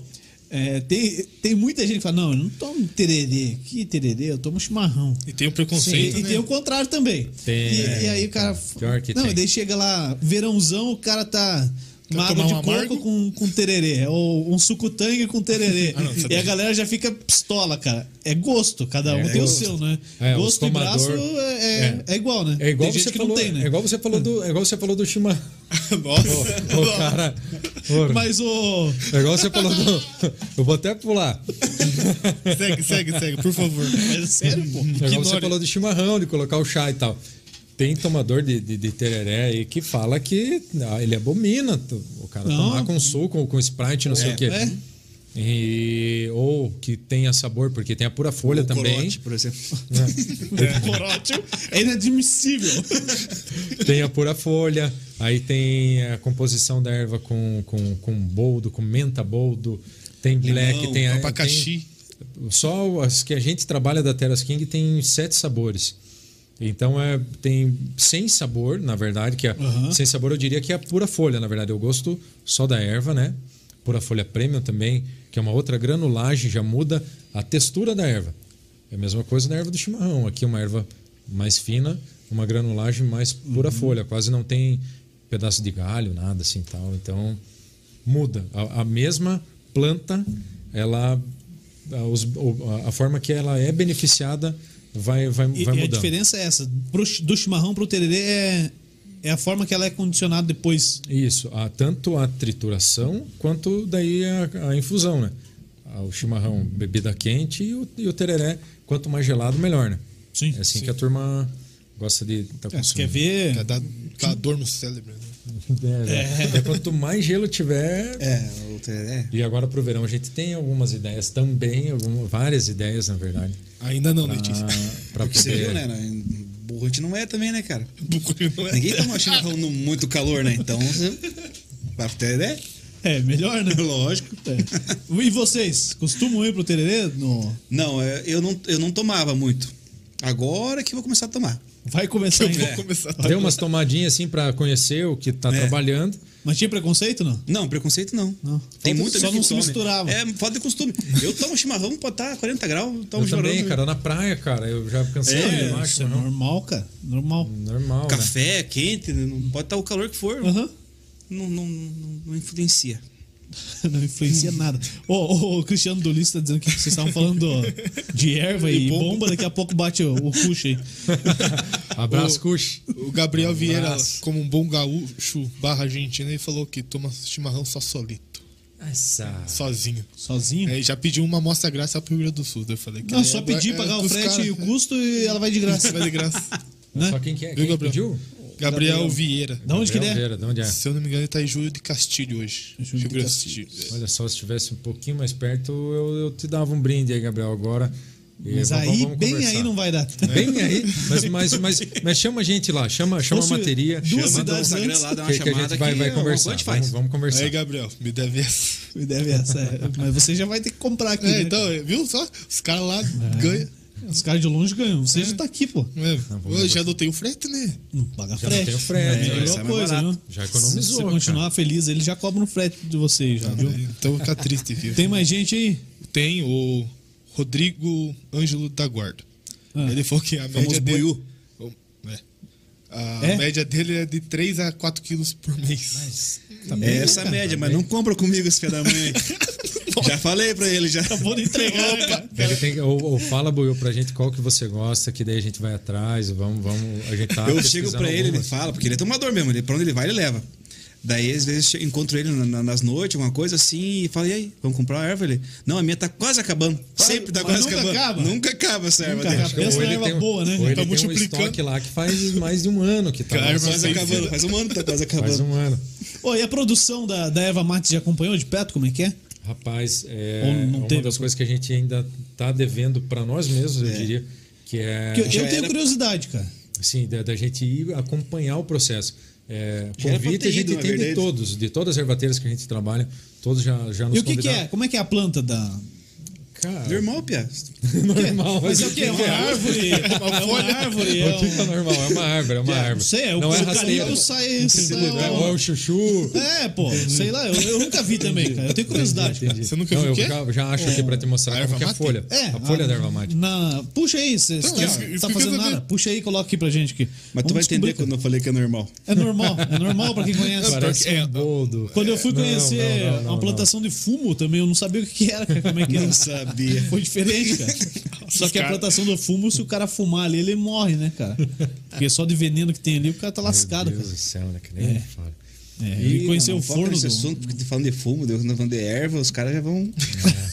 [SPEAKER 1] é, tem, tem muita gente que fala: não, eu não tomo tererê. Que tererê? Eu tomo chimarrão.
[SPEAKER 2] E tem um
[SPEAKER 1] Sim,
[SPEAKER 2] preconceito.
[SPEAKER 1] e
[SPEAKER 2] né?
[SPEAKER 1] tem o contrário também.
[SPEAKER 4] Tem,
[SPEAKER 1] e, e aí o cara.
[SPEAKER 4] pior que
[SPEAKER 1] não,
[SPEAKER 4] tem.
[SPEAKER 1] daí chega lá, verãozão, o cara tá. Uma
[SPEAKER 2] Quer
[SPEAKER 1] água
[SPEAKER 2] tomar
[SPEAKER 1] de
[SPEAKER 2] um
[SPEAKER 1] coco
[SPEAKER 2] amargo?
[SPEAKER 1] com, com tererê, ou um suco tangue com tererê.
[SPEAKER 2] Ah, não, isso é
[SPEAKER 1] e a
[SPEAKER 2] bem-
[SPEAKER 1] galera já fica pistola, cara. É gosto, cada um
[SPEAKER 4] É
[SPEAKER 1] tem
[SPEAKER 4] gosto.
[SPEAKER 1] o seu, né?
[SPEAKER 4] É, os
[SPEAKER 1] gosto e
[SPEAKER 4] tomador-
[SPEAKER 1] braço é, é- é igual, né?
[SPEAKER 4] É igual
[SPEAKER 1] tem
[SPEAKER 4] você
[SPEAKER 1] gente que
[SPEAKER 4] falou,
[SPEAKER 1] não tem, né?
[SPEAKER 4] é igual você falou do, é igual você falou do chimarrão.
[SPEAKER 2] Nossa.
[SPEAKER 4] Ô, cara, ô,
[SPEAKER 1] Mas o.
[SPEAKER 4] é igual você falou do, eu vou até pular.
[SPEAKER 2] segue, segue, segue, por favor.
[SPEAKER 1] É sério, pô.
[SPEAKER 4] É igual
[SPEAKER 2] Ignore.
[SPEAKER 4] você falou de chimarrão, de colocar o chá e tal. Tem tomador de, de, de tereré aí que fala que ah, ele abomina tu- o cara
[SPEAKER 1] Não.
[SPEAKER 4] tomar com suco ou com Sprite, não sei o quê.
[SPEAKER 1] é.
[SPEAKER 4] E, ou que tenha sabor, porque tem a pura folha
[SPEAKER 3] O
[SPEAKER 4] também.
[SPEAKER 3] corote, por exemplo.
[SPEAKER 1] Corótio é inadmissível.
[SPEAKER 4] Tem a pura folha, aí tem a composição da erva com, com, com boldo, com menta boldo, tem black, tem a- tem-
[SPEAKER 2] abacaxi.
[SPEAKER 4] Só as que a gente trabalha da Terras King tem sete sabores. Então é, tem sem sabor, na verdade, que é,
[SPEAKER 1] Uhum.
[SPEAKER 4] sem sabor eu diria que é a pura folha, na verdade. Eu gosto só da erva, né? Pura folha premium também, que é uma outra granulagem, já muda a textura da erva. É a mesma coisa da erva do chimarrão. Aqui é uma erva mais fina, uma granulagem mais pura
[SPEAKER 1] Uhum.
[SPEAKER 4] folha, quase não tem pedaço de galho, nada assim tal. Então muda. A, a mesma planta, ela a, os- o- a- a forma que ela é beneficiada vai vai,
[SPEAKER 1] E,
[SPEAKER 4] vai
[SPEAKER 1] e a
[SPEAKER 4] mudando.
[SPEAKER 1] diferença é essa: pro chi- do chimarrão pro tererê é, é a forma que ela é condicionada depois.
[SPEAKER 4] Isso, a, tanto a trituração quanto daí a, a infusão, né? Ah, O chimarrão, bebida quente e o, e o tereré, quanto mais gelado, melhor, né?
[SPEAKER 1] Sim,
[SPEAKER 4] É assim
[SPEAKER 1] sim.
[SPEAKER 4] que a turma gosta de estar tá
[SPEAKER 1] É, você quer
[SPEAKER 4] consumindo.
[SPEAKER 1] ver?
[SPEAKER 2] Dá, dá, dá dor no cérebro. né?
[SPEAKER 4] É, é, quanto mais gelo tiver,
[SPEAKER 3] É, o tereré.
[SPEAKER 4] E agora para o verão a gente tem algumas ideias também, algumas, várias ideias na verdade.
[SPEAKER 2] Ainda
[SPEAKER 1] Ah.
[SPEAKER 2] não, Letícia.
[SPEAKER 4] Para
[SPEAKER 3] Porque você viu, né?
[SPEAKER 4] poder.
[SPEAKER 3] Burro a gente não é também, né, cara?
[SPEAKER 2] Não é?
[SPEAKER 3] Ninguém tá toma chimarrão no muito calor, né? Então, você... vai né? pro tereré?
[SPEAKER 1] É, melhor, né?
[SPEAKER 3] Lógico.
[SPEAKER 1] É. E vocês, costumam ir pro tererê? No...
[SPEAKER 3] Não, é, eu não, eu não tomava muito. Agora que eu vou começar a tomar.
[SPEAKER 1] Vai começar ainda.
[SPEAKER 2] Vou começar a
[SPEAKER 4] Deu umas tomadinhas assim para conhecer o que tá
[SPEAKER 1] É.
[SPEAKER 4] trabalhando.
[SPEAKER 1] Mas tinha preconceito, não?
[SPEAKER 3] Não, preconceito não.
[SPEAKER 1] Não.
[SPEAKER 3] Tem
[SPEAKER 1] Falta-
[SPEAKER 3] muita
[SPEAKER 1] só
[SPEAKER 3] gente
[SPEAKER 1] não
[SPEAKER 3] que
[SPEAKER 1] se
[SPEAKER 3] toma.
[SPEAKER 1] misturava.
[SPEAKER 3] É, falta de costume. Eu tomo chimarrão, pode estar 40 graus,
[SPEAKER 1] Tá
[SPEAKER 3] eu tomo
[SPEAKER 4] Eu também,
[SPEAKER 3] chimarrão.
[SPEAKER 4] cara, na praia, cara, eu já cansei
[SPEAKER 3] É,
[SPEAKER 4] de
[SPEAKER 1] isso
[SPEAKER 4] macho,
[SPEAKER 1] um né? é
[SPEAKER 4] não.
[SPEAKER 1] normal, cara. Normal.
[SPEAKER 4] Normal. né?
[SPEAKER 3] Café quente, não pode estar o calor tá que for,
[SPEAKER 1] Aham.
[SPEAKER 3] não, não, não, não influencia.
[SPEAKER 1] Não influencia nada. Ô, ô, ô, o Cristiano do Lista tá dizendo que vocês estavam falando de erva e,
[SPEAKER 2] E
[SPEAKER 1] bomba.
[SPEAKER 2] bomba.
[SPEAKER 1] daqui a pouco bate o, o puxa aí.
[SPEAKER 4] Abraço,
[SPEAKER 2] O-
[SPEAKER 4] Cuxi.
[SPEAKER 2] O Gabriel Vieira,
[SPEAKER 4] abraço.
[SPEAKER 2] como um bom gaúcho barra argentino, ele falou que toma chimarrão só solito,
[SPEAKER 4] Essa.
[SPEAKER 2] sozinho.
[SPEAKER 1] Sozinho.
[SPEAKER 2] Aí já pediu uma amostra grátis pro Rio Grande do Sul. daí Eu falei que
[SPEAKER 1] Não, só pedir,
[SPEAKER 2] é,
[SPEAKER 1] pagar
[SPEAKER 2] com
[SPEAKER 1] o
[SPEAKER 2] os
[SPEAKER 1] frete
[SPEAKER 2] cara-
[SPEAKER 1] e o custo e ela vai de graça.
[SPEAKER 2] Vai de graça.
[SPEAKER 1] né?
[SPEAKER 4] Só quem que é?
[SPEAKER 2] Viu,
[SPEAKER 4] Quem
[SPEAKER 2] Gabriel?
[SPEAKER 4] pediu?
[SPEAKER 2] Gabriel Vieira.
[SPEAKER 1] Da onde que
[SPEAKER 4] Gabriel
[SPEAKER 1] der.
[SPEAKER 4] Vieira, de onde é?
[SPEAKER 2] Se eu não me engano, ele tá em Júlio de Castilho hoje.
[SPEAKER 1] Júlio de
[SPEAKER 2] Rio Grande do
[SPEAKER 1] Castilho.
[SPEAKER 2] Sul.
[SPEAKER 4] Olha só, se estivesse um pouquinho mais perto, eu, eu te dava um brinde aí, Gabriel, agora. E
[SPEAKER 1] Mas
[SPEAKER 4] É, vamos-
[SPEAKER 1] aí,
[SPEAKER 4] vamos
[SPEAKER 1] bem
[SPEAKER 4] conversar.
[SPEAKER 1] aí não vai dar.
[SPEAKER 4] Bem aí, mas, mas, mas, mas chama a gente lá, chama, chama a
[SPEAKER 1] Fosse
[SPEAKER 4] bateria.
[SPEAKER 1] duas
[SPEAKER 4] chama
[SPEAKER 1] cidades
[SPEAKER 4] do-
[SPEAKER 1] antes-
[SPEAKER 3] Instagram lá, dá uma
[SPEAKER 4] que, que a
[SPEAKER 3] chamada
[SPEAKER 4] gente vai,
[SPEAKER 3] que
[SPEAKER 4] vai
[SPEAKER 3] alguma
[SPEAKER 4] conversar.
[SPEAKER 3] coisa a gente
[SPEAKER 4] Vamos,
[SPEAKER 3] faz.
[SPEAKER 4] vamos conversar.
[SPEAKER 2] Aí, Gabriel, me deve essa.
[SPEAKER 1] Me deve essa. é. Mas você já vai ter que comprar aqui.
[SPEAKER 2] É,
[SPEAKER 1] né?
[SPEAKER 2] então, viu só? Os caras lá ganham.
[SPEAKER 1] Os caras de longe ganham. Você já tá aqui, pô.
[SPEAKER 2] É,
[SPEAKER 4] vou
[SPEAKER 2] eu já
[SPEAKER 4] negociar.
[SPEAKER 2] adotei o frete, né?
[SPEAKER 1] Não paga
[SPEAKER 4] Já
[SPEAKER 1] frete.
[SPEAKER 4] não tem o frete,
[SPEAKER 1] É,
[SPEAKER 4] né?
[SPEAKER 1] melhor
[SPEAKER 3] Sai mais
[SPEAKER 1] coisa,
[SPEAKER 3] barato.
[SPEAKER 1] né?
[SPEAKER 4] Já economizou,
[SPEAKER 1] Se você continuar feliz, ele já cobra um frete de vocês, já, viu?
[SPEAKER 2] Então fica triste, viu?
[SPEAKER 1] Tem mais gente aí?
[SPEAKER 2] Tem o Rodrigo Ângelo da Guarda.
[SPEAKER 1] Ah.
[SPEAKER 2] Ele falou que a
[SPEAKER 3] Famoso
[SPEAKER 2] média dele.
[SPEAKER 3] buiú.
[SPEAKER 2] Oh, é. A
[SPEAKER 1] É?
[SPEAKER 2] média dele é de 3 a 4 quilos por mês.
[SPEAKER 3] É essa a média, mas não compra comigo esse filho da mãe. já falei pra ele, já.
[SPEAKER 4] Tá
[SPEAKER 1] Vou entregar, cara.
[SPEAKER 4] Ele tem que- ou, ou fala, Buiu, pra gente qual que você gosta, que daí a gente vai atrás, vamos, vamos. A gente
[SPEAKER 1] Ah,
[SPEAKER 4] tá
[SPEAKER 3] eu
[SPEAKER 4] pesquisando
[SPEAKER 3] chego pra ele, ele
[SPEAKER 4] algumas.
[SPEAKER 3] fala, porque ele é tomador mesmo, ele, pra onde ele vai, ele leva. Daí, às vezes, eu encontro ele na- na- nas noites, alguma coisa assim, e falo, e aí, vamos comprar uma erva? Ele, não, a minha tá quase acabando. Sempre tá
[SPEAKER 1] mas
[SPEAKER 3] quase
[SPEAKER 1] nunca
[SPEAKER 3] acabando.
[SPEAKER 1] acaba.
[SPEAKER 3] Nunca acaba essa erva
[SPEAKER 1] Nunca
[SPEAKER 3] dele.
[SPEAKER 1] acaba.
[SPEAKER 4] Ou
[SPEAKER 1] Essa
[SPEAKER 4] ele
[SPEAKER 1] erva
[SPEAKER 4] tem um-
[SPEAKER 1] boa, né?
[SPEAKER 4] Ou ele
[SPEAKER 2] Tá
[SPEAKER 4] tem um
[SPEAKER 2] multiplicando.
[SPEAKER 4] estoque lá que faz mais de um ano que tá.
[SPEAKER 2] Cara,
[SPEAKER 4] lá.
[SPEAKER 2] mas
[SPEAKER 3] Quase acabando, faz um ano que tá quase
[SPEAKER 4] Faz
[SPEAKER 3] acabando.
[SPEAKER 4] um ano.
[SPEAKER 1] Ô, e a produção da, da Eva Mates já acompanhou de perto como é que é?
[SPEAKER 4] Rapaz, é
[SPEAKER 1] Ou não
[SPEAKER 4] uma
[SPEAKER 1] teve?
[SPEAKER 4] das coisas que a gente ainda tá devendo pra nós mesmos, eu diria, que é
[SPEAKER 1] Porque eu-
[SPEAKER 3] já
[SPEAKER 1] eu tenho
[SPEAKER 3] era-
[SPEAKER 1] curiosidade, cara.
[SPEAKER 4] assim, da, da gente ir acompanhar o processo. É,
[SPEAKER 3] Já era pra
[SPEAKER 4] convite
[SPEAKER 3] ter
[SPEAKER 4] a gente
[SPEAKER 3] ido, na
[SPEAKER 4] tem de
[SPEAKER 3] verdade.
[SPEAKER 4] todos, de todas as ervateiras que a gente trabalha, todos já, já nos
[SPEAKER 1] E o que, que
[SPEAKER 4] convidaram.
[SPEAKER 1] é? Como é que é a planta da.
[SPEAKER 4] Cara,
[SPEAKER 3] Normal, Pia.
[SPEAKER 4] normal.
[SPEAKER 1] Mas é o quê? É uma árvore? É uma árvore? É
[SPEAKER 4] O que que é
[SPEAKER 1] um...
[SPEAKER 4] normal? É uma árvore, é uma
[SPEAKER 1] É,
[SPEAKER 4] árvore.
[SPEAKER 1] não sei, é o
[SPEAKER 4] não é
[SPEAKER 1] eucalipto
[SPEAKER 4] rasteira.
[SPEAKER 1] sai- sai-
[SPEAKER 4] Não é o chuchu.
[SPEAKER 1] um- É, pô, sei lá, eu, eu nunca vi também, cara. Eu tenho curiosidade, cara.
[SPEAKER 4] Entendi.
[SPEAKER 2] Você nunca
[SPEAKER 4] não,
[SPEAKER 2] viu o quê?
[SPEAKER 4] Eu já- já acho aqui pra te
[SPEAKER 2] A
[SPEAKER 4] mostrar como
[SPEAKER 2] erva
[SPEAKER 4] que é a
[SPEAKER 2] mate?
[SPEAKER 4] folha.
[SPEAKER 1] É,
[SPEAKER 4] a folha da erva mate.
[SPEAKER 1] Na... Puxa aí, você
[SPEAKER 2] Então, isso que-
[SPEAKER 1] tá
[SPEAKER 2] isso que eu
[SPEAKER 1] fazendo
[SPEAKER 2] quero
[SPEAKER 1] nada?
[SPEAKER 2] saber.
[SPEAKER 1] Puxa aí e coloca aqui pra gente. Aqui.
[SPEAKER 3] Mas tu vai
[SPEAKER 1] Vamos
[SPEAKER 3] entender
[SPEAKER 1] descobrir,
[SPEAKER 3] quando eu falei que é normal.
[SPEAKER 1] cara. É normal, é normal pra quem conhece.
[SPEAKER 4] Parece
[SPEAKER 2] é,
[SPEAKER 4] um boldo.
[SPEAKER 1] Quando eu fui
[SPEAKER 4] Não,
[SPEAKER 1] conhecer
[SPEAKER 4] não, não, não,
[SPEAKER 1] uma
[SPEAKER 4] não.
[SPEAKER 1] plantação de fumo também, eu não sabia o que que era, cara, como é que era.
[SPEAKER 3] Não sabia.
[SPEAKER 1] Foi diferente, cara. Só que a
[SPEAKER 2] cara.
[SPEAKER 1] plantação do fumo, se o cara fumar ali, ele morre, né, cara? Porque só de veneno que tem ali, o cara tá lascado,
[SPEAKER 4] Meu Deus
[SPEAKER 1] cara.
[SPEAKER 4] do céu, né? Que nem
[SPEAKER 1] É.
[SPEAKER 4] fala.
[SPEAKER 1] É, ele conheceu o
[SPEAKER 3] não, não foca
[SPEAKER 1] forno
[SPEAKER 3] nesse
[SPEAKER 1] do...
[SPEAKER 3] assunto, porque falando de fumo, Deus, falando de erva, os caras já vão.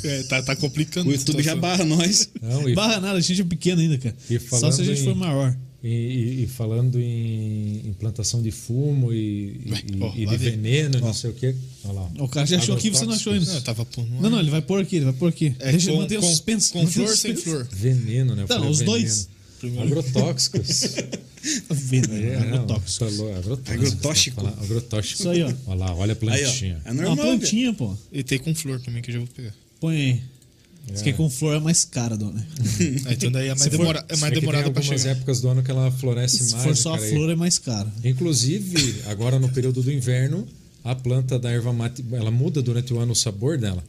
[SPEAKER 2] É, tá, tá complicando.
[SPEAKER 3] O
[SPEAKER 2] a
[SPEAKER 3] YouTube já
[SPEAKER 2] situação.
[SPEAKER 3] barra nós.
[SPEAKER 4] Não, e,
[SPEAKER 1] Barra nada, a gente é pequeno ainda, cara.
[SPEAKER 4] E
[SPEAKER 1] Só se a
[SPEAKER 4] falando
[SPEAKER 1] gente
[SPEAKER 4] em-
[SPEAKER 1] for maior.
[SPEAKER 4] e- e- e falando em, em plantação de fumo e, e-
[SPEAKER 2] Vai, ó,
[SPEAKER 4] e
[SPEAKER 2] lá
[SPEAKER 4] de
[SPEAKER 2] vem.
[SPEAKER 4] veneno, não sei o quê. Olha lá.
[SPEAKER 1] O cara já achou aqui, você não achou ainda.
[SPEAKER 2] Não, eu tava pondo
[SPEAKER 1] Não, não, ele vai pôr aqui, ele vai pôr aqui.
[SPEAKER 2] É,
[SPEAKER 1] Deixa
[SPEAKER 2] com,
[SPEAKER 1] eu manter o
[SPEAKER 2] com-
[SPEAKER 1] suspense.
[SPEAKER 2] Com
[SPEAKER 1] manter o
[SPEAKER 2] flor sem
[SPEAKER 1] suspense.
[SPEAKER 2] flor.
[SPEAKER 4] Veneno, né? Eu
[SPEAKER 1] Tá,
[SPEAKER 4] falei
[SPEAKER 1] os
[SPEAKER 4] veneno.
[SPEAKER 1] dois.
[SPEAKER 4] Agrotóxicos.
[SPEAKER 1] Veneno,
[SPEAKER 4] É,
[SPEAKER 1] agrotóxico.
[SPEAKER 4] tá louco, agrotóxico.
[SPEAKER 3] Agrotóxico.
[SPEAKER 4] Fala, Agrotóxico.
[SPEAKER 1] Isso aí, ó.
[SPEAKER 4] Olha lá, olha a
[SPEAKER 3] Aí, ó.
[SPEAKER 4] plantinha.
[SPEAKER 3] É
[SPEAKER 1] Uma
[SPEAKER 3] normal. Pia.
[SPEAKER 1] plantinha, pô.
[SPEAKER 2] E tem com flor também, que eu já vou pegar.
[SPEAKER 1] Põe aí. Diz que com flor é mais cara, dona.
[SPEAKER 2] Ah, então daí é mais,
[SPEAKER 1] Se for-
[SPEAKER 2] demora, é
[SPEAKER 4] Você vê
[SPEAKER 2] mais
[SPEAKER 4] que
[SPEAKER 2] demorado
[SPEAKER 4] tem
[SPEAKER 2] pra
[SPEAKER 4] algumas
[SPEAKER 2] chegar.
[SPEAKER 4] épocas do ano que ela floresce
[SPEAKER 1] Se
[SPEAKER 4] mais.
[SPEAKER 1] for
[SPEAKER 4] né,
[SPEAKER 1] só a
[SPEAKER 4] cara?
[SPEAKER 1] flor, é mais cara.
[SPEAKER 4] Inclusive, agora no período do inverno, a planta da erva mate, ela muda durante o ano o sabor dela.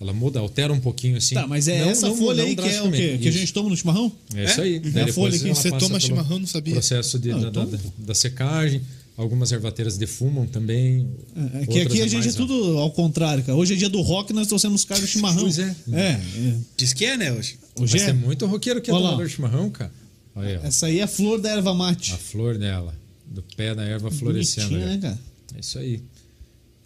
[SPEAKER 4] Ela muda, altera um pouquinho assim.
[SPEAKER 1] Tá, mas é
[SPEAKER 4] Não-
[SPEAKER 1] essa
[SPEAKER 4] não-
[SPEAKER 1] folha
[SPEAKER 4] não
[SPEAKER 1] aí que é o quê?
[SPEAKER 4] drasticamente.
[SPEAKER 1] Que a
[SPEAKER 4] Isso.
[SPEAKER 1] gente toma no chimarrão?
[SPEAKER 4] É isso aí.
[SPEAKER 1] É? É
[SPEAKER 4] Daí
[SPEAKER 1] a
[SPEAKER 4] depois
[SPEAKER 1] folha que
[SPEAKER 4] ela
[SPEAKER 2] você
[SPEAKER 4] passa
[SPEAKER 2] toma
[SPEAKER 4] pelo
[SPEAKER 2] chimarrão, não sabia.
[SPEAKER 4] Processo de-
[SPEAKER 1] Ah,
[SPEAKER 4] da, da-
[SPEAKER 1] então-
[SPEAKER 4] da secagem. Algumas ervateiras defumam também.
[SPEAKER 1] É, é que
[SPEAKER 4] outras
[SPEAKER 1] aqui a gente é
[SPEAKER 4] mais, né? ó.
[SPEAKER 1] tudo ao contrário, cara. Hoje é dia do rock, nós trouxemos cara do chimarrão.
[SPEAKER 4] Pois é.
[SPEAKER 1] É,
[SPEAKER 3] Diz que é, né, hoje?
[SPEAKER 1] é. Hoje
[SPEAKER 4] Mas
[SPEAKER 1] é.
[SPEAKER 4] tem muito roqueiro que é
[SPEAKER 1] Olha lá.
[SPEAKER 4] tomador de chimarrão, cara. Olha aí, ó.
[SPEAKER 1] Essa aí é a flor da erva mate.
[SPEAKER 4] a flor dela, do pé da erva florescendo.
[SPEAKER 1] Bonitinha,
[SPEAKER 4] ali.
[SPEAKER 1] né, cara?
[SPEAKER 4] É isso aí.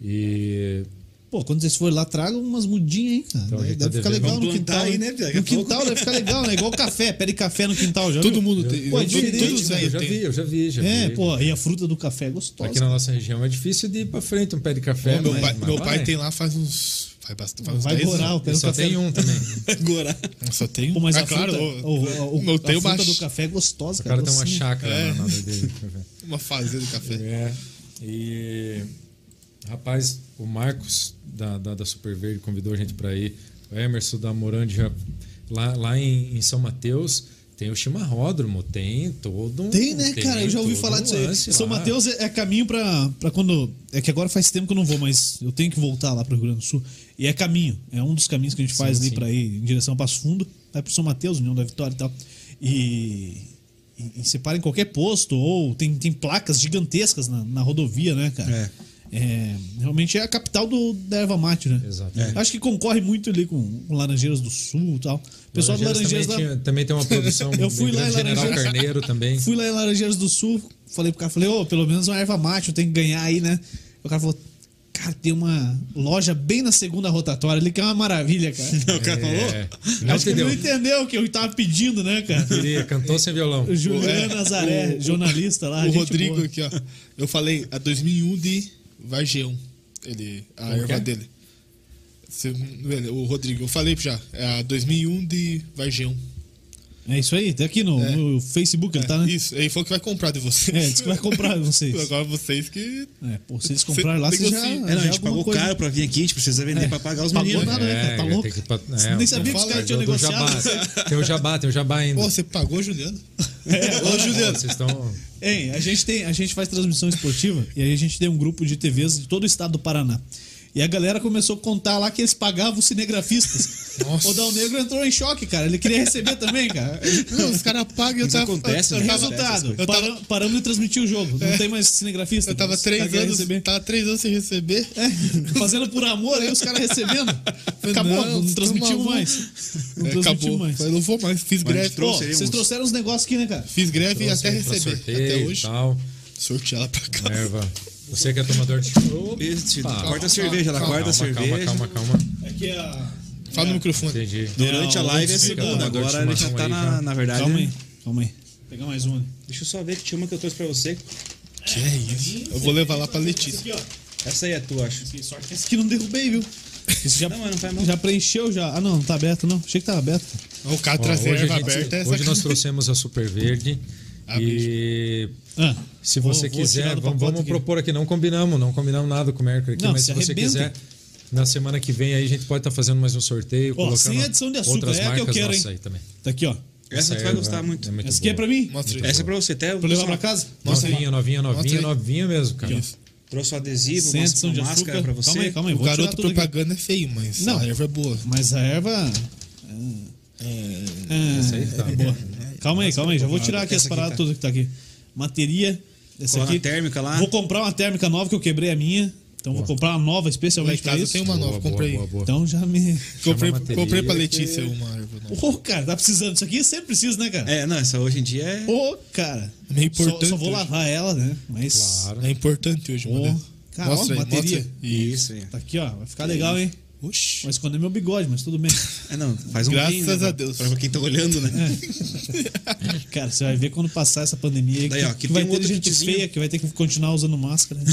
[SPEAKER 4] E
[SPEAKER 1] Pô, quando vocês forem lá, tragam umas mudinhas aí, cara.
[SPEAKER 4] Então, a
[SPEAKER 1] deve
[SPEAKER 4] gente tá
[SPEAKER 1] ficar
[SPEAKER 4] devendo.
[SPEAKER 1] legal no
[SPEAKER 3] Vamos
[SPEAKER 1] quintal.
[SPEAKER 3] plantar aí,
[SPEAKER 1] né?
[SPEAKER 3] né, Daqui a
[SPEAKER 1] No
[SPEAKER 3] pouco.
[SPEAKER 1] quintal deve ficar legal, né? Igual café, pede café no quintal, já
[SPEAKER 2] Todo
[SPEAKER 1] viu?
[SPEAKER 2] mundo tem.
[SPEAKER 1] Pô, é
[SPEAKER 2] todo-
[SPEAKER 1] diferente,
[SPEAKER 2] todos
[SPEAKER 1] né?
[SPEAKER 2] aí
[SPEAKER 4] eu já
[SPEAKER 2] tem.
[SPEAKER 4] vi, eu já vi, já
[SPEAKER 1] É,
[SPEAKER 4] vi.
[SPEAKER 1] pô, e a fruta do café é gostosa.
[SPEAKER 4] né? Aqui na nossa região é difícil de ir pra frente um pé de café.
[SPEAKER 2] Ó, É, meu
[SPEAKER 4] mas-
[SPEAKER 2] pai,
[SPEAKER 4] mas
[SPEAKER 2] meu
[SPEAKER 4] vai.
[SPEAKER 2] pai
[SPEAKER 1] um
[SPEAKER 2] tem lá faz uns. Faz bastante. Faz uns
[SPEAKER 1] Vai
[SPEAKER 2] 10
[SPEAKER 1] morar,
[SPEAKER 2] anos.
[SPEAKER 1] o pé
[SPEAKER 4] Eu
[SPEAKER 1] do
[SPEAKER 4] só
[SPEAKER 1] café.
[SPEAKER 4] tem um também.
[SPEAKER 3] Agora.
[SPEAKER 2] Só tem um.
[SPEAKER 1] Pô, mas
[SPEAKER 2] Ah,
[SPEAKER 1] a
[SPEAKER 2] claro,
[SPEAKER 1] fruta, é
[SPEAKER 2] o-
[SPEAKER 1] o, o-
[SPEAKER 2] não
[SPEAKER 1] a
[SPEAKER 2] tem
[SPEAKER 1] fruta
[SPEAKER 2] uma,
[SPEAKER 1] do café é gostosa,
[SPEAKER 4] O
[SPEAKER 1] cara.
[SPEAKER 4] cara tem uma
[SPEAKER 1] docinha.
[SPEAKER 4] chácara
[SPEAKER 2] É.
[SPEAKER 4] lá na dele. café.
[SPEAKER 2] uma fazenda de café.
[SPEAKER 4] É. E rapaz, o Marcos da, da, da Super Verde convidou a gente para ir. O Emerson da Morândia lá, lá em, em São Mateus tem o chimarródromo, tem todo um.
[SPEAKER 1] Tem, né, cara? Eu já ouvi
[SPEAKER 4] todo
[SPEAKER 1] falar
[SPEAKER 4] um
[SPEAKER 1] disso aí.
[SPEAKER 4] lance
[SPEAKER 1] São
[SPEAKER 4] lá.
[SPEAKER 1] Mateus é, é caminho pra, pra quando. É que agora faz tempo que eu não vou, mas eu tenho que voltar lá pro Rio Grande do Sul. E é caminho. É um dos caminhos que a gente faz ali
[SPEAKER 4] sim.
[SPEAKER 1] pra ir em direção ao Passo Fundo. Vai pro São Mateus, União da Vitória e tal. E. E, e você para em qualquer posto, ou tem, tem placas gigantescas na, na rodovia, né, cara?
[SPEAKER 3] É.
[SPEAKER 1] é, realmente é a capital do, da erva mate, né?
[SPEAKER 4] Exato.
[SPEAKER 1] É. Acho que concorre muito ali com, com Laranjeiras do Sul e tal. O pessoal
[SPEAKER 4] Laranjeiras
[SPEAKER 1] do Laranjeiras
[SPEAKER 4] também,
[SPEAKER 1] lá-
[SPEAKER 4] tinha- também tem uma produção.
[SPEAKER 1] Eu fui lá em
[SPEAKER 4] General
[SPEAKER 1] Laranjeiras.
[SPEAKER 4] Carneiro também.
[SPEAKER 1] Fui lá em Laranjeiras do Sul, falei pro cara, falei, ô, pelo menos uma erva mate, eu tenho que ganhar aí, né? O cara falou, cara, tem uma loja bem na segunda rotatória ali que é uma maravilha, cara.
[SPEAKER 3] O cara
[SPEAKER 4] É, não
[SPEAKER 1] Acho que ele
[SPEAKER 4] entendeu.
[SPEAKER 1] não entendeu o que eu tava pedindo, né, cara?
[SPEAKER 4] Ele cantou sem violão.
[SPEAKER 1] O Juliano
[SPEAKER 2] É,
[SPEAKER 1] Nazaré,
[SPEAKER 2] o-
[SPEAKER 1] jornalista lá.
[SPEAKER 2] o
[SPEAKER 1] Ah, gente
[SPEAKER 2] Rodrigo
[SPEAKER 1] boa.
[SPEAKER 2] aqui, ó. Eu falei a 2001 de Vargeão. Ele, a
[SPEAKER 4] Como que
[SPEAKER 2] erva
[SPEAKER 4] é?
[SPEAKER 2] dele. Se- ele, né? o Rodrigo, eu falei já. É a 2001 de Vargeão.
[SPEAKER 1] É isso aí, tá aqui no,
[SPEAKER 2] É.
[SPEAKER 1] no Facebook, ele tá, né?
[SPEAKER 2] Isso, ele falou que vai comprar de vocês.
[SPEAKER 1] É, disse que vai comprar de vocês.
[SPEAKER 2] Agora vocês que.
[SPEAKER 1] É, pô, se eles compraram lá,
[SPEAKER 2] Você-
[SPEAKER 1] você já.
[SPEAKER 2] negocia.
[SPEAKER 1] Ah, já
[SPEAKER 3] É, não, a gente
[SPEAKER 1] alguma
[SPEAKER 3] pagou
[SPEAKER 1] coisa. É.
[SPEAKER 3] caro pra vir aqui, a gente precisa vender pra pagar os
[SPEAKER 1] Pagou
[SPEAKER 3] meninos.
[SPEAKER 1] nada, né, cara? Tá
[SPEAKER 4] É,
[SPEAKER 1] louco?
[SPEAKER 4] tem que pa-
[SPEAKER 1] Você
[SPEAKER 4] é,
[SPEAKER 1] nem sabia que
[SPEAKER 2] fala,
[SPEAKER 1] os caras
[SPEAKER 2] mas
[SPEAKER 1] tinham
[SPEAKER 4] do- do
[SPEAKER 1] negociado.
[SPEAKER 4] jabá. Tem o jabá, tem o jabá ainda.
[SPEAKER 2] Pô, você pagou, Juliano?
[SPEAKER 4] Pô,
[SPEAKER 1] É,
[SPEAKER 2] Ô, Juliano.
[SPEAKER 4] Vocês estão.
[SPEAKER 1] Hein, a gente tem, a gente faz transmissão esportiva e aí a gente tem um grupo de TVs de todo o estado do Paraná. E a galera começou a contar lá que eles pagavam os cinegrafistas.
[SPEAKER 2] Nossa.
[SPEAKER 1] O Dal Negro entrou em choque, cara. Ele queria receber também, cara.
[SPEAKER 2] Não, os caras pagam e eu
[SPEAKER 3] Mas
[SPEAKER 2] tava.
[SPEAKER 3] acontece,
[SPEAKER 2] eu,
[SPEAKER 3] né?
[SPEAKER 2] eu tava,
[SPEAKER 1] Resultado,
[SPEAKER 2] eu tava- É.
[SPEAKER 1] param- paramos de transmitir o jogo. Não tem mais cinegrafista.
[SPEAKER 2] eu tava
[SPEAKER 1] Os
[SPEAKER 2] três
[SPEAKER 1] caras querem
[SPEAKER 2] anos.
[SPEAKER 1] receber.
[SPEAKER 2] Tava três anos sem receber.
[SPEAKER 1] É, fazendo por amor, aí os caras recebendo. Acabou,
[SPEAKER 2] Não,
[SPEAKER 1] não,
[SPEAKER 2] vocês
[SPEAKER 1] transmitimos
[SPEAKER 2] tão
[SPEAKER 1] mais. Não
[SPEAKER 2] É,
[SPEAKER 1] transmitimos
[SPEAKER 2] acabou.
[SPEAKER 1] mais.
[SPEAKER 2] Eu não vou mais. Fiz
[SPEAKER 3] Mas
[SPEAKER 2] greve.
[SPEAKER 1] Pô,
[SPEAKER 3] trouxe aí
[SPEAKER 1] vocês
[SPEAKER 3] uns-
[SPEAKER 1] trouxeram uns negócios aqui, né, cara?
[SPEAKER 2] Fiz greve e até
[SPEAKER 4] pra
[SPEAKER 2] receber.
[SPEAKER 4] sorteio
[SPEAKER 2] Até
[SPEAKER 4] E
[SPEAKER 2] hoje.
[SPEAKER 4] tal.
[SPEAKER 2] Sortear ela pra cá.
[SPEAKER 4] Erva. Você que é tomador de churro.
[SPEAKER 3] Este,
[SPEAKER 4] Opa.
[SPEAKER 3] corta a cerveja, ela
[SPEAKER 2] calma,
[SPEAKER 3] corta a cerveja.
[SPEAKER 4] Calma, calma, calma.
[SPEAKER 1] Aqui é a.
[SPEAKER 2] Fala no microfone.
[SPEAKER 4] Entendi.
[SPEAKER 3] Durante
[SPEAKER 1] Não,
[SPEAKER 3] a live é
[SPEAKER 1] vamos
[SPEAKER 4] explicar,
[SPEAKER 3] segunda,
[SPEAKER 4] amador de
[SPEAKER 3] agora ele já
[SPEAKER 4] chimarrão
[SPEAKER 3] tá
[SPEAKER 4] aí,
[SPEAKER 3] na,
[SPEAKER 4] já.
[SPEAKER 3] na verdade.
[SPEAKER 1] Calma aí,
[SPEAKER 3] né?
[SPEAKER 1] calma aí. Vou pegar mais uma.
[SPEAKER 3] Deixa eu só ver que tinha uma que eu trouxe pra você.
[SPEAKER 2] Que é isso? Eu vou levar lá pra Letícia.
[SPEAKER 1] Aqui, ó.
[SPEAKER 3] Essa aí é tua, acho.
[SPEAKER 1] Que sorte que esse aqui não derrubei, viu? Esse já,
[SPEAKER 3] Não, mas não faz mal.
[SPEAKER 1] já preencheu já. Ah, não, não tá aberto, não. Achei que tava aberto.
[SPEAKER 2] Ó, O cara
[SPEAKER 4] Ó,
[SPEAKER 2] trazer
[SPEAKER 4] hoje,
[SPEAKER 2] erva
[SPEAKER 4] a gente-
[SPEAKER 2] aberta é
[SPEAKER 4] hoje nós
[SPEAKER 2] sacanagem.
[SPEAKER 4] trouxemos a Super Verde.
[SPEAKER 2] Ah,
[SPEAKER 4] e
[SPEAKER 1] Ah,
[SPEAKER 4] se
[SPEAKER 1] vou- vou
[SPEAKER 4] você
[SPEAKER 1] tirar
[SPEAKER 4] quiser,
[SPEAKER 1] do
[SPEAKER 4] vamos,
[SPEAKER 1] pacote
[SPEAKER 4] vamos
[SPEAKER 1] aqui.
[SPEAKER 4] propor aqui. Não combinamos, não combinamos nada com o Mercury aqui,
[SPEAKER 1] Não,
[SPEAKER 4] mas
[SPEAKER 1] se
[SPEAKER 4] se você
[SPEAKER 1] arrebentem.
[SPEAKER 4] quiser, na semana que vem aí a gente pode estar fazendo mais um sorteio,
[SPEAKER 1] Ó,
[SPEAKER 4] colocando
[SPEAKER 1] sem adição de açúcar,
[SPEAKER 4] outras
[SPEAKER 1] é a que eu
[SPEAKER 4] marcas
[SPEAKER 1] quero,
[SPEAKER 4] nossas
[SPEAKER 1] hein?
[SPEAKER 4] aí também.
[SPEAKER 1] Tá aqui, ó.
[SPEAKER 3] Essa tu vai
[SPEAKER 4] erva
[SPEAKER 3] gostar muito.
[SPEAKER 4] muito
[SPEAKER 1] Essa aqui é
[SPEAKER 4] boa.
[SPEAKER 1] pra mim? Pra
[SPEAKER 2] Mostra aí.
[SPEAKER 3] Essa é pra você, até eu
[SPEAKER 1] levar
[SPEAKER 3] trouxe
[SPEAKER 1] pra
[SPEAKER 3] uma-
[SPEAKER 1] casa?
[SPEAKER 2] Mostra aí.
[SPEAKER 4] novinha, novinha, novinha,
[SPEAKER 2] aí.
[SPEAKER 4] novinha mesmo, cara.
[SPEAKER 1] Aqui,
[SPEAKER 3] Trouxe o adesivo,
[SPEAKER 1] Sem
[SPEAKER 3] uma,
[SPEAKER 1] adição
[SPEAKER 3] uma
[SPEAKER 1] de
[SPEAKER 3] máscara
[SPEAKER 1] açúcar.
[SPEAKER 3] pra você.
[SPEAKER 1] Calma aí, calma aí.
[SPEAKER 2] O
[SPEAKER 1] vou tirar
[SPEAKER 2] garoto
[SPEAKER 1] tudo aqui.
[SPEAKER 2] propaganda é feio, mas
[SPEAKER 1] Não.
[SPEAKER 2] a erva é boa.
[SPEAKER 1] Mas a erva. É, é,
[SPEAKER 4] Essa aí tá boa.
[SPEAKER 1] Calma aí, calma aí. Já vou tirar aqui as
[SPEAKER 4] Essa aqui
[SPEAKER 1] paradas
[SPEAKER 4] tá.
[SPEAKER 1] todas que tá aqui. Materia. Essa
[SPEAKER 3] Cola
[SPEAKER 1] aqui.
[SPEAKER 3] na térmica lá.
[SPEAKER 1] Vou comprar uma térmica nova que eu quebrei a minha. Então vou comprar uma nova
[SPEAKER 2] Lá em
[SPEAKER 1] especialmente pra
[SPEAKER 2] casa
[SPEAKER 1] isso.
[SPEAKER 4] um-
[SPEAKER 2] tem uma nova, comprei.
[SPEAKER 4] Boa, boa, boa.
[SPEAKER 1] Então já me.
[SPEAKER 2] Comprei,
[SPEAKER 4] Chama a bateria
[SPEAKER 2] comprei pra
[SPEAKER 4] que-
[SPEAKER 2] Letícia uma erva nova.
[SPEAKER 1] Ô, cara, tá precisando. Isso aqui sempre precisa, né, cara?
[SPEAKER 3] É, não, essa hoje em dia é.
[SPEAKER 1] Ô, cara.
[SPEAKER 2] Meio
[SPEAKER 1] Só- Só,
[SPEAKER 2] importante
[SPEAKER 1] vou
[SPEAKER 2] hoje.
[SPEAKER 1] lavar ela, né? Mas.
[SPEAKER 4] Claro.
[SPEAKER 2] É importante hoje,
[SPEAKER 1] Ô,
[SPEAKER 2] mano.
[SPEAKER 1] cara, ó, bateria.
[SPEAKER 3] Isso aí.
[SPEAKER 1] Tá aqui, ó. Vai ficar legal, hein?
[SPEAKER 2] Oxi.
[SPEAKER 1] Vou esconder meu bigode, mas tudo bem.
[SPEAKER 3] É, não, faz um
[SPEAKER 2] Graças
[SPEAKER 3] vinho, né,
[SPEAKER 2] a
[SPEAKER 3] pra-
[SPEAKER 2] Deus.
[SPEAKER 3] Pra quem tá olhando,
[SPEAKER 1] É.
[SPEAKER 3] né?
[SPEAKER 1] Cara, você vai ver quando passar essa pandemia aí
[SPEAKER 3] Daí,
[SPEAKER 1] que,
[SPEAKER 3] ó, aqui
[SPEAKER 1] que vai
[SPEAKER 3] tem um
[SPEAKER 1] ter
[SPEAKER 3] outro
[SPEAKER 1] gente
[SPEAKER 3] kitzinho.
[SPEAKER 1] feia que vai ter que continuar usando máscara. né?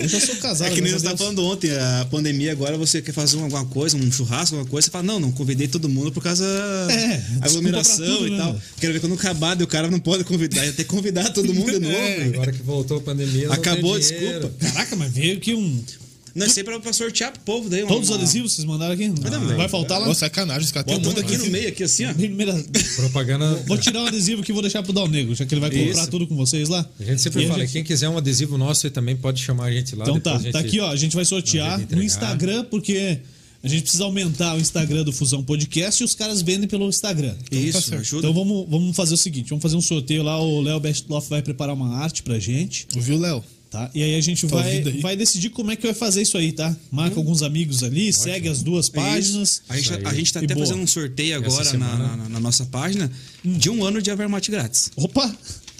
[SPEAKER 1] eu já sou casado.
[SPEAKER 3] É que nem
[SPEAKER 1] Um graças
[SPEAKER 3] você
[SPEAKER 1] a
[SPEAKER 3] estava
[SPEAKER 1] Deus.
[SPEAKER 3] falando ontem, a pandemia agora você quer fazer alguma coisa, um churrasco, alguma coisa, você fala, não, não convidei todo mundo por causa
[SPEAKER 1] É,
[SPEAKER 3] da
[SPEAKER 1] desculpa pra
[SPEAKER 3] aglomeração
[SPEAKER 1] tudo,
[SPEAKER 3] e
[SPEAKER 1] né,
[SPEAKER 3] tal.
[SPEAKER 1] meu?
[SPEAKER 3] Quero ver quando acabar, daí o cara não pode convidar, ia ter que convidar todo mundo de novo. né?
[SPEAKER 4] É,
[SPEAKER 3] velho.
[SPEAKER 4] Agora que voltou a pandemia. não tem
[SPEAKER 3] Acabou,
[SPEAKER 4] dinheiro.
[SPEAKER 3] desculpa.
[SPEAKER 1] Caraca, mas veio aqui
[SPEAKER 3] Hum,
[SPEAKER 1] um.
[SPEAKER 3] Não, isso aí pra, pra sortear pro povo daí. uma-
[SPEAKER 1] Todos os
[SPEAKER 3] uma-
[SPEAKER 1] adesivos que vocês mandaram aqui? Não,
[SPEAKER 3] não,
[SPEAKER 1] vai
[SPEAKER 3] velho.
[SPEAKER 1] faltar lá?
[SPEAKER 2] Ô, sacanagem, os caras têm um
[SPEAKER 3] Bota
[SPEAKER 2] monte
[SPEAKER 3] tudo aqui no meio, aqui assim, ó.
[SPEAKER 1] Primeira-
[SPEAKER 4] Propaganda.
[SPEAKER 1] Vou tirar o adesivo que eu vou deixar pro Dal Negro, já que ele vai comprar
[SPEAKER 3] Isso.
[SPEAKER 1] tudo com vocês lá.
[SPEAKER 4] A gente sempre
[SPEAKER 1] E a
[SPEAKER 4] fala,
[SPEAKER 1] gente-
[SPEAKER 4] quem quiser um adesivo nosso, ele também pode chamar a gente lá.
[SPEAKER 1] Então
[SPEAKER 4] depois
[SPEAKER 1] tá,
[SPEAKER 4] a gente-
[SPEAKER 1] tá aqui ó, a gente vai
[SPEAKER 4] Não,
[SPEAKER 1] sortear
[SPEAKER 4] tem que
[SPEAKER 1] no
[SPEAKER 4] entregar.
[SPEAKER 1] Instagram, porque a gente precisa aumentar o Instagram do Fusão Podcast e os caras vendem pelo Instagram.
[SPEAKER 3] Isso, ajuda.
[SPEAKER 1] Então vamos, vamos fazer o seguinte, vamos fazer um sorteio lá, o Léo Bestloff vai preparar uma arte pra gente,
[SPEAKER 2] Viu, Léo?
[SPEAKER 1] tá? E aí a gente
[SPEAKER 4] Então
[SPEAKER 2] Tá
[SPEAKER 1] vai,
[SPEAKER 2] ouvindo aí?
[SPEAKER 1] vai decidir como é que vai fazer isso aí, tá? Marca alguns amigos ali, segue as duas páginas.
[SPEAKER 3] É A gente,
[SPEAKER 4] Hum. É Isso
[SPEAKER 3] a
[SPEAKER 4] aí.
[SPEAKER 3] gente tá
[SPEAKER 1] E
[SPEAKER 3] até
[SPEAKER 1] boa.
[SPEAKER 3] fazendo um sorteio agora na,
[SPEAKER 4] semana-
[SPEAKER 3] na- na nossa página de um ano de Avermate grátis.
[SPEAKER 1] Opa!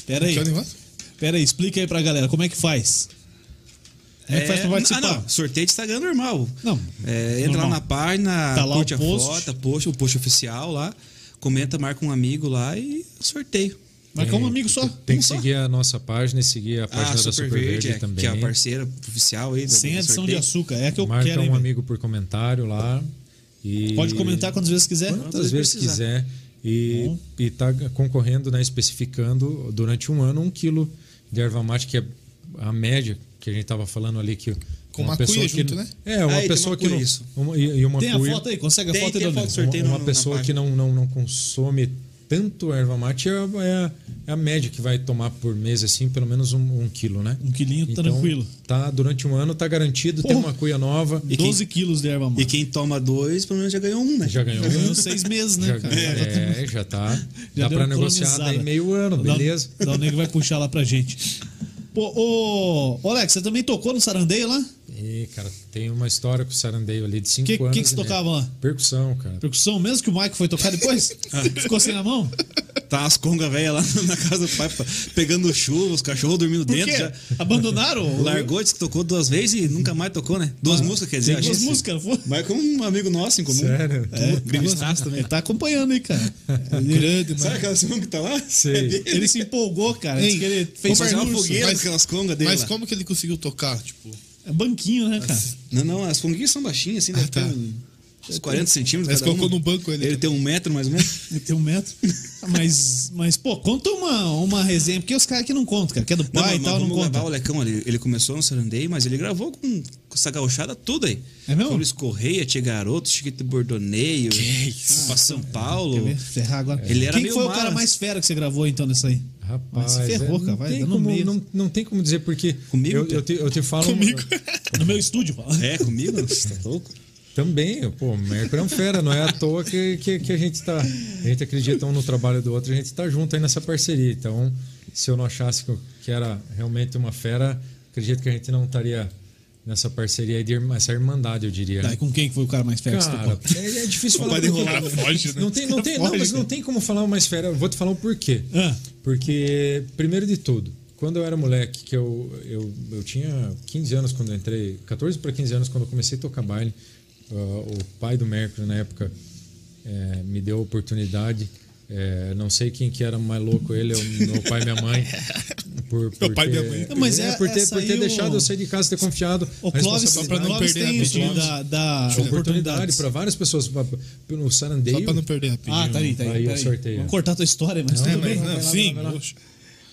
[SPEAKER 1] Pera aí,
[SPEAKER 2] Quer o negócio?
[SPEAKER 1] pera aí, explica aí pra galera, como é que faz? Como é que faz pra
[SPEAKER 3] ah,
[SPEAKER 1] participar?
[SPEAKER 3] não, sorteio de Instagram normal.
[SPEAKER 1] Não,
[SPEAKER 3] É, entra
[SPEAKER 1] normal.
[SPEAKER 3] lá na página,
[SPEAKER 1] Tá lá
[SPEAKER 3] curte
[SPEAKER 1] o
[SPEAKER 3] a
[SPEAKER 1] post.
[SPEAKER 3] foto, post, o post oficial lá, comenta, marca um amigo lá e sorteio.
[SPEAKER 1] Marcar um amigo só.
[SPEAKER 4] É, Tem
[SPEAKER 1] um
[SPEAKER 4] que
[SPEAKER 1] só.
[SPEAKER 4] seguir a nossa página e seguir a página
[SPEAKER 3] Ah,
[SPEAKER 4] da Super, Verde,
[SPEAKER 3] é,
[SPEAKER 4] também.
[SPEAKER 3] que é a parceira oficial aí. do-
[SPEAKER 1] Sem
[SPEAKER 3] do
[SPEAKER 1] adição de
[SPEAKER 3] sorteio.
[SPEAKER 1] açúcar, é a que eu
[SPEAKER 4] Marca
[SPEAKER 1] quero, hein,
[SPEAKER 4] um
[SPEAKER 1] velho?
[SPEAKER 4] amigo por comentário lá. E
[SPEAKER 1] Pode comentar quantas vezes quiser.
[SPEAKER 4] quantas vezes
[SPEAKER 3] precisar.
[SPEAKER 4] quiser. E,
[SPEAKER 1] Bom.
[SPEAKER 4] e tá concorrendo, né, especificando durante um ano um quilo de erva mate, que é a média que a gente tava falando ali que
[SPEAKER 2] Com macuia junto,
[SPEAKER 4] que,
[SPEAKER 2] né?
[SPEAKER 4] É, uma
[SPEAKER 3] Ah, e tem
[SPEAKER 4] pessoa que
[SPEAKER 3] macuia,
[SPEAKER 4] não,
[SPEAKER 3] isso.
[SPEAKER 4] uma- e, e uma
[SPEAKER 1] Tem a
[SPEAKER 4] cuia-
[SPEAKER 1] foto aí, consegue a
[SPEAKER 3] Tem-
[SPEAKER 1] foto
[SPEAKER 3] tem
[SPEAKER 1] aí,
[SPEAKER 3] a
[SPEAKER 1] Dona?
[SPEAKER 3] foto do sorteio
[SPEAKER 4] uma
[SPEAKER 3] no- na
[SPEAKER 4] pessoa que
[SPEAKER 3] página.
[SPEAKER 4] não, não, não consome tanto erva mate é, a- é a- é a média que vai tomar por mês, assim, pelo menos um, um quilo, né?
[SPEAKER 1] Um quilinho tranquilo.
[SPEAKER 4] Tá, durante um ano tá garantido, tem
[SPEAKER 1] Pô.
[SPEAKER 4] uma cuia nova.
[SPEAKER 3] E quem-
[SPEAKER 1] 12 quilos de erva
[SPEAKER 3] E
[SPEAKER 1] mate.
[SPEAKER 3] quem toma dois, pelo menos já ganhou um, né?
[SPEAKER 4] Já ganhou.
[SPEAKER 1] Ganhou seis meses, né,
[SPEAKER 4] já,
[SPEAKER 1] cara?
[SPEAKER 4] é, já tá.
[SPEAKER 1] Já deu
[SPEAKER 4] dá pra
[SPEAKER 1] uma
[SPEAKER 4] negociar
[SPEAKER 1] economizada.
[SPEAKER 4] daí meio ano,
[SPEAKER 1] O Dal-
[SPEAKER 4] beleza?
[SPEAKER 1] O Dal Negro vai puxar lá pra gente. Pô, ô, ô, Alex, você também tocou no sarandeio lá?
[SPEAKER 4] E, cara, tem uma história com o sarandeio ali de 5
[SPEAKER 1] Que- que
[SPEAKER 4] anos.
[SPEAKER 1] que você
[SPEAKER 4] né?
[SPEAKER 1] tocava lá?
[SPEAKER 4] Percussão, cara.
[SPEAKER 1] Percussão, mesmo que o Mike foi tocar depois? Ficou sem na mão?
[SPEAKER 3] Tá as congas velhas lá na casa do pai, pa- pegando chuva, os cachorros dormindo
[SPEAKER 1] Por
[SPEAKER 3] dentro.
[SPEAKER 1] quê?
[SPEAKER 3] já.
[SPEAKER 1] Abandonaram?
[SPEAKER 3] Largou, disse que tocou duas vezes e nunca mais tocou, né? Duas músicas, quer dizer.
[SPEAKER 1] Tem Ah, duas
[SPEAKER 3] achei-
[SPEAKER 1] músicas, não foi?
[SPEAKER 3] Mas com um amigo nosso em comum.
[SPEAKER 4] Sério?
[SPEAKER 3] É, Gremistas também.
[SPEAKER 1] Ele tá acompanhando aí, cara. Grande, mano.
[SPEAKER 3] Sabe aquela segunda que tá lá?
[SPEAKER 4] né? Sei.
[SPEAKER 1] Ele se empolgou, cara.
[SPEAKER 2] Ei,
[SPEAKER 1] Diz que ele fez
[SPEAKER 3] Fez fazer uma
[SPEAKER 1] um urso.
[SPEAKER 3] fogueira
[SPEAKER 2] mas-
[SPEAKER 3] aquelas congas dele
[SPEAKER 2] Mas
[SPEAKER 3] lá.
[SPEAKER 2] como que ele conseguiu tocar? Tipo,
[SPEAKER 1] É banquinho, né, cara?
[SPEAKER 3] Não, não, as conguinhas são baixinhas, assim, deve
[SPEAKER 2] tá.
[SPEAKER 3] ter um- uns 40 centímetros
[SPEAKER 2] Mas
[SPEAKER 3] cada
[SPEAKER 2] colocou
[SPEAKER 3] uma.
[SPEAKER 2] no banco ele.
[SPEAKER 3] Ele tem um metro, mais ou menos.
[SPEAKER 1] Ele tem um metro. Ah, Mas, mas pô, conta uma, uma resenha, porque os caras aqui não contam, cara. Que é do
[SPEAKER 3] Não,
[SPEAKER 1] pai
[SPEAKER 3] mas
[SPEAKER 1] e tal, não
[SPEAKER 3] vamos
[SPEAKER 1] conta.
[SPEAKER 3] levar o Lecão ali. Ele começou no Sarandei, mas ele gravou com, com essa gauchada toda aí.
[SPEAKER 1] É mesmo?
[SPEAKER 3] Fabrício Correia, Tia Garoto, Chiquito Bordoneio, pra São
[SPEAKER 1] Quer
[SPEAKER 3] Paulo.
[SPEAKER 1] ver? Ferrar agora.
[SPEAKER 3] Ele era
[SPEAKER 1] Quem que
[SPEAKER 3] meio
[SPEAKER 1] foi o
[SPEAKER 3] mala.
[SPEAKER 1] cara mais fera que você gravou, então, nessa aí?
[SPEAKER 4] Rapaz,
[SPEAKER 1] Mas ferrou,
[SPEAKER 4] é,
[SPEAKER 1] cara,
[SPEAKER 4] não,
[SPEAKER 1] vai,
[SPEAKER 4] tem
[SPEAKER 1] dá no meio. um
[SPEAKER 4] como, não, não tem como dizer porque
[SPEAKER 3] Comigo,
[SPEAKER 4] eu,
[SPEAKER 3] Pedro?
[SPEAKER 4] eu, te, eu te falo
[SPEAKER 2] Comigo.
[SPEAKER 1] No meu estúdio, fala.
[SPEAKER 3] É, comigo? Você tá louco?
[SPEAKER 4] também, pô, o Mercury é um fera, não é à toa que, que, que a gente tá, a gente acredita um no trabalho do outro, a gente tá junto aí nessa parceria. Então, se eu não achasse que, eu- que era realmente uma fera, acredito que a gente não estaria nessa parceria aí de irma- essa irmandade, eu diria. né?
[SPEAKER 1] Tá, e com quem que foi o cara mais fera que você
[SPEAKER 4] Cara,
[SPEAKER 1] tocou?
[SPEAKER 4] é, é difícil
[SPEAKER 2] O
[SPEAKER 4] falar
[SPEAKER 2] pai
[SPEAKER 4] porque-
[SPEAKER 2] dele rola, foge, né?
[SPEAKER 4] é. Não tem, não tem, não,
[SPEAKER 2] Foge,
[SPEAKER 4] mas não
[SPEAKER 2] cara.
[SPEAKER 4] tem como falar uma esfera. Eu vou te falar o porquê.
[SPEAKER 1] Ah.
[SPEAKER 4] Porque, primeiro de tudo, quando eu era moleque, que eu, eu, eu tinha 15 anos quando eu entrei, 14 para 15 anos quando eu comecei a tocar baile, ah, o pai do Mercury na época eh, me deu a oportunidade. eh, não sei quem que era mais louco, ele ou meu pai e minha mãe. Por, por
[SPEAKER 2] pai e
[SPEAKER 4] ter-
[SPEAKER 2] minha mãe.
[SPEAKER 1] Mas
[SPEAKER 4] é,
[SPEAKER 1] é-
[SPEAKER 4] por ter,
[SPEAKER 1] essa
[SPEAKER 4] por ter
[SPEAKER 1] aí o-
[SPEAKER 4] deixado eu sair de casa, ter confiado.
[SPEAKER 1] O
[SPEAKER 4] a
[SPEAKER 1] Clóvis,
[SPEAKER 4] responsabilidade-
[SPEAKER 2] pra não
[SPEAKER 1] Clóvis
[SPEAKER 2] perder a
[SPEAKER 1] tem isso né? de
[SPEAKER 2] pista.
[SPEAKER 1] dar, dar
[SPEAKER 4] oportunidade
[SPEAKER 1] oportunidades.
[SPEAKER 4] para várias pessoas pra- pelo
[SPEAKER 2] Só
[SPEAKER 4] sarandeio.
[SPEAKER 2] pra não perder a pilha.
[SPEAKER 1] Ah, tá aí, tá aí.
[SPEAKER 4] Aí eu
[SPEAKER 1] tá aí.
[SPEAKER 4] sorteio.
[SPEAKER 1] Vamos cortar a tua história, mas
[SPEAKER 2] É,
[SPEAKER 1] tudo
[SPEAKER 2] mas
[SPEAKER 1] bem.
[SPEAKER 2] não, sim. oxe.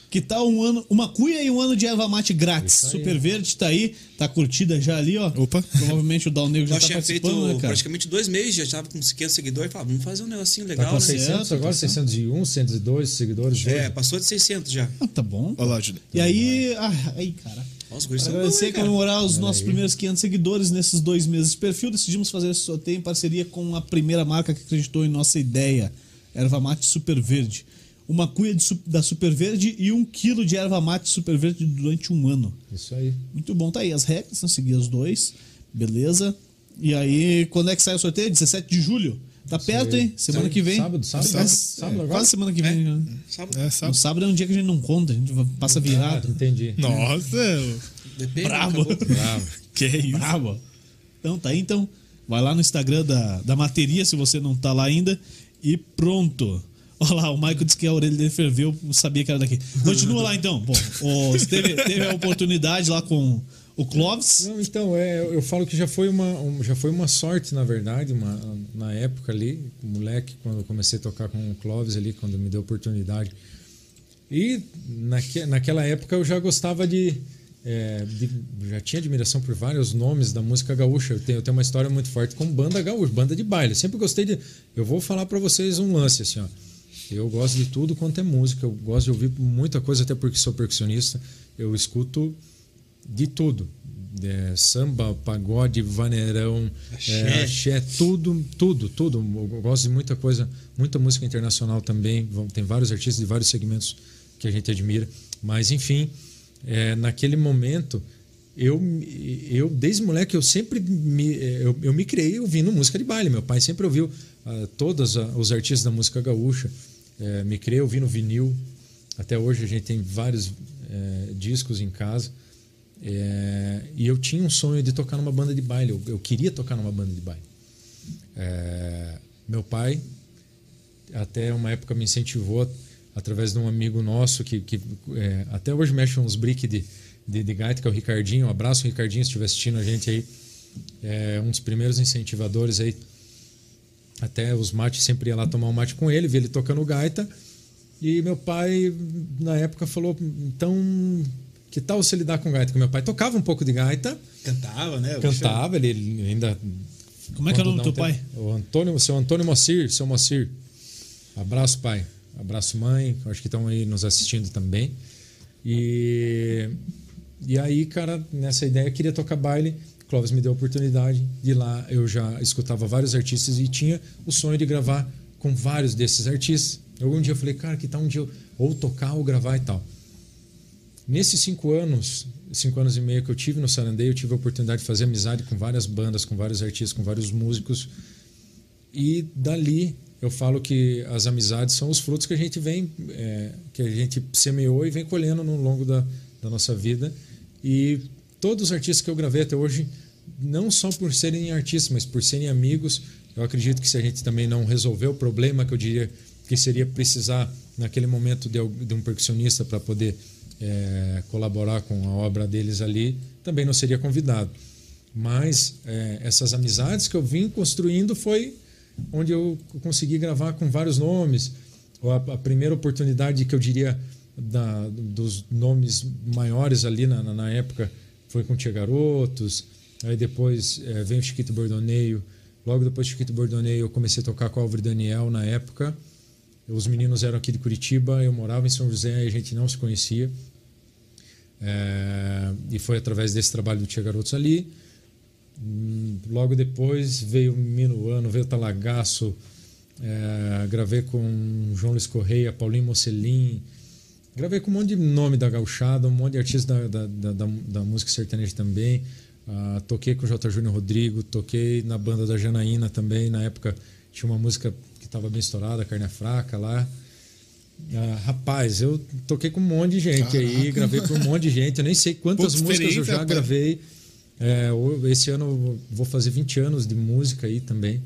[SPEAKER 1] Que tal um ano, uma cuia e um ano de erva mate grátis?
[SPEAKER 4] Isso aí.
[SPEAKER 1] Super Verde tá aí, tá curtida já ali, ó.
[SPEAKER 2] Opa.
[SPEAKER 1] Provavelmente o Dal Negro já
[SPEAKER 3] Nós
[SPEAKER 1] tá
[SPEAKER 3] tinha feito
[SPEAKER 1] participando, né, cara?
[SPEAKER 3] praticamente dois meses, já tava com 500 seguidores. Falava, vamos fazer um negocinho
[SPEAKER 4] Tá
[SPEAKER 3] legal,
[SPEAKER 4] com
[SPEAKER 3] né?
[SPEAKER 4] 600 agora, 601, 602 seguidores.
[SPEAKER 3] É, passou de 600 já.
[SPEAKER 1] Ah, tá bom.
[SPEAKER 2] Olha lá, Júlio.
[SPEAKER 1] E aí, ah, aí, cara.
[SPEAKER 3] Ó, os guris
[SPEAKER 1] Pra
[SPEAKER 3] são bons,
[SPEAKER 1] agradecer
[SPEAKER 3] hein,
[SPEAKER 1] e
[SPEAKER 3] cara?
[SPEAKER 1] comemorar os nossos primeiros 500 seguidores nesses dois meses de perfil, decidimos fazer esse sorteio em parceria com a primeira marca que acreditou em nossa ideia, Erva Mate Super Verde. Uma cuia de su- da Super Verde e um quilo de erva mate Super Verde durante um ano.
[SPEAKER 4] Isso aí.
[SPEAKER 1] Muito bom, tá aí as regras, né? seguir os dois, beleza. E aí, quando é que sai o sorteio? 17 de julho. Tá perto, hein? Semana que vem.
[SPEAKER 4] Sábado, sábado,
[SPEAKER 1] É,
[SPEAKER 4] sábado
[SPEAKER 1] é,
[SPEAKER 4] agora?
[SPEAKER 1] quase semana que vem. né?
[SPEAKER 3] Sabe?
[SPEAKER 2] É,
[SPEAKER 1] No
[SPEAKER 2] sabe?
[SPEAKER 1] sábado é um dia que a gente não conta, a gente passa
[SPEAKER 4] Ah,
[SPEAKER 1] virado.
[SPEAKER 4] entendi.
[SPEAKER 2] Nossa,
[SPEAKER 3] Depende,
[SPEAKER 1] Bravo.
[SPEAKER 3] acabou.
[SPEAKER 4] Bravo.
[SPEAKER 1] Que é isso? Brabo. Então tá aí, então. Vai lá no Instagram da, da Materia, se você não tá lá ainda. E pronto. Olha lá, o Michael disse que a orelha dele ferveu, eu sabia que era daqui. Continua lá então. Bom, o- teve, teve a oportunidade lá com o Clóvis.
[SPEAKER 4] Não, então, é, eu falo que já foi uma, um- já foi uma sorte, na verdade, uma- na época ali, moleque, quando eu comecei a tocar com o Clóvis ali, quando me deu a oportunidade. E naque, naquela época eu já gostava de, é, de- Já tinha admiração por vários nomes da música gaúcha. Eu tenho, eu tenho uma história muito forte com banda gaúcha, banda de baile. Eu sempre gostei de. Eu vou falar pra vocês um lance assim, ó. Eu gosto de tudo quanto é música, eu gosto de ouvir muita coisa, até porque sou percussionista. Eu escuto de tudo. É, samba, pagode, vaneirão, axé. É, axé, tudo, tudo, tudo. Eu gosto de muita coisa, muita música internacional também. Vão- Tem vários artistas de vários segmentos que a gente admira. Mas, enfim, é, naquele momento, eu, me- eu, desde moleque, eu sempre me, é, eu, eu me criei ouvindo música de baile. Meu pai sempre ouviu ah, todos a- os artistas da música gaúcha. É, me criei ouvindo vinil. Até hoje a gente tem vários é, discos em casa. É, e eu tinha um sonho de tocar numa banda de baile. Eu, eu queria tocar numa banda de baile. É, meu pai, até uma época, me incentivou através de um amigo nosso que, que, é, até hoje mexe uns briques de, de, de gaita, que é o Ricardinho. Um abraço, Ricardinho, se estiver assistindo a gente aí. É, um dos primeiros incentivadores aí. Até os mates, sempre ia lá tomar um mate com ele, via ele tocando gaita. E meu pai, na época, falou: então, que tal você lidar com gaita? Porque meu pai tocava um pouco de gaita,
[SPEAKER 3] Cantava, né?
[SPEAKER 4] cantava, ele- ele ainda.
[SPEAKER 1] Como é que é o nome do teu
[SPEAKER 4] Quando dá
[SPEAKER 1] pai?
[SPEAKER 4] um tempo- O Antônio, seu Antônio Mocir, seu Mocir. Abraço, pai. Abraço, mãe. Acho que estão aí nos assistindo também. E, e aí, cara, nessa ideia, eu queria tocar baile. Clóvis me deu a oportunidade de ir lá. Eu já escutava vários artistas e tinha o sonho de gravar com vários desses artistas. Algum dia eu falei, cara, que tal um dia eu ou tocar ou gravar e tal. Nesses cinco anos, cinco anos e meio que eu tive no Sarandei, eu tive a oportunidade de fazer amizade com várias bandas, com vários artistas, com vários músicos. E dali eu falo que as amizades são os frutos que a gente vem, é, que a gente semeou e vem colhendo no longo da, da nossa vida. E todos os artistas que eu gravei até hoje, não só por serem artistas, mas por serem amigos, eu acredito que se a gente também não resolver o problema, que eu diria que seria precisar naquele momento de, de um percussionista para poder é, colaborar com a obra deles ali, também não seria convidado. Mas é, essas amizades que eu vim construindo foi onde eu consegui gravar com vários nomes. A, a primeira oportunidade que eu diria da, dos nomes maiores ali na, na, na época foi com Tia Garotos, aí depois é, veio o Chiquito Bordoneio. Logo depois do Chiquito Bordoneio, eu comecei a tocar com o Álvaro Daniel na época. Os meninos eram aqui de Curitiba, eu morava em São José e a gente não se conhecia. É, e foi através desse trabalho do Tia Garotos ali. Hum, Logo depois veio Minuano, veio Talagaço, é, gravei com João Luiz Correia, Paulinho Mocelin, gravei com um monte de nome da gauchada, um monte de artistas da, da, da, da música sertaneja também. Uh, toquei com o J. Júnior Rodrigo, toquei na banda da Janaína também. Na época tinha uma música que estava bem estourada, Carne é Fraca lá. Uh, rapaz, eu toquei com um monte de gente Caraca. aí, gravei com um monte de gente. Eu nem sei quantas Pouco músicas eu já rapaz. gravei. É, esse ano vou fazer 20 anos de música aí também.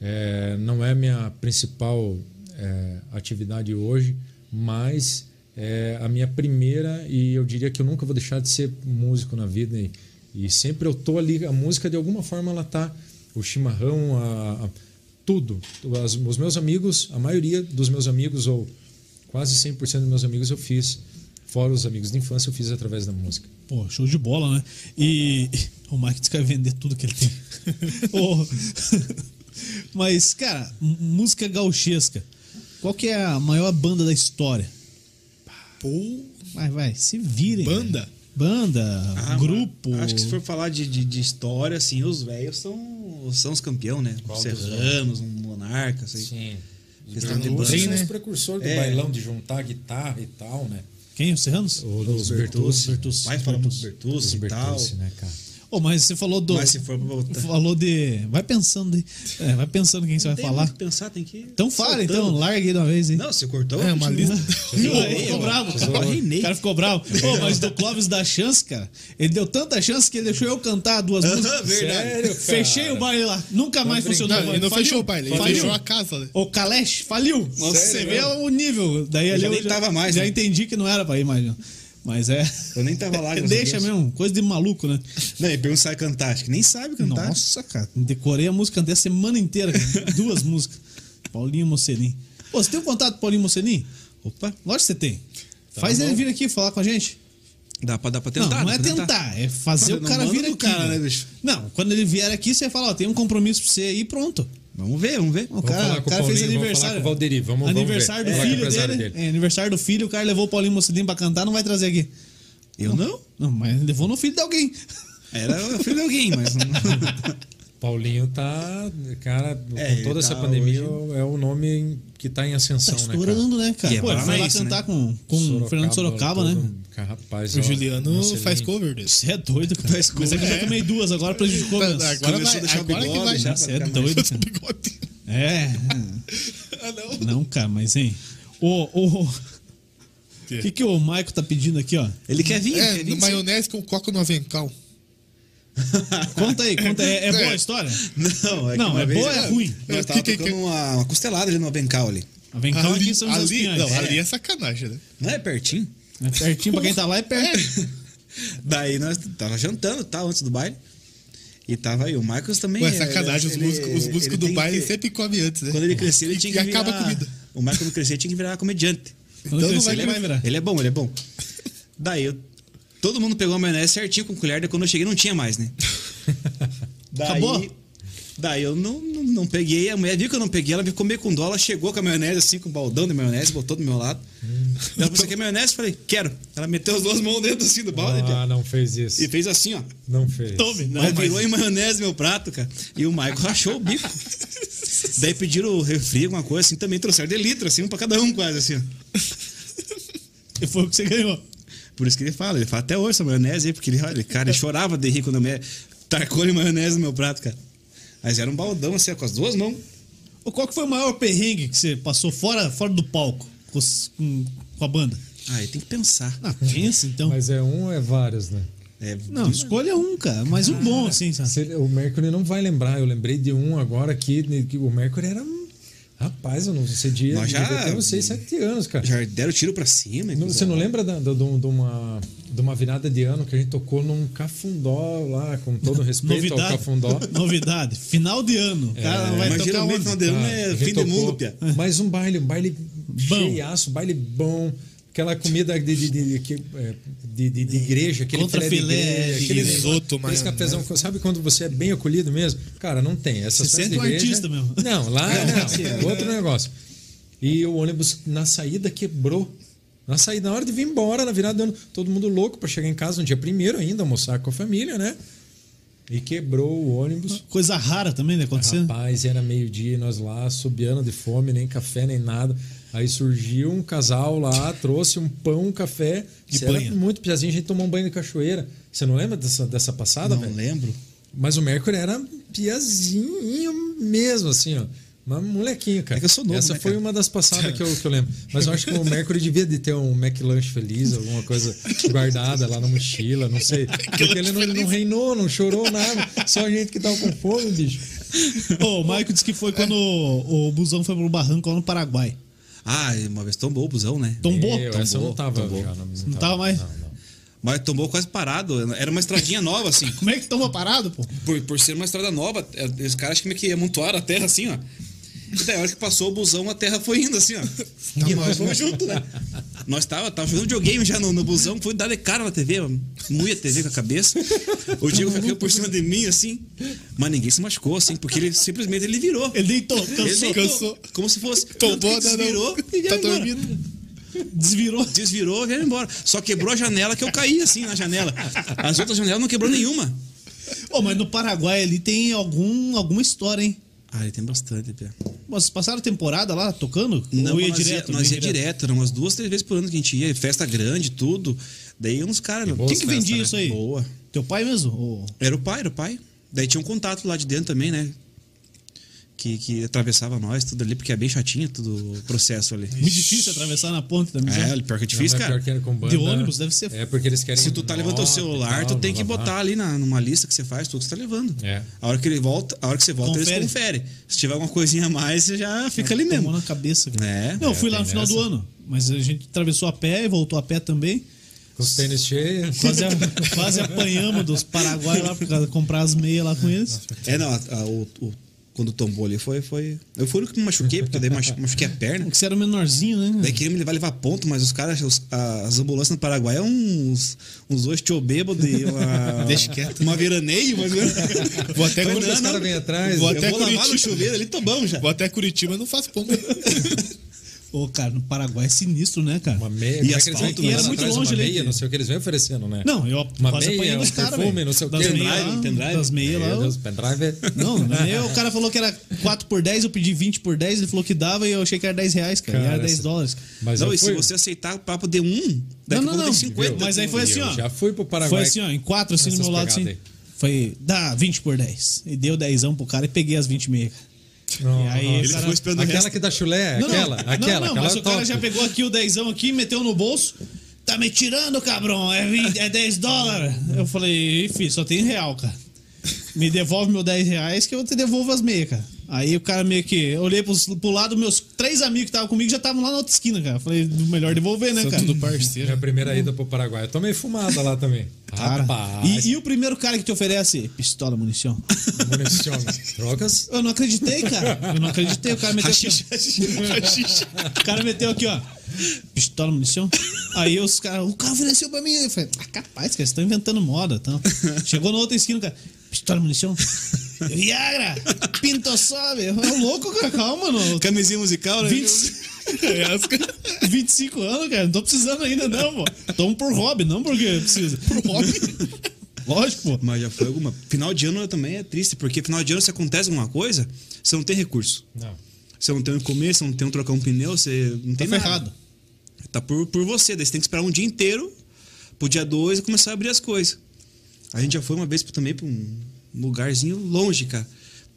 [SPEAKER 4] É, não é minha principal é, atividade hoje, mas é a minha primeira e eu diria que eu nunca vou deixar de ser músico na vida. E, e sempre eu tô ali, a música de alguma forma ela tá, o chimarrão, a, a tudo. As, os meus amigos, a maioria dos meus amigos, ou quase 100% dos meus amigos eu fiz, fora os amigos de infância, eu fiz através da música.
[SPEAKER 1] Pô, show de bola, né? E o Mike disse que vai vender tudo que ele tem. oh. Mas, cara, música gauchesca. Qual que é a maior banda da história?
[SPEAKER 2] Pô,
[SPEAKER 1] vai, vai, se virem.
[SPEAKER 2] Banda?
[SPEAKER 1] Né? Banda, ah, grupo.
[SPEAKER 3] Acho que se for falar de, de, de história, assim, os velhos são, são os campeão, né? Qual Serranos, um Monarca, assim.
[SPEAKER 4] Sim. Questão de banda. Sim, né? os precursores do é. bailão, de juntar guitarra e tal, né?
[SPEAKER 1] Quem? Os Serranos?
[SPEAKER 4] Os, Bertucci.
[SPEAKER 3] Bertucci. Vai falar dos Bertucci e tal. Bertucci,
[SPEAKER 1] né, cara? Oh, mas você falou do.
[SPEAKER 3] Mas se for pra voltar.
[SPEAKER 1] Falou de. Vai pensando aí. É, vai pensando quem você vai
[SPEAKER 3] tem
[SPEAKER 1] falar.
[SPEAKER 3] Tem que pensar, tem que.
[SPEAKER 1] Então fala, então. Larga aí de uma vez aí.
[SPEAKER 3] Não, você cortou?
[SPEAKER 1] É, uma lista. ficou bravo, cara. O cara ficou bravo. Pô, mas do Clóvis dá chance, cara. Ele deu tanta chance que ele deixou eu cantar duas músicas.
[SPEAKER 3] Verdade. Sério,
[SPEAKER 1] Fechei o baile lá. Nunca mais funcionou.
[SPEAKER 2] Não, ele não fechou o baile. Ele fechou a casa. Né?
[SPEAKER 1] O Caleste faliu. Nossa, você vê o nível. Daí ali eu
[SPEAKER 3] nem tava mais.
[SPEAKER 1] Já entendi que não era pra ir mais, não. Mas é.
[SPEAKER 3] Eu nem tava lá.
[SPEAKER 1] Deixa mesmo, coisa de maluco, né?
[SPEAKER 3] Não, e pergunta sabe cantar, acho que nem sabe cantar.
[SPEAKER 1] Nossa, cara, decorei a música, cantei a semana inteira, duas músicas. Paulinho Mocelin. Pô, você tem um contato com Paulinho Mocelin?
[SPEAKER 3] Opa.
[SPEAKER 1] Lógico que você tem. Tá Faz bom. ele vir aqui falar com a gente.
[SPEAKER 3] Dá pra, dá pra tentar.
[SPEAKER 1] Não, não é tentar. tentar, é fazer não, o cara vir aqui. Cara, né, bicho? Não, quando ele vier aqui, você fala, ó, tem um compromisso pra você aí, pronto.
[SPEAKER 3] Vamos ver, vamos ver.
[SPEAKER 1] O cara, o cara Paulinho, fez aniversário.
[SPEAKER 4] Vamos Valderi, vamos,
[SPEAKER 1] aniversário
[SPEAKER 4] vamos
[SPEAKER 1] do filho dele. dele. É, aniversário do filho, o cara levou o Paulinho Mocidinho pra cantar, não vai trazer aqui.
[SPEAKER 3] Eu não? Não,
[SPEAKER 1] não Então, mas levou no filho de alguém.
[SPEAKER 3] Era o filho de alguém, mas não.
[SPEAKER 4] Paulinho tá. Cara, é, com toda tá essa pandemia, hoje... é o nome que tá em ascensão,
[SPEAKER 1] tá estourando, né, cara? Né, cara? Pô, é vai lá isso, cantar né? com, com Sorocaba, Fernando Sorocaba, né?
[SPEAKER 4] Cara, rapaz,
[SPEAKER 2] o Juliano Marcelinho. faz cover dele.
[SPEAKER 1] Você é doido, cara. Faz cover. Mas é que eu já tomei duas, agora prejudicou.
[SPEAKER 2] Tá, agora agora, vai, agora bigode, que vai.
[SPEAKER 1] Você é doido, cara. É.
[SPEAKER 2] ah, não.
[SPEAKER 1] não, cara, mas hein. O. o... O que, que o Maico tá pedindo aqui, ó?
[SPEAKER 3] Ele quer vir?
[SPEAKER 2] É, no maionese com coca no avencal.
[SPEAKER 1] conta aí, conta aí. É, é, boa a história?
[SPEAKER 3] Não,
[SPEAKER 1] é, não, é boa é ruim?
[SPEAKER 3] Nós tava que, tocando que... Uma, uma costelada ali no Avencal ali. Então
[SPEAKER 1] Avencal ali, aqui em São
[SPEAKER 2] ali, não, ali é sacanagem, né?
[SPEAKER 3] Não é pertinho?
[SPEAKER 1] É pertinho, pra quem tá lá é perto.
[SPEAKER 3] Daí nós tava jantando, tá, antes do baile. E tava aí, o Marcos também.
[SPEAKER 2] Ué, é sacanagem, ele, os músicos, os músicos do baile que... sempre comem antes, né?
[SPEAKER 3] Quando ele crescer, ele tinha que
[SPEAKER 2] virar... acaba a comida.
[SPEAKER 3] O Marcos quando crescer tinha que virar comediante.
[SPEAKER 1] Quando então crescer,
[SPEAKER 3] ele,
[SPEAKER 1] vai virar.
[SPEAKER 3] ele é bom, ele é bom. Daí eu Todo mundo pegou a maionese certinho com colher, daí quando eu cheguei não tinha mais, né? daí,
[SPEAKER 1] Acabou?
[SPEAKER 3] Daí eu não, não, não, peguei, a mulher viu que eu não peguei, ela me comeu com dó, ela chegou com a maionese assim, com um baldão de maionese, botou do meu lado. Hum. Ela falou, você quer maionese? Eu falei, quero. Ela meteu as duas mãos dentro assim do balde.
[SPEAKER 4] Ah, não fez isso.
[SPEAKER 3] E fez assim, ó.
[SPEAKER 4] Não fez.
[SPEAKER 3] Tome, não, mas virou mas... em maionese meu prato, cara. E o Michael rachou o bico. daí pediram refri, alguma coisa assim, também trouxeram de litro, assim, um pra cada um quase, assim, ó.
[SPEAKER 1] E foi o que você ganhou.
[SPEAKER 3] Por isso que ele fala, ele fala até hoje essa maionese aí, porque ele, olha, cara, ele chorava de rir quando eu me... tacou-lhe maionese no meu prato, cara. Mas era um baldão assim, ó, com as duas mãos.
[SPEAKER 1] Ô, Qual que foi o maior perrengue que você passou fora, fora do palco com, os- com- com a banda?
[SPEAKER 3] Ah, ele tem que pensar.
[SPEAKER 1] Ah, pensa então.
[SPEAKER 4] Mas é um, é vários, né?
[SPEAKER 3] É,
[SPEAKER 1] Não, escolha um, cara. Mas um bom, assim, sabe?
[SPEAKER 4] Se ele- o Mercury não vai lembrar. Eu lembrei de um agora aqui, né, que o Mercury era um. Rapaz, eu não sei dia.
[SPEAKER 3] Nós já-
[SPEAKER 4] devia ter uns 6, 7 anos, cara.
[SPEAKER 3] já deram tiro pra cima.
[SPEAKER 4] Não, você não
[SPEAKER 3] inclusive.
[SPEAKER 4] lembra da- da- de um- de uma, de uma virada de ano que a gente tocou num cafundó lá, com todo o respeito ao
[SPEAKER 1] Novidade.
[SPEAKER 4] cafundó?
[SPEAKER 1] Novidade. Final de ano. O cara vai
[SPEAKER 3] Mas
[SPEAKER 1] tocar um
[SPEAKER 3] geralmente
[SPEAKER 1] onde?
[SPEAKER 3] final de ano
[SPEAKER 4] Ah, a
[SPEAKER 3] é
[SPEAKER 4] gente
[SPEAKER 3] fim do
[SPEAKER 4] tocou
[SPEAKER 3] mundo, Pia.
[SPEAKER 4] Mais um baile, um baile cheiaço, um baile bom. Aquela comida de, de, de, que- é, de- de- de igreja, aquele
[SPEAKER 1] Contra
[SPEAKER 4] filé de
[SPEAKER 1] filé,
[SPEAKER 4] igreja, aquele
[SPEAKER 2] risoto,
[SPEAKER 4] aqueles
[SPEAKER 2] maionese.
[SPEAKER 4] cafezão. Sabe quando você é bem acolhido mesmo? Cara, não tem. Essa
[SPEAKER 1] Se sente um artista mesmo.
[SPEAKER 4] Não, lá não. Outro negócio. E o ônibus na saída quebrou. Na saída, na hora de vir embora, na virada do ano, todo mundo louco para chegar em casa no dia primeiro ainda, almoçar com a família, né? E quebrou o ônibus.
[SPEAKER 1] Coisa rara também, né? Acontecendo.
[SPEAKER 4] Rapaz, era meio-dia e nós lá subiando de fome, nem café, nem nada. Aí surgiu um casal lá, trouxe um pão, um café.
[SPEAKER 1] E
[SPEAKER 4] Você era
[SPEAKER 1] banho.
[SPEAKER 4] muito piazinho, a gente tomou um banho de cachoeira. Você não lembra dessa, dessa passada,
[SPEAKER 3] Não
[SPEAKER 4] velho?
[SPEAKER 3] lembro.
[SPEAKER 4] Mas o Mercury era piazinho mesmo, assim, ó. Mas molequinho, cara.
[SPEAKER 3] É que eu sou novo,
[SPEAKER 4] Essa
[SPEAKER 3] né,
[SPEAKER 4] foi
[SPEAKER 3] cara?
[SPEAKER 4] uma das passadas que eu, que eu lembro. Mas eu acho que o Mercury devia de ter um McLunch feliz, alguma coisa guardada lá na mochila, não sei. Porque ele não, não reinou, não chorou nada. Só a gente que tava com fome, bicho.
[SPEAKER 1] Ô, o Maico disse que foi quando o, o busão foi pro barranco lá no Paraguai.
[SPEAKER 3] Ah, uma vez tombou o busão, né?
[SPEAKER 1] Tombou?
[SPEAKER 4] Eu, essa eu não tava
[SPEAKER 3] tombou.
[SPEAKER 4] já. Não,
[SPEAKER 1] Não tava mais?
[SPEAKER 3] Mas tombou quase parado. Era uma estradinha nova, assim.
[SPEAKER 1] Como é que toma parado, pô?
[SPEAKER 3] Por, por ser uma estrada nova, eh, os caras meio que amontoaram a terra assim, ó. E daí, a hora que passou o busão, a terra foi indo assim, ó. e nós fomos junto, né? Nós tava, tava jogando videogame já no, no busão, foi dar de cara na TV, muia a TV com a cabeça. O Diego caiu por cima de mim, assim. Mas ninguém se machucou, assim, porque ele simplesmente ele virou.
[SPEAKER 1] Ele deitou, cansou,
[SPEAKER 3] Ele deitou,
[SPEAKER 1] cansou.
[SPEAKER 3] Como se fosse.
[SPEAKER 2] Tombou,
[SPEAKER 3] tanto que
[SPEAKER 2] não, não.
[SPEAKER 3] desvirou e
[SPEAKER 2] Tá
[SPEAKER 3] já embora.
[SPEAKER 2] dormindo.
[SPEAKER 1] Desvirou.
[SPEAKER 3] Desvirou e ia embora. Só quebrou a janela que eu caí, assim, na janela. As outras janelas não quebrou nenhuma.
[SPEAKER 1] Ô, mas no Paraguai ali tem algum, alguma história, hein?
[SPEAKER 3] Ah, ele tem bastante, Pia.
[SPEAKER 1] Vocês passaram temporada lá tocando?
[SPEAKER 3] Não,
[SPEAKER 1] Ou
[SPEAKER 3] mas
[SPEAKER 1] ia
[SPEAKER 3] nós
[SPEAKER 1] direto? né?
[SPEAKER 3] ia, nós
[SPEAKER 1] Não
[SPEAKER 3] ia direto, eram umas duas, três vezes por ano que a gente ia, festa grande, tudo. Daí uns caras.
[SPEAKER 4] boas
[SPEAKER 1] Quem que vendia
[SPEAKER 4] Festa, né?
[SPEAKER 1] isso aí?
[SPEAKER 3] Boa.
[SPEAKER 1] Teu pai mesmo? Ô,
[SPEAKER 3] Era o pai, era o pai. Daí tinha um contato lá de dentro também, né? Que, que atravessava nós, tudo ali, porque é bem chatinho todo o processo ali.
[SPEAKER 1] Muito difícil atravessar na ponte da
[SPEAKER 3] É,
[SPEAKER 1] amizade.
[SPEAKER 3] pior que é
[SPEAKER 4] Fiz,
[SPEAKER 3] difícil, cara.
[SPEAKER 4] cara.
[SPEAKER 1] De ônibus, deve ser-
[SPEAKER 4] É, porque eles querem.
[SPEAKER 3] Se tu tá levando o
[SPEAKER 4] nota e
[SPEAKER 3] celular, tu
[SPEAKER 4] tal,
[SPEAKER 3] tem que
[SPEAKER 4] blá, blá, blá.
[SPEAKER 3] botar ali na, numa lista que você faz, tudo que você tá levando.
[SPEAKER 4] É.
[SPEAKER 3] A hora que ele volta, a hora que você volta,
[SPEAKER 1] Confere.
[SPEAKER 3] eles conferem. Se tiver alguma coisinha a mais, você já fica ali
[SPEAKER 1] Tomou
[SPEAKER 3] mesmo.
[SPEAKER 1] na cabeça. cara.
[SPEAKER 3] É,
[SPEAKER 1] Não, eu
[SPEAKER 3] é,
[SPEAKER 1] fui lá no
[SPEAKER 4] tem
[SPEAKER 1] final do
[SPEAKER 4] essa.
[SPEAKER 1] ano. Mas a gente atravessou a pé e voltou a pé também.
[SPEAKER 4] Com os tênis cheios.
[SPEAKER 1] Quase, a- quase apanhamos dos Paraguai lá por causa de comprar as meias lá com eles.
[SPEAKER 3] É, não, a- a- o, o- quando tombou ali foi, foi. Eu fui o único que me machuquei, porque daí machu- machuquei a perna.
[SPEAKER 1] Porque você era o menorzinho, né?
[SPEAKER 3] Daí queriam me levar levar ponto, mas os caras, os- a- as ambulâncias no Paraguai é uns, uns dois tio bêbado e uma. Deixa quieto. Uma veraneio, mas.
[SPEAKER 2] Vou até,
[SPEAKER 3] Foi
[SPEAKER 2] Curi-
[SPEAKER 4] Os caras vêm atrás.
[SPEAKER 2] Vou
[SPEAKER 3] Eu
[SPEAKER 2] até
[SPEAKER 3] vou lavar
[SPEAKER 2] Curitiba.
[SPEAKER 3] no chuveiro ali, tomamos já.
[SPEAKER 2] Vou até Curitiba e não faço pombo.
[SPEAKER 1] Ô, cara, no Paraguai é sinistro, né, cara?
[SPEAKER 4] Uma meia.
[SPEAKER 3] E
[SPEAKER 4] como é que
[SPEAKER 3] asfalto,
[SPEAKER 4] eles
[SPEAKER 1] né?
[SPEAKER 4] vêm atrás,
[SPEAKER 1] Era muito
[SPEAKER 4] uma
[SPEAKER 1] longe ali,
[SPEAKER 4] meia,
[SPEAKER 1] que-
[SPEAKER 4] Não sei o que eles vêm oferecendo, né?
[SPEAKER 1] Não, eu
[SPEAKER 4] Uma
[SPEAKER 1] quase
[SPEAKER 4] meia,
[SPEAKER 1] apanhei dos
[SPEAKER 4] uns
[SPEAKER 1] caras.
[SPEAKER 4] perfume,
[SPEAKER 1] velho.
[SPEAKER 4] não sei o
[SPEAKER 1] das
[SPEAKER 4] quê. É,
[SPEAKER 1] meias lá,
[SPEAKER 3] Pendrive, pendrive.
[SPEAKER 1] Das meias
[SPEAKER 4] Meu
[SPEAKER 1] lá.
[SPEAKER 4] Deus, pendrive.
[SPEAKER 1] Não, nem o cara falou que era 4 por 10, eu pedi 20 por 10, ele falou que dava e eu achei que era 10 reais, cara. e
[SPEAKER 4] Cara,
[SPEAKER 1] era 10
[SPEAKER 4] essa-
[SPEAKER 1] dólares.
[SPEAKER 4] Mas
[SPEAKER 3] não,
[SPEAKER 4] eu
[SPEAKER 3] e se
[SPEAKER 4] fui.
[SPEAKER 3] você aceitar o papo de um, daqui
[SPEAKER 1] Não,
[SPEAKER 3] a
[SPEAKER 1] não,
[SPEAKER 3] pouco
[SPEAKER 1] não.
[SPEAKER 3] tem 50.
[SPEAKER 1] Mas aí foi assim, ó.
[SPEAKER 4] Eu já fui pro Paraguai.
[SPEAKER 1] Foi assim, ó, em 4 assim no
[SPEAKER 4] Essas
[SPEAKER 1] meu lado, assim.
[SPEAKER 4] pegadas
[SPEAKER 1] Foi, dá 20 por 10. E deu 10 pro cara e peguei as 20 e meia.
[SPEAKER 4] Não,
[SPEAKER 1] E aí,
[SPEAKER 4] não,
[SPEAKER 1] ele
[SPEAKER 4] cara-
[SPEAKER 1] ficou
[SPEAKER 3] esperando o
[SPEAKER 4] Aquela
[SPEAKER 3] resto.
[SPEAKER 4] que dá chulé, É aquela,
[SPEAKER 1] não,
[SPEAKER 4] aquela.
[SPEAKER 1] Não, não,
[SPEAKER 4] aquela
[SPEAKER 1] mas o cara
[SPEAKER 4] top.
[SPEAKER 1] já pegou aqui o dezão aqui, meteu no bolso. Tá me tirando, cabrão. É, 20, é 10 dólares. Eu falei, filho, só tem real, cara. Me devolve meu 10 reais que eu te devolvo as meias, cara. Aí o cara meio que. Eu olhei pros, pro lado, meus três amigos que estavam comigo já estavam lá na outra esquina, cara. Eu Falei, melhor devolver, né, cara?
[SPEAKER 4] Minha primeira ida pro Paraguai. Eu tomei fumada lá também.
[SPEAKER 1] Cara,
[SPEAKER 4] Rapaz.
[SPEAKER 1] e, e o primeiro cara que te oferece? Pistola, munição.
[SPEAKER 4] munição. Drogas?
[SPEAKER 1] Eu não acreditei, cara. Eu não acreditei. O cara meteu aqui. ó. O cara meteu aqui, ó. Pistola, munição. Aí os caras. O cara ofereceu pra mim. Eu falei, ah, capaz, cara, vocês estão inventando moda. Então. Chegou na outra esquina, o cara. Pistola, munição. Viagra! Pinto sobe! É louco, cara. é Calma, mano.
[SPEAKER 3] Camisinha musical, né?
[SPEAKER 1] 20... 25 anos, cara. Não tô precisando ainda, não, pô. Tomo por hobby, não porque precisa. Por hobby? Lógico, pô.
[SPEAKER 3] Mas já foi alguma. Final de ano também é triste, porque final de ano se acontece alguma coisa, você não tem recurso.
[SPEAKER 4] Não.
[SPEAKER 3] Você não tem o que comer, você não tem onde trocar um pneu, você não tem
[SPEAKER 1] Tá
[SPEAKER 3] nada.
[SPEAKER 1] ferrado.
[SPEAKER 3] Tá por, por você, daí você tem que esperar um dia inteiro pro dia 2 e começar a abrir as coisas. A gente já foi uma vez pra- também pra um lugarzinho longe, cara.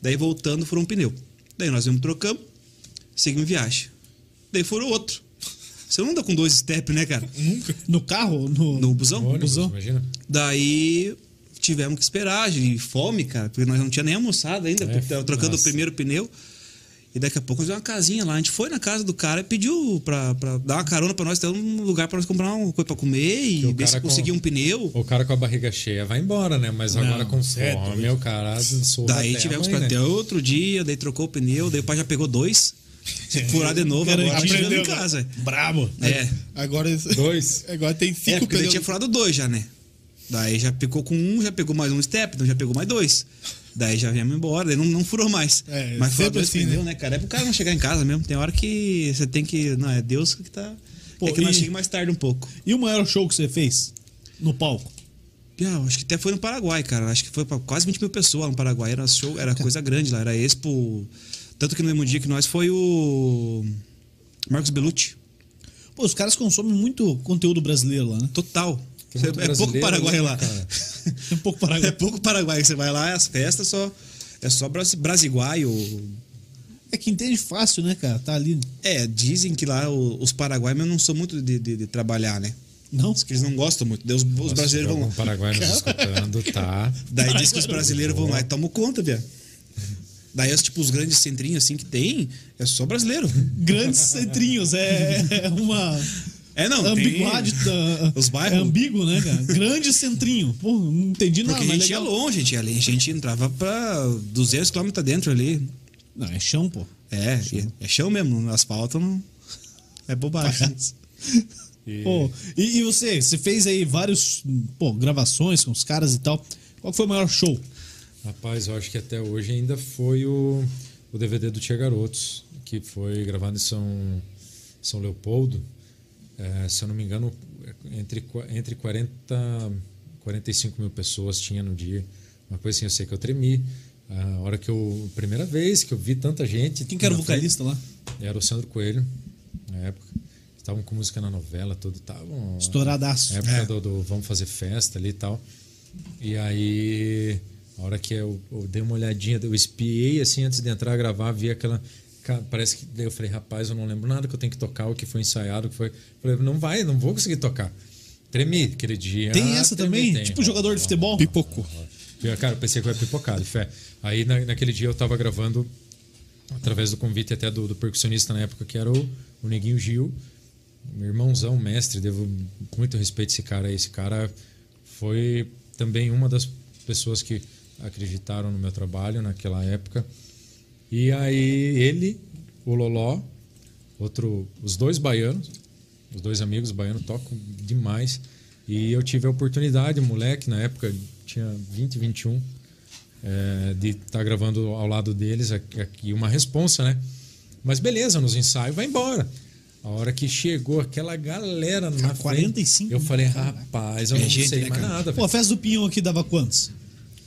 [SPEAKER 3] Daí voltando, furou um pneu. Daí nós vimos, trocamos, seguimos viagem. Daí furou outro. Você não anda com dois step, né, cara?
[SPEAKER 2] Nunca.
[SPEAKER 1] No carro? No,
[SPEAKER 3] No busão?
[SPEAKER 4] Um Ônibus,
[SPEAKER 1] Busão.
[SPEAKER 4] imagina.
[SPEAKER 3] Daí tivemos que esperar, e fome, cara, porque nós não tinha nem almoçado ainda, porque tava trocando
[SPEAKER 4] É, nossa.
[SPEAKER 3] o primeiro pneu. E daqui a pouco nós vimos uma casinha lá. A gente foi na casa do cara e pediu pra, pra dar uma carona pra nós, ter um lugar pra nós comprar uma coisa pra comer
[SPEAKER 4] Que o
[SPEAKER 3] e ver se
[SPEAKER 4] cara com-
[SPEAKER 3] conseguia um pneu.
[SPEAKER 4] O cara com a barriga cheia vai embora, né? Mas agora com
[SPEAKER 2] é
[SPEAKER 4] fome, o cara surra
[SPEAKER 3] Daí
[SPEAKER 4] até a
[SPEAKER 3] tivemos
[SPEAKER 4] mãe,
[SPEAKER 3] pra
[SPEAKER 4] né?
[SPEAKER 3] até outro dia, daí trocou o pneu, daí o pai já pegou dois, furar de novo, agora Tá
[SPEAKER 1] Garantido.
[SPEAKER 3] chegando em
[SPEAKER 2] Aprendeu, né?
[SPEAKER 3] casa.
[SPEAKER 1] Brabo.
[SPEAKER 3] É.
[SPEAKER 2] Agora.
[SPEAKER 4] Dois.
[SPEAKER 2] Agora tem
[SPEAKER 3] É,
[SPEAKER 2] cinco
[SPEAKER 3] porque ele tinha
[SPEAKER 2] pneus.
[SPEAKER 3] furado dois já, né? Daí já pegou com um, já pegou mais um step, então já pegou mais dois. Daí já viemos embora, daí não, não furou mais.
[SPEAKER 2] É, sempre
[SPEAKER 3] Mas furou dois
[SPEAKER 2] assim,
[SPEAKER 3] pneus, né? cara? É pro cara não chegar em casa mesmo. Tem hora que você tem que. Não, é Deus que tá.
[SPEAKER 1] Pô,
[SPEAKER 3] é que nós
[SPEAKER 1] e-
[SPEAKER 3] chegue mais tarde um pouco.
[SPEAKER 1] E o maior show que você fez? No palco?
[SPEAKER 3] Ah, acho que até foi no Paraguai, cara. Acho que foi pra quase 20 mil pessoas lá no Paraguai. Era show, era coisa grande lá, era expo. Tanto que no mesmo dia que nós foi o. Marcos Bellucci.
[SPEAKER 1] Pô, os caras consomem muito conteúdo brasileiro lá, né?
[SPEAKER 3] Total.
[SPEAKER 4] Tem muito
[SPEAKER 3] é pouco
[SPEAKER 4] brasileiro
[SPEAKER 3] Paraguai
[SPEAKER 4] ali,
[SPEAKER 3] lá.
[SPEAKER 4] cara.
[SPEAKER 1] Tem um pouco Paraguai.
[SPEAKER 3] É pouco Paraguai. Você vai lá, as festas só. É só brasi- brasiguaio.
[SPEAKER 1] É que entende fácil, né, cara? Tá ali.
[SPEAKER 3] É, dizem que lá o- os paraguaios mas eu não sou muito de, de- de trabalhar, né?
[SPEAKER 1] Não?
[SPEAKER 3] Diz que eles não gostam muito. Daí os, os
[SPEAKER 4] Nossa,
[SPEAKER 3] brasileiros
[SPEAKER 4] se
[SPEAKER 3] vão
[SPEAKER 4] algum
[SPEAKER 3] lá.
[SPEAKER 4] Paraguai nos escutando, tá?
[SPEAKER 3] Daí diz que os brasileiros vão lá e tomam conta, viado. Daí, os, tipo, os grandes centrinhos assim que tem, é só brasileiro.
[SPEAKER 1] Grandes centrinhos. É, é uma.
[SPEAKER 3] É, não. tem-
[SPEAKER 1] Ambiguidade. da-
[SPEAKER 3] Os bairros.
[SPEAKER 1] É ambíguo, né, cara? Grande centrinho. Pô, não entendi nada.
[SPEAKER 3] Porque a
[SPEAKER 1] mas
[SPEAKER 3] gente ia
[SPEAKER 1] legal.
[SPEAKER 3] longe, gente. Ali, a gente entrava pra 200 km dentro ali.
[SPEAKER 1] Não, é chão, pô.
[SPEAKER 3] É, é, é chão mesmo. Asfalto não. É bobagem.
[SPEAKER 1] Pô, e, e você, você fez aí vários pô, gravações com os caras e tal. Qual que foi o maior show?
[SPEAKER 4] Rapaz, eu acho que até hoje ainda foi o, o DVD do Tia Garotos, que foi gravado em São, São Leopoldo. É, se eu não me engano, entre, qua- entre 40 45 mil pessoas tinha no dia. Uma coisa assim, eu sei que eu tremi. A hora que eu. Primeira vez que eu vi tanta gente.
[SPEAKER 1] Quem que era o
[SPEAKER 4] na frente-
[SPEAKER 1] vocalista lá?
[SPEAKER 4] Era o Sandro Coelho, na época. Estavam com música na novela, tudo. Estavam.
[SPEAKER 1] Estouradaço.
[SPEAKER 4] Na época do, do Vamos Fazer Festa ali e tal. E aí, a hora que eu, eu dei uma olhadinha, eu espiei assim antes de entrar a gravar, vi aquela. ca- Parece que daí eu falei, rapaz, eu não lembro nada que eu tenho que tocar, o que foi ensaiado, o que foi. Falei, não vai, não vou conseguir tocar. Tremi aquele dia.
[SPEAKER 1] Tem essa também?
[SPEAKER 4] Ah, tem.
[SPEAKER 1] Tipo jogador de futebol?
[SPEAKER 2] Pipocou.
[SPEAKER 4] Eu, Cara, eu pensei que eu ia pipocar, de fé. Aí na- naquele dia eu tava gravando através do convite até do, do percussionista na época, que era o, o Neguinho Gil, meu irmãozão, mestre, devo muito respeito a esse cara. aí. Esse cara foi também uma das pessoas que acreditaram no meu trabalho naquela época. E aí ele, o Loló, outro, os dois baianos, os dois amigos baianos tocam demais. E eu tive a oportunidade, moleque, na época tinha 20, 21, é, um, de estar gravando ao lado deles aqui, aqui uma responsa, né? Mas beleza, nos ensaios vai embora. A hora que chegou aquela galera na frente,
[SPEAKER 1] 45,
[SPEAKER 4] eu falei, rapaz, eu
[SPEAKER 3] É
[SPEAKER 4] não
[SPEAKER 3] gente,
[SPEAKER 4] sei
[SPEAKER 3] né,
[SPEAKER 4] mais
[SPEAKER 3] cara?
[SPEAKER 4] nada.
[SPEAKER 1] Pô,
[SPEAKER 4] velho.
[SPEAKER 1] a festa do Pinhão aqui dava quantos?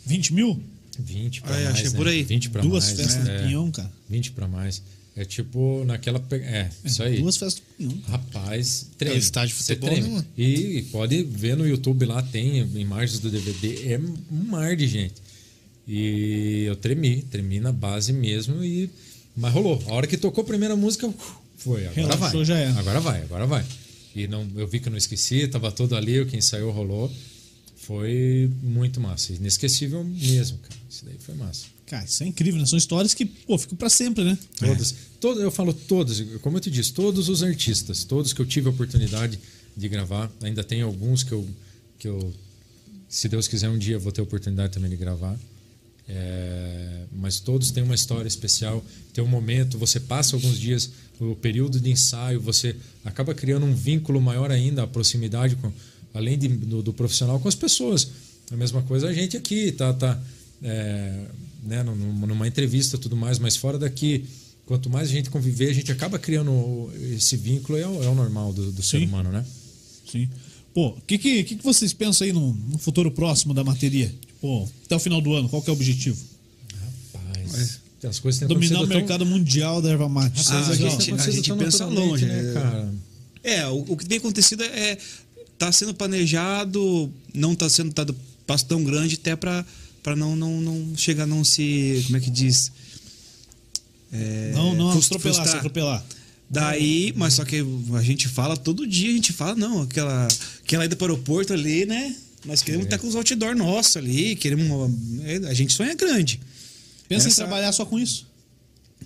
[SPEAKER 1] 20 mil?
[SPEAKER 4] 20 pra
[SPEAKER 3] Ah,
[SPEAKER 4] mais,
[SPEAKER 3] achei
[SPEAKER 4] né?
[SPEAKER 3] por aí.
[SPEAKER 4] 20 pra
[SPEAKER 1] Duas
[SPEAKER 4] mais,
[SPEAKER 1] festas
[SPEAKER 4] né?
[SPEAKER 1] do
[SPEAKER 4] É,
[SPEAKER 1] Pinhão, cara.
[SPEAKER 4] 20 pra mais. É tipo naquela... pe- É, isso aí.
[SPEAKER 1] Duas festas do Pinhão.
[SPEAKER 4] Rapaz, treme.
[SPEAKER 2] É o estádio de
[SPEAKER 4] Você
[SPEAKER 2] futebol,
[SPEAKER 4] treme.
[SPEAKER 2] né, mano?
[SPEAKER 4] E, e pode ver no YouTube lá, tem imagens do DVD. É um mar de gente. E eu tremi, tremi na base mesmo. E... Mas rolou. A hora que tocou a primeira música, foi. Agora
[SPEAKER 1] Relaxou,
[SPEAKER 4] vai.
[SPEAKER 1] já era.
[SPEAKER 4] Agora vai, agora vai. E não, eu vi que eu não esqueci, tava todo ali, o que ensaiou rolou. Foi muito massa. Inesquecível mesmo, cara. Isso daí foi massa.
[SPEAKER 1] Cara, isso é incrível, né? São histórias que, pô, ficam pra sempre, né?
[SPEAKER 4] Todas. Todo, eu falo todos, como eu te disse, todos os artistas, todos que eu tive a oportunidade de gravar. Ainda tem alguns que eu, que eu se Deus quiser, um dia eu vou ter a oportunidade também de gravar. É, mas todos têm uma história especial, tem um momento, você passa alguns dias, o período de ensaio, você acaba criando um vínculo maior ainda, a proximidade, com, além de- do, do profissional, com as pessoas. A mesma coisa a gente aqui, tá, tá é, né, num- num- numa entrevista tudo mais, mas fora daqui, quanto mais a gente conviver, a gente acaba criando esse vínculo, é o, é o normal do, do ser
[SPEAKER 1] Sim.
[SPEAKER 4] humano, né?
[SPEAKER 1] Sim. Pô, o que, que, que que vocês pensam aí no, no futuro próximo da bateria? Tipo, até o final do ano, qual que é o objetivo?
[SPEAKER 4] Rapaz, as coisas têm
[SPEAKER 1] Dominar o
[SPEAKER 4] acontecido tão-
[SPEAKER 1] mercado mundial da erva mate.
[SPEAKER 3] Ah,
[SPEAKER 1] Isso é
[SPEAKER 3] a
[SPEAKER 1] legal.
[SPEAKER 3] né, gente- a gente pensa longe, né? É, o, o que tem acontecido é. Tá está sendo planejado, não está sendo dado passo tão grande até para não, não, não chegar a não se. Como é que diz? É,
[SPEAKER 1] Não, não
[SPEAKER 3] frust-
[SPEAKER 1] atropelar, se
[SPEAKER 3] frustrar.
[SPEAKER 1] atropelar.
[SPEAKER 3] Daí, mas só que a gente fala todo dia, a gente fala, não, aquela, aquela ida para o aeroporto ali, né? Nós
[SPEAKER 1] É.
[SPEAKER 3] queremos estar com os outdoor nossos ali, queremos. uma- é, A gente sonha grande.
[SPEAKER 1] Pensa em
[SPEAKER 3] Essa-
[SPEAKER 1] trabalhar só com isso.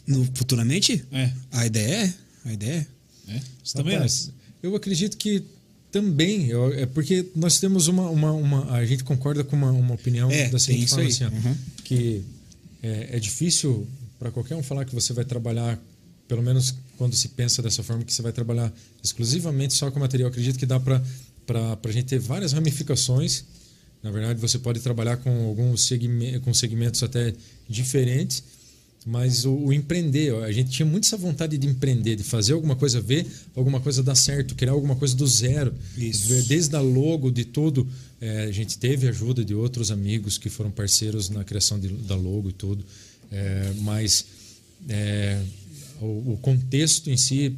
[SPEAKER 3] No, futuramente?
[SPEAKER 1] É.
[SPEAKER 3] A ideia é? A ideia é?
[SPEAKER 1] é. Você também é?
[SPEAKER 4] Rapaz, Eu acredito que também, eu- é porque nós temos uma, uma, uma- a gente concorda com uma, uma opinião
[SPEAKER 3] É,
[SPEAKER 4] da seguinte
[SPEAKER 3] tem
[SPEAKER 4] forma,
[SPEAKER 3] isso
[SPEAKER 4] assim,
[SPEAKER 3] aí.
[SPEAKER 4] ó, que é, é difícil para qualquer um falar que você vai trabalhar, pelo menos quando se pensa dessa forma, que você vai trabalhar exclusivamente só com material. Eu acredito que dá para a gente ter várias ramificações. Na verdade, você pode trabalhar com alguns segme- com segmentos até diferentes. Mas o, o empreender, ó, a gente tinha muito essa vontade de empreender, de fazer alguma coisa, ver alguma coisa dar certo, criar alguma coisa do zero.
[SPEAKER 3] Isso.
[SPEAKER 4] Ver Desde a logo, de tudo. É, a gente teve ajuda de outros amigos que foram parceiros na criação de- da logo e tudo. É, mas é, o, o contexto em si,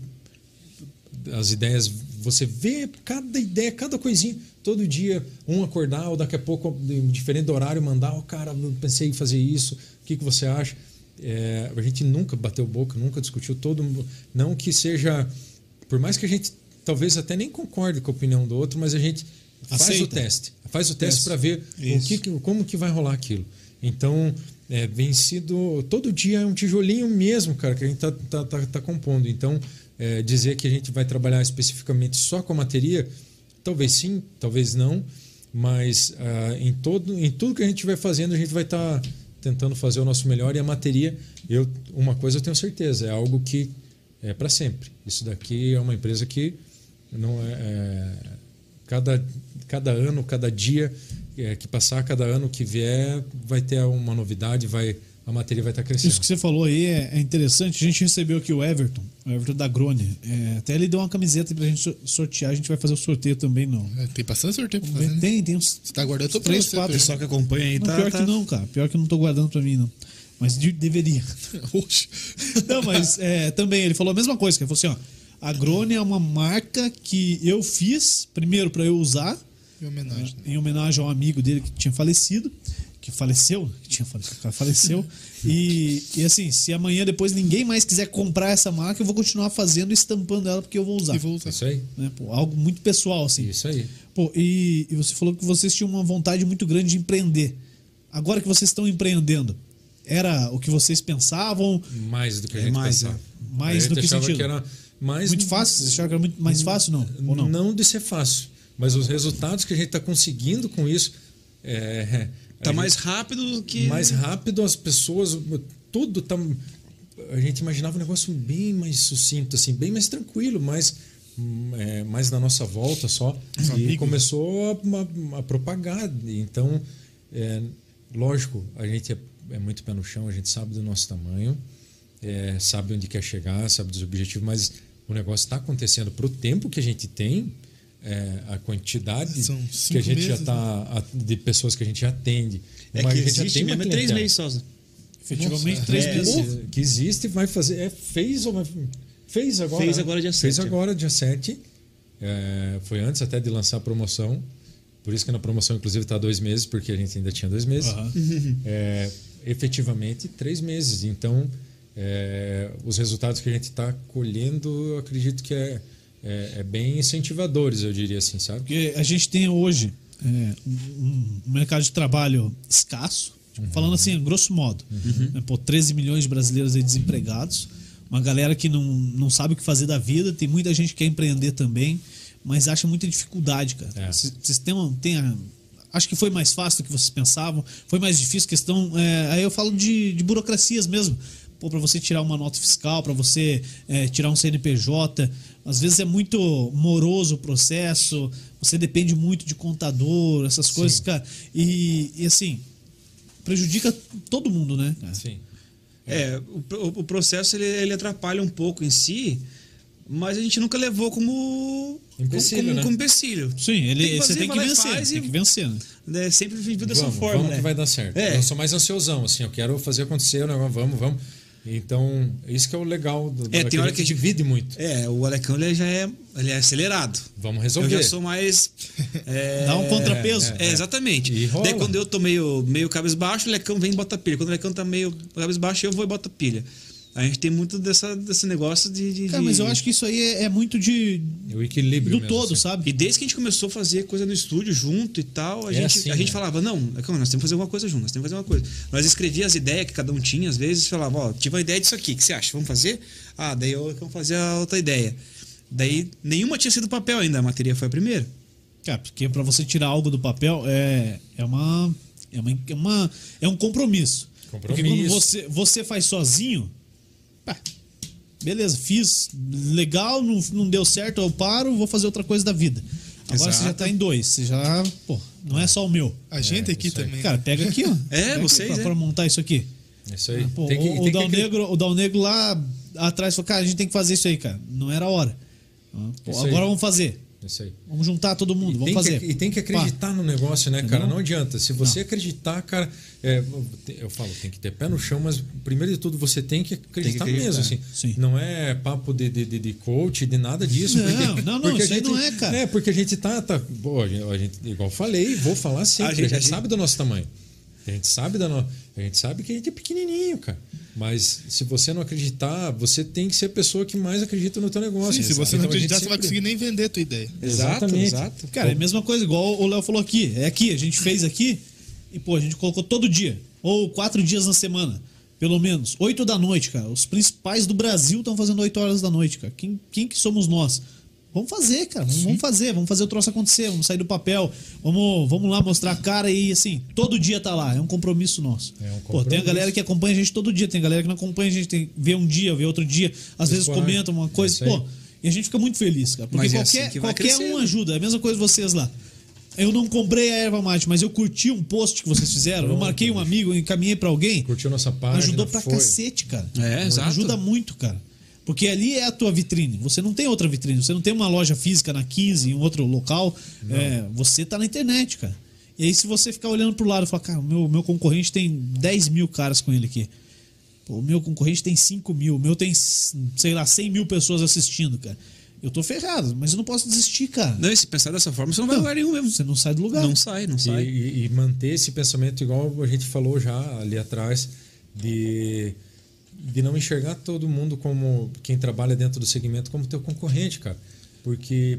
[SPEAKER 4] as ideias, você vê cada ideia, cada coisinha. Todo dia, um acordar, ou daqui a pouco, em diferente horário, mandar, ó, cara, eu pensei em fazer isso, o que, que você acha? É, a gente nunca bateu boca, nunca discutiu todo mundo. Não que seja. Por mais que a gente talvez até nem concorde com a opinião do outro, mas a gente faz o
[SPEAKER 1] Aceita.
[SPEAKER 4] teste. Faz o teste
[SPEAKER 1] Isso.
[SPEAKER 4] para ver o
[SPEAKER 2] Isso.
[SPEAKER 4] que, que- como que vai rolar aquilo. Então, é, vem sido. Todo dia é um tijolinho mesmo, cara, que a gente tá, tá, tá, tá compondo. Então, é, dizer que a gente vai trabalhar especificamente só com a materia, talvez sim, talvez não. Mas ah, em, todo, em tudo que a gente estiver fazendo, a gente vai estar tentando fazer o nosso melhor. E a materia, eu, uma coisa eu tenho certeza, é algo que é para sempre. Isso daqui é uma empresa que não é, é cada, cada ano, cada dia é, que passar, cada ano que vier, vai ter uma novidade, vai a matéria vai estar crescendo.
[SPEAKER 1] Isso que você falou aí é, é interessante. A gente recebeu aqui o Everton, o Everton da Grone. É, até ele deu uma camiseta pra gente so- sortear. A gente vai fazer o sorteio também, não.
[SPEAKER 2] É, Tem bastante sorteio pra fazer. né?
[SPEAKER 1] Tem, tem uns
[SPEAKER 2] Você tá guardando tudo pra
[SPEAKER 1] Três,
[SPEAKER 2] você,
[SPEAKER 1] quatro,
[SPEAKER 2] Pedro.
[SPEAKER 3] Pessoal que acompanha aí
[SPEAKER 1] Não,
[SPEAKER 3] tá.
[SPEAKER 1] pior
[SPEAKER 3] tá-
[SPEAKER 1] que não, cara. Pior que eu não tô guardando pra mim, não. Mas de- deveria.
[SPEAKER 2] Oxe.
[SPEAKER 1] Não, mas é, também ele falou a mesma coisa, que ele falou assim, ó. A Grone é uma marca que eu fiz, primeiro pra eu usar,
[SPEAKER 2] Em homenagem.
[SPEAKER 1] em homenagem a um amigo dele que tinha falecido, que faleceu, né? que tinha falecido, que faleceu. e, e assim, se amanhã depois ninguém mais quiser comprar essa marca, eu vou continuar fazendo, e estampando ela porque eu vou usar.
[SPEAKER 2] E vou usar.
[SPEAKER 4] Isso aí.
[SPEAKER 1] Né, pô, algo muito pessoal, assim.
[SPEAKER 4] Isso aí.
[SPEAKER 1] Pô, e, e você falou que vocês tinham uma vontade muito grande de empreender. Agora que vocês estão empreendendo, era o que vocês pensavam?
[SPEAKER 4] Mais do que a
[SPEAKER 1] É
[SPEAKER 4] gente
[SPEAKER 1] mais,
[SPEAKER 4] pensava.
[SPEAKER 1] é. Mais
[SPEAKER 4] A gente
[SPEAKER 1] do que
[SPEAKER 4] achava
[SPEAKER 1] sentido?
[SPEAKER 4] era mais
[SPEAKER 1] Muito fácil? Vocês acharam que era muito mais fácil, não? Ou não?
[SPEAKER 4] não de ser fácil, mas os resultados que a gente está conseguindo com isso é, a
[SPEAKER 3] Tá
[SPEAKER 4] gente-
[SPEAKER 3] mais rápido do que.
[SPEAKER 4] mais rápido, as pessoas, tudo tá. A gente imaginava um negócio bem mais sucinto, assim, bem mais tranquilo, mais, hum, é, mais na nossa volta só. e começou a, a- a propagar. Então, é, lógico, a gente é, é muito pé no chão, a gente sabe do nosso tamanho, é, sabe onde quer chegar, sabe dos objetivos, mas o negócio está acontecendo para o tempo que a gente tem. é, a quantidade
[SPEAKER 2] São
[SPEAKER 4] que a
[SPEAKER 2] cinco
[SPEAKER 4] gente já
[SPEAKER 2] meses, né?
[SPEAKER 4] está de pessoas que a gente atende
[SPEAKER 3] É
[SPEAKER 4] mas
[SPEAKER 3] que
[SPEAKER 4] a gente já
[SPEAKER 3] existe
[SPEAKER 4] tem uma
[SPEAKER 3] mesmo é três
[SPEAKER 4] clientela
[SPEAKER 3] meses só. Zé.
[SPEAKER 1] Efetivamente,
[SPEAKER 2] Nossa,
[SPEAKER 1] três
[SPEAKER 3] é.
[SPEAKER 1] meses.
[SPEAKER 4] que- que existe vai fazer. É, fez ou vai- Fez agora.
[SPEAKER 3] Fez
[SPEAKER 4] né?
[SPEAKER 3] agora dia
[SPEAKER 4] Fez
[SPEAKER 3] 7,
[SPEAKER 4] agora dia 7. É, foi antes até de lançar a promoção. Por isso que na promoção, inclusive, está dois meses, porque a gente ainda tinha dois meses.
[SPEAKER 1] Aham.
[SPEAKER 4] É, efetivamente, três meses. Então, é, os resultados que a gente está colhendo, eu acredito que é, é, é bem incentivadores, eu diria assim, sabe?
[SPEAKER 1] Porque a gente tem hoje é, um, um mercado de trabalho escasso, tipo, falando assim, grosso modo. Né, Pô, 13 milhões de brasileiros aí desempregados, uma galera que não, não sabe o que fazer da vida, tem muita gente que quer empreender também, mas acha muita dificuldade, cara.
[SPEAKER 4] É.
[SPEAKER 1] Vocês vocês têm uma- tem a- Acho que foi mais fácil do que vocês pensavam, foi mais difícil questão. é, aí eu falo de, de burocracias mesmo. Pô, para você tirar uma nota fiscal, para você é, tirar um CNPJ, às vezes é muito moroso o processo, você depende muito de contador, essas coisas, cara. E, e, assim, prejudica todo mundo, né? cara?
[SPEAKER 4] Sim.
[SPEAKER 3] É, o, o- o processo ele, ele atrapalha um pouco em si, mas a gente nunca levou como.
[SPEAKER 4] Empecilho,
[SPEAKER 3] como,
[SPEAKER 4] né?
[SPEAKER 3] como empecilho.
[SPEAKER 1] Sim, ele,
[SPEAKER 3] Tem que
[SPEAKER 1] você
[SPEAKER 3] fazer,
[SPEAKER 1] tem que
[SPEAKER 3] vai lá e
[SPEAKER 1] vencer,
[SPEAKER 3] faz
[SPEAKER 1] tem
[SPEAKER 3] e-
[SPEAKER 1] que vencer, né?
[SPEAKER 3] né? Sempre vivido dessa
[SPEAKER 4] Vamos,
[SPEAKER 3] forma.
[SPEAKER 4] vamos
[SPEAKER 3] né?
[SPEAKER 4] que vai dar certo.
[SPEAKER 3] É.
[SPEAKER 4] Eu sou mais ansiosão, assim, eu quero fazer acontecer, né? vamos, vamos. Então, isso que é o legal. Do,
[SPEAKER 3] É, tem hora que a gente-
[SPEAKER 4] divide muito.
[SPEAKER 3] É, o Alecão ele já é, ele é acelerado.
[SPEAKER 4] Vamos resolver.
[SPEAKER 3] Eu já sou mais. é,
[SPEAKER 1] Dá um contrapeso.
[SPEAKER 3] É, exatamente.
[SPEAKER 4] E rola.
[SPEAKER 3] Daí quando eu tô meio, meio cabisbaixo, o Lecão vem e bota pilha. Quando o Lecão tá meio cabisbaixo, eu vou e boto pilha. A gente tem muito dessa, desse negócio de. de-
[SPEAKER 1] Cara, mas
[SPEAKER 3] de-
[SPEAKER 1] eu acho que isso aí é, é muito de.
[SPEAKER 4] É o equilíbrio
[SPEAKER 1] do
[SPEAKER 4] mesmo,
[SPEAKER 1] todo,
[SPEAKER 4] assim.
[SPEAKER 1] sabe?
[SPEAKER 3] E desde que a gente começou a fazer coisa no estúdio junto e tal, a
[SPEAKER 4] É
[SPEAKER 3] gente,
[SPEAKER 4] assim,
[SPEAKER 3] a gente
[SPEAKER 4] né?
[SPEAKER 3] falava, não, Lecão, nós temos que fazer alguma coisa junto, nós temos que fazer uma coisa. Nós escrevia as ideias que cada um tinha, às vezes, falava, ó, tive uma ideia disso aqui, o que você acha? Vamos fazer? Ah, daí eu vamos fazer a outra ideia. Daí nenhuma tinha sido papel ainda, a matéria foi a primeira.
[SPEAKER 1] Cara, É, porque pra você tirar algo do papel é, é, uma, é uma. É uma. É um compromisso. Porque quando
[SPEAKER 4] Compromisso.
[SPEAKER 1] você, você faz sozinho. pá, beleza, fiz. Legal, não, não deu certo, eu paro, vou fazer outra coisa da vida. Agora você já
[SPEAKER 3] Exato.
[SPEAKER 1] tá em dois. Você já. Pô, não é só o meu.
[SPEAKER 2] A gente aqui
[SPEAKER 4] isso aí.
[SPEAKER 2] também.
[SPEAKER 1] Cara,
[SPEAKER 2] né?
[SPEAKER 1] pega aqui, ó.
[SPEAKER 3] É,
[SPEAKER 1] Pega aqui
[SPEAKER 3] vocês,
[SPEAKER 1] pra,
[SPEAKER 3] é.
[SPEAKER 1] pra montar isso aqui.
[SPEAKER 4] É Isso
[SPEAKER 3] Ah,
[SPEAKER 4] aí.
[SPEAKER 1] Pô,
[SPEAKER 4] Tem que-
[SPEAKER 1] o-
[SPEAKER 4] tem
[SPEAKER 1] o,
[SPEAKER 4] que
[SPEAKER 1] Dal
[SPEAKER 4] acreditar.
[SPEAKER 1] Negro, o Dal Negro lá atrás falou: cara, a gente tem que fazer isso aí, cara. Não era a hora. Pô,
[SPEAKER 4] Isso aí.
[SPEAKER 1] agora vamos fazer.
[SPEAKER 4] É Isso aí.
[SPEAKER 1] Vamos juntar todo mundo, vamos
[SPEAKER 4] tem
[SPEAKER 1] fazer.
[SPEAKER 4] Que, e tem que
[SPEAKER 1] Pá.
[SPEAKER 4] acreditar no negócio, né, cara? Não adianta. Se você acreditar, cara, é, eu falo, tem que ter pé no chão, mas primeiro de tudo você tem que acreditar,
[SPEAKER 3] acreditar.
[SPEAKER 4] mesmo, assim.
[SPEAKER 1] Sim.
[SPEAKER 4] Não é papo de, de, de, de coach, de nada disso.
[SPEAKER 1] Não,
[SPEAKER 4] porque,
[SPEAKER 1] não, não,
[SPEAKER 4] porque a
[SPEAKER 1] isso aí
[SPEAKER 4] gente,
[SPEAKER 1] não é, cara.
[SPEAKER 4] É, porque a gente tá, tá pô, a gente, a gente- igual eu falei, vou falar sempre,
[SPEAKER 3] A
[SPEAKER 4] a
[SPEAKER 3] gente-
[SPEAKER 4] gente,
[SPEAKER 3] a gente-
[SPEAKER 4] sabe do nosso tamanho. A gente sabe da no... a gente sabe que a gente é pequenininho, cara. Mas se você não acreditar, você tem que ser a pessoa que mais acredita no teu negócio.
[SPEAKER 2] Sim, se você não
[SPEAKER 4] Então, a gente
[SPEAKER 2] acreditar, você não vai
[SPEAKER 4] sempre-
[SPEAKER 2] conseguir nem vender a tua ideia.
[SPEAKER 4] Exatamente.
[SPEAKER 1] Cara, é a mesma coisa, igual o Léo falou aqui. É aqui, a gente fez aqui e, pô, a gente colocou todo dia. Ou quatro dias na semana. Pelo menos. Oito da noite, cara. Os principais do Brasil estão fazendo oito horas da noite, cara. Quem, quem que somos nós? Vamos fazer, cara. Vamos, vamos fazer. Vamos fazer o troço acontecer. Vamos sair do papel. Vamos, vamos lá mostrar a cara e, assim, todo dia tá lá. É um compromisso nosso.
[SPEAKER 4] É
[SPEAKER 1] Pô, tem
[SPEAKER 4] um
[SPEAKER 1] a
[SPEAKER 4] compromisso.
[SPEAKER 1] galera que acompanha a gente todo dia. Tem a galera que não acompanha a gente. Tem, vê um dia, vê outro dia. Às vezes
[SPEAKER 4] Escolar.
[SPEAKER 1] comenta uma coisa.
[SPEAKER 4] É isso aí.
[SPEAKER 1] pô, e a gente fica muito feliz, cara. Porque
[SPEAKER 3] Mas é assim
[SPEAKER 1] qualquer,
[SPEAKER 3] que vai
[SPEAKER 1] qualquer
[SPEAKER 3] crescendo.
[SPEAKER 1] um ajuda. É a mesma coisa vocês lá. Eu não comprei a erva mate, mas eu curti um post que vocês fizeram. eu
[SPEAKER 4] Pronto,
[SPEAKER 1] marquei um
[SPEAKER 3] né?
[SPEAKER 4] bicho.
[SPEAKER 1] amigo, eu encaminhei pra alguém.
[SPEAKER 4] Curtiu nossa página,
[SPEAKER 1] Ajudou pra
[SPEAKER 4] foi.
[SPEAKER 1] cacete, cara.
[SPEAKER 3] É, exato.
[SPEAKER 1] Ajuda muito, cara. Porque ali é a tua vitrine. Você não tem outra vitrine. Você não tem uma loja física na 15, em outro local. É, você tá na internet, cara. E aí, se você ficar olhando pro lado e falar, cara, o meu, meu concorrente tem 10 mil caras com ele aqui. Pô, o meu concorrente tem 5 mil, o meu tem, sei lá, 100 mil pessoas assistindo, cara. Eu tô ferrado, mas eu não posso desistir, cara.
[SPEAKER 3] Não, e se pensar dessa forma, você não vai a lugar nenhum mesmo.
[SPEAKER 1] Você não sai do lugar.
[SPEAKER 3] Não sai, não
[SPEAKER 4] E,
[SPEAKER 3] sai.
[SPEAKER 4] e- e manter esse pensamento igual a gente falou já ali atrás de de não enxergar todo mundo como quem trabalha dentro do segmento como teu concorrente, cara. Porque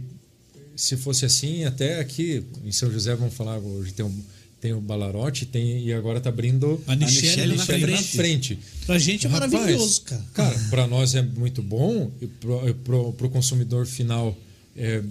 [SPEAKER 4] se fosse assim, até aqui em São José vamos falar hoje tem um tem o Balarote, tem e agora tá abrindo
[SPEAKER 1] A Nichelle
[SPEAKER 4] Nichelle
[SPEAKER 1] na frente. Pra gente é
[SPEAKER 4] Rapaz,
[SPEAKER 1] maravilhoso, cara.
[SPEAKER 4] Cara, para nós é muito bom e pro, e pro, pro consumidor final é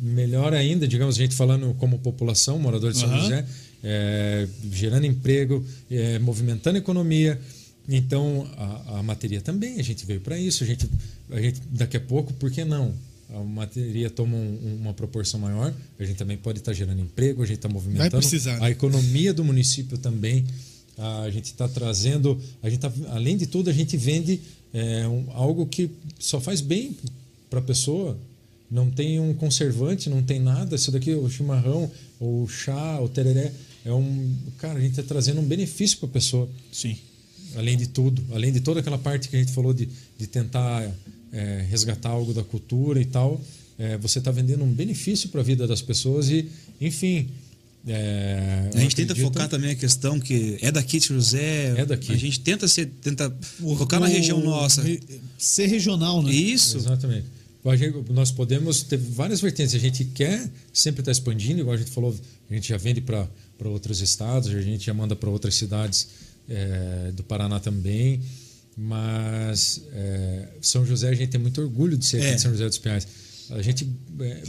[SPEAKER 4] melhor ainda, digamos, a gente falando como população, morador de São
[SPEAKER 1] Aham.
[SPEAKER 4] José, é, gerando emprego, é, movimentando a economia. Então, a, a materia também, a gente veio para isso. A gente, a gente, daqui a pouco, por que não? A materia toma um- uma proporção maior, a gente também pode estar gerando emprego, a gente tá está movimentando
[SPEAKER 2] precisar, né?
[SPEAKER 4] a economia do município também. A gente está trazendo, a gente tá, além de tudo, a gente vende é, um- algo que só faz bem para a pessoa. Não tem um conservante, não tem nada. Isso daqui, o chimarrão, o chá, o tereré, é um. Cara, a gente está trazendo um benefício para a pessoa
[SPEAKER 1] Sim.
[SPEAKER 4] além de tudo, além de toda aquela parte que a gente falou de, de tentar é, resgatar algo da cultura e tal, é, você está vendendo um benefício para a vida das pessoas e, enfim. é, eu
[SPEAKER 3] A gente tenta
[SPEAKER 4] acredito-
[SPEAKER 3] focar também a questão que é daqui de São José.
[SPEAKER 4] É daqui.
[SPEAKER 3] A gente tenta ser, tenta focar na região nossa.
[SPEAKER 1] re- Ser regional, né?
[SPEAKER 3] Isso.
[SPEAKER 4] Exatamente. A gente- Nós podemos ter várias vertentes. A gente quer sempre estar expandindo, igual a gente falou, a gente já vende para outros estados, a gente já manda para outras cidades eh, do Paraná também. Mas eh, São José, a gente tem muito orgulho de ser aqui
[SPEAKER 3] É.
[SPEAKER 4] de São José dos Pinhais. A gente. eh,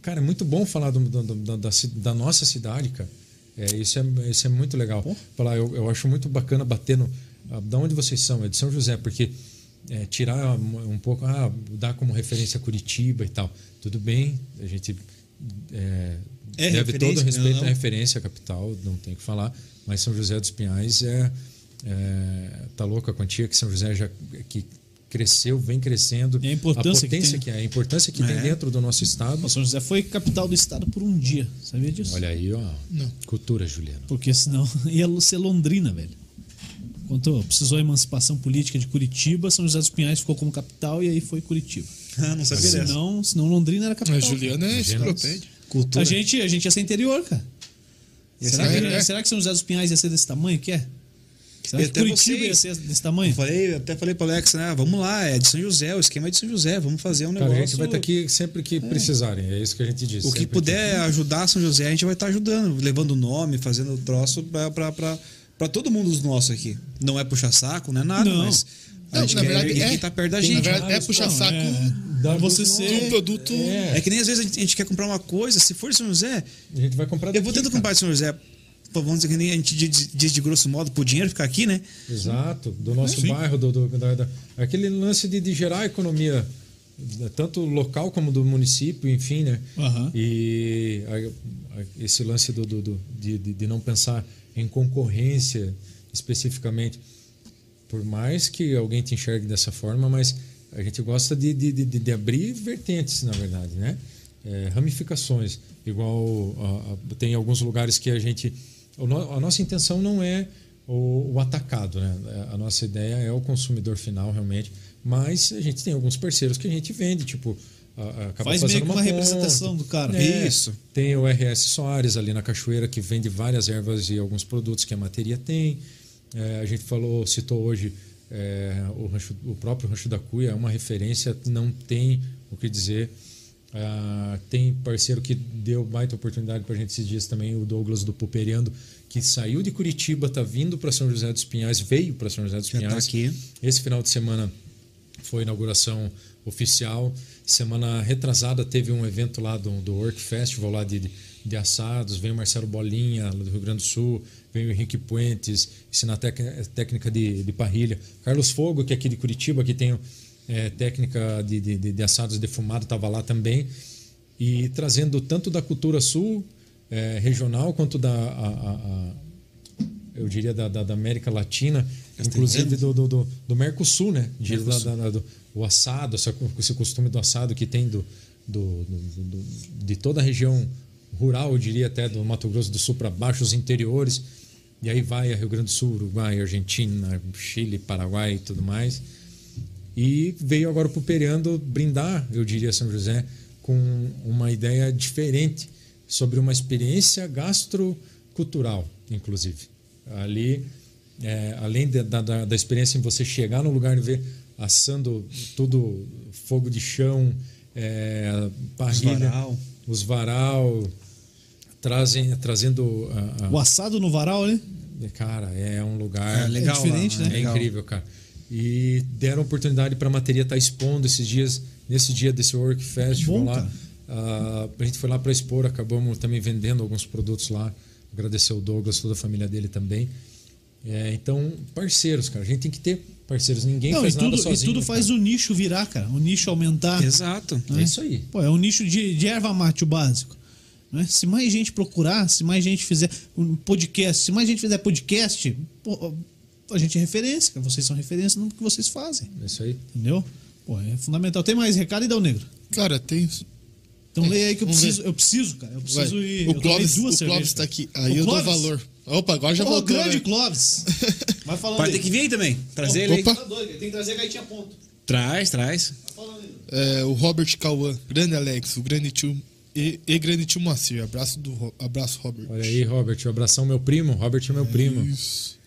[SPEAKER 4] cara, é muito bom falar do- do- do- da, da ci- da nossa cidade, cara. É, isso, é, isso é muito legal. Falar, eu, eu acho muito bacana bater no. ah, Da onde vocês são? É de São José, porque é, tirar um um pouco, ah, dar como referência Curitiba e tal. Tudo bem, a gente é,
[SPEAKER 3] É
[SPEAKER 4] deve todo
[SPEAKER 3] referência,
[SPEAKER 4] o respeito
[SPEAKER 3] não, não.
[SPEAKER 4] à referência à capital, não tem o que falar, mas São José dos Pinhais é, é tá louco a quantia que São José já que cresceu, vem crescendo.
[SPEAKER 1] E a importância que
[SPEAKER 4] potência
[SPEAKER 1] tem.
[SPEAKER 4] é, a importância que tem dentro do nosso estado.
[SPEAKER 1] Pô, São José foi capital do estado por um dia. Sabia disso?
[SPEAKER 4] Olha aí, ó.
[SPEAKER 2] Não.
[SPEAKER 4] Cultura, Juliano.
[SPEAKER 1] Porque senão ia ser Londrina, velho. Quando precisou a emancipação política de Curitiba, São José dos Pinhais ficou como capital e aí foi Curitiba.
[SPEAKER 4] é.
[SPEAKER 3] Ah, não sabia dessa.
[SPEAKER 1] Senão, senão Londrina era capital.
[SPEAKER 2] Mas Juliana é
[SPEAKER 4] Imagina.
[SPEAKER 2] enciclopédia.
[SPEAKER 3] Cultura.
[SPEAKER 1] A gente, a gente ia ser interior, cara.
[SPEAKER 3] Ia
[SPEAKER 1] Será
[SPEAKER 2] ser
[SPEAKER 1] que, é?
[SPEAKER 2] interior.
[SPEAKER 1] será que São José dos Pinhais ia ser desse tamanho que é? Será
[SPEAKER 3] E
[SPEAKER 1] que
[SPEAKER 3] até
[SPEAKER 1] Curitiba
[SPEAKER 3] vocês-
[SPEAKER 1] ia ser desse
[SPEAKER 3] Eu
[SPEAKER 1] tamanho?
[SPEAKER 3] falei, até falei pro Alex, né? Vamos lá, é de São José, o esquema é de São José, vamos fazer um
[SPEAKER 4] Cara,
[SPEAKER 3] negócio.
[SPEAKER 4] a gente vai estar aqui sempre que precisarem, é isso que a gente diz.
[SPEAKER 3] O que
[SPEAKER 4] sempre
[SPEAKER 3] puder ajudar São José, a gente vai estar ajudando, levando o nome, fazendo o troço pra, pra, pra, pra todo mundo dos nossos aqui. Não é puxar saco, não é nada,
[SPEAKER 1] Não.
[SPEAKER 3] mas a
[SPEAKER 2] Não,
[SPEAKER 3] gente
[SPEAKER 2] na
[SPEAKER 3] quer
[SPEAKER 2] verdade,
[SPEAKER 3] erguer
[SPEAKER 2] é.
[SPEAKER 3] quem tá perto da
[SPEAKER 2] Na
[SPEAKER 3] gente.
[SPEAKER 2] verdade, é puxar
[SPEAKER 1] Não,
[SPEAKER 2] saco
[SPEAKER 1] é.
[SPEAKER 4] Dá
[SPEAKER 1] Pra você
[SPEAKER 4] um
[SPEAKER 2] de um
[SPEAKER 1] ser.
[SPEAKER 2] produto.
[SPEAKER 4] É.
[SPEAKER 3] É que nem às vezes a gente, a gente quer comprar uma coisa, se for de São José,
[SPEAKER 4] A gente vai comprar
[SPEAKER 3] eu vou tentar comprar de São José. Pô, Vamos dizer que nem a gente diz, diz de grosso modo pro dinheiro ficar aqui, né?
[SPEAKER 4] Exato, do nosso
[SPEAKER 2] Sim.
[SPEAKER 4] bairro, do, do- da- da- aquele lance de, de gerar a economia, né, tanto local como do município, enfim, né?
[SPEAKER 1] Aham.
[SPEAKER 4] E a- a- esse lance do, do- do- de, de- de não pensar em concorrência especificamente, por mais que alguém te enxergue dessa forma, mas a gente gosta de, de, de- de- de abrir vertentes, na verdade, né? É, ramificações. Igual a- a- tem alguns lugares que a gente. o no- a nossa intenção não é o, o atacado, né? A nossa ideia é o consumidor final, realmente. Mas a gente tem alguns parceiros que a gente vende, tipo. a- a- acaba
[SPEAKER 1] Faz meio
[SPEAKER 4] fazendo
[SPEAKER 1] que uma representação do cara.
[SPEAKER 4] É,
[SPEAKER 3] Isso.
[SPEAKER 4] Tem o RS Soares ali na Cachoeira, que vende várias ervas e alguns produtos que a materia tem. É, a gente falou, citou hoje é, o, rancho- o próprio Rancho da Cuia, é uma referência, não tem o que dizer. Ah, tem parceiro que deu baita oportunidade para a gente esses dias também, o Douglas do Puperiando, que saiu de Curitiba, está vindo para São José dos Pinhais, veio para São José dos
[SPEAKER 3] Já tá
[SPEAKER 4] Pinhais.
[SPEAKER 3] aqui.
[SPEAKER 4] Esse final de semana foi a inauguração oficial. Semana retrasada teve um evento lá do, do Work Festival lá de, de assados. Veio o Marcelo Bolinha, lá do Rio Grande do Sul. Veio o Henrique Puentes, ensinar tec- técnica de, de parrilha. Carlos Fogo, que é aqui de Curitiba, que tem eh, técnica de, de, de, de assados defumado, estava lá também. E trazendo tanto da cultura sul, eh, regional, quanto da, a- a- a- eu diria, da, da, da América Latina, inclusive do, do, do, do Mercosul, né? De, da- da- do- o assado, essa co- esse costume do assado que tem do, do, do- do- de toda a região rural, eu diria até do Mato Grosso do Sul para baixo, os interiores. E aí vai a Rio Grande do Sul, Uruguai, Argentina, Chile, Paraguai e tudo mais. E veio agora para o Periando brindar, eu diria, São José, com uma ideia diferente sobre uma experiência gastrocultural, inclusive. Ali, é, além de- da, da, da experiência em você chegar no lugar e ver assando tudo, fogo de chão, é, parrilha,
[SPEAKER 3] varal.
[SPEAKER 4] os varal, trazem, trazendo... a- a-
[SPEAKER 1] O assado no varal, né?
[SPEAKER 4] Cara, é um lugar
[SPEAKER 3] É legal
[SPEAKER 1] É diferente,
[SPEAKER 3] lá,
[SPEAKER 1] né?
[SPEAKER 4] é incrível, cara. E deram oportunidade para a materia estar expondo esses dias, nesse dia desse Work Festival
[SPEAKER 1] Bom,
[SPEAKER 4] lá.
[SPEAKER 1] cara.
[SPEAKER 4] Ah, a gente foi lá para expor, acabamos também vendendo alguns produtos lá. Agradecer o Douglas, toda a família dele também. É, então, parceiros, cara. A gente tem que ter parceiros. Ninguém
[SPEAKER 1] Não, e
[SPEAKER 4] faz nada
[SPEAKER 1] tudo, e
[SPEAKER 4] sozinho. né,
[SPEAKER 1] tudo faz o nicho virar, cara. O nicho aumentar.
[SPEAKER 3] Exato.
[SPEAKER 4] É isso aí.
[SPEAKER 1] Pô, é um nicho de, de erva mate o básico. Né? Se mais gente procurar, se mais gente fizer um podcast, se mais gente fizer podcast, pô, a gente é referência, cara. Vocês são referência no que vocês fazem,
[SPEAKER 4] É isso aí.
[SPEAKER 1] entendeu? Pô, é fundamental. Tem mais recado e dá o negro.
[SPEAKER 2] Cara, tem isso.
[SPEAKER 1] Então leia aí que eu
[SPEAKER 2] É, Vamos
[SPEAKER 1] preciso, eu preciso, cara. Eu
[SPEAKER 2] Vai.
[SPEAKER 1] preciso ir.
[SPEAKER 2] O
[SPEAKER 1] eu tomei
[SPEAKER 2] Clóvis,
[SPEAKER 1] duas
[SPEAKER 2] o Clóvis
[SPEAKER 1] cervejas,
[SPEAKER 2] tá
[SPEAKER 1] cara.
[SPEAKER 2] aqui. Aí eu
[SPEAKER 1] Clóvis?
[SPEAKER 2] dou valor. Opa, agora já
[SPEAKER 1] Ô,
[SPEAKER 2] voltou.
[SPEAKER 1] grande
[SPEAKER 2] né?
[SPEAKER 1] Clóvis. Vai falando
[SPEAKER 3] Vai
[SPEAKER 1] aí.
[SPEAKER 3] ter que vir aí também. Trazer ele aí.
[SPEAKER 2] Opa.
[SPEAKER 1] Tá doido, cara. Tem que trazer a gaitinha a ponto.
[SPEAKER 3] Traz, traz.
[SPEAKER 1] Vai falando aí.
[SPEAKER 2] É, o Robert Cauã, grande Alex, o grande tio e, e grande tio Moacir. Abraço, do, Ro- abraço Robert.
[SPEAKER 4] Olha aí, Robert. Um abração, meu primo. Robert é meu primo.
[SPEAKER 2] Isso.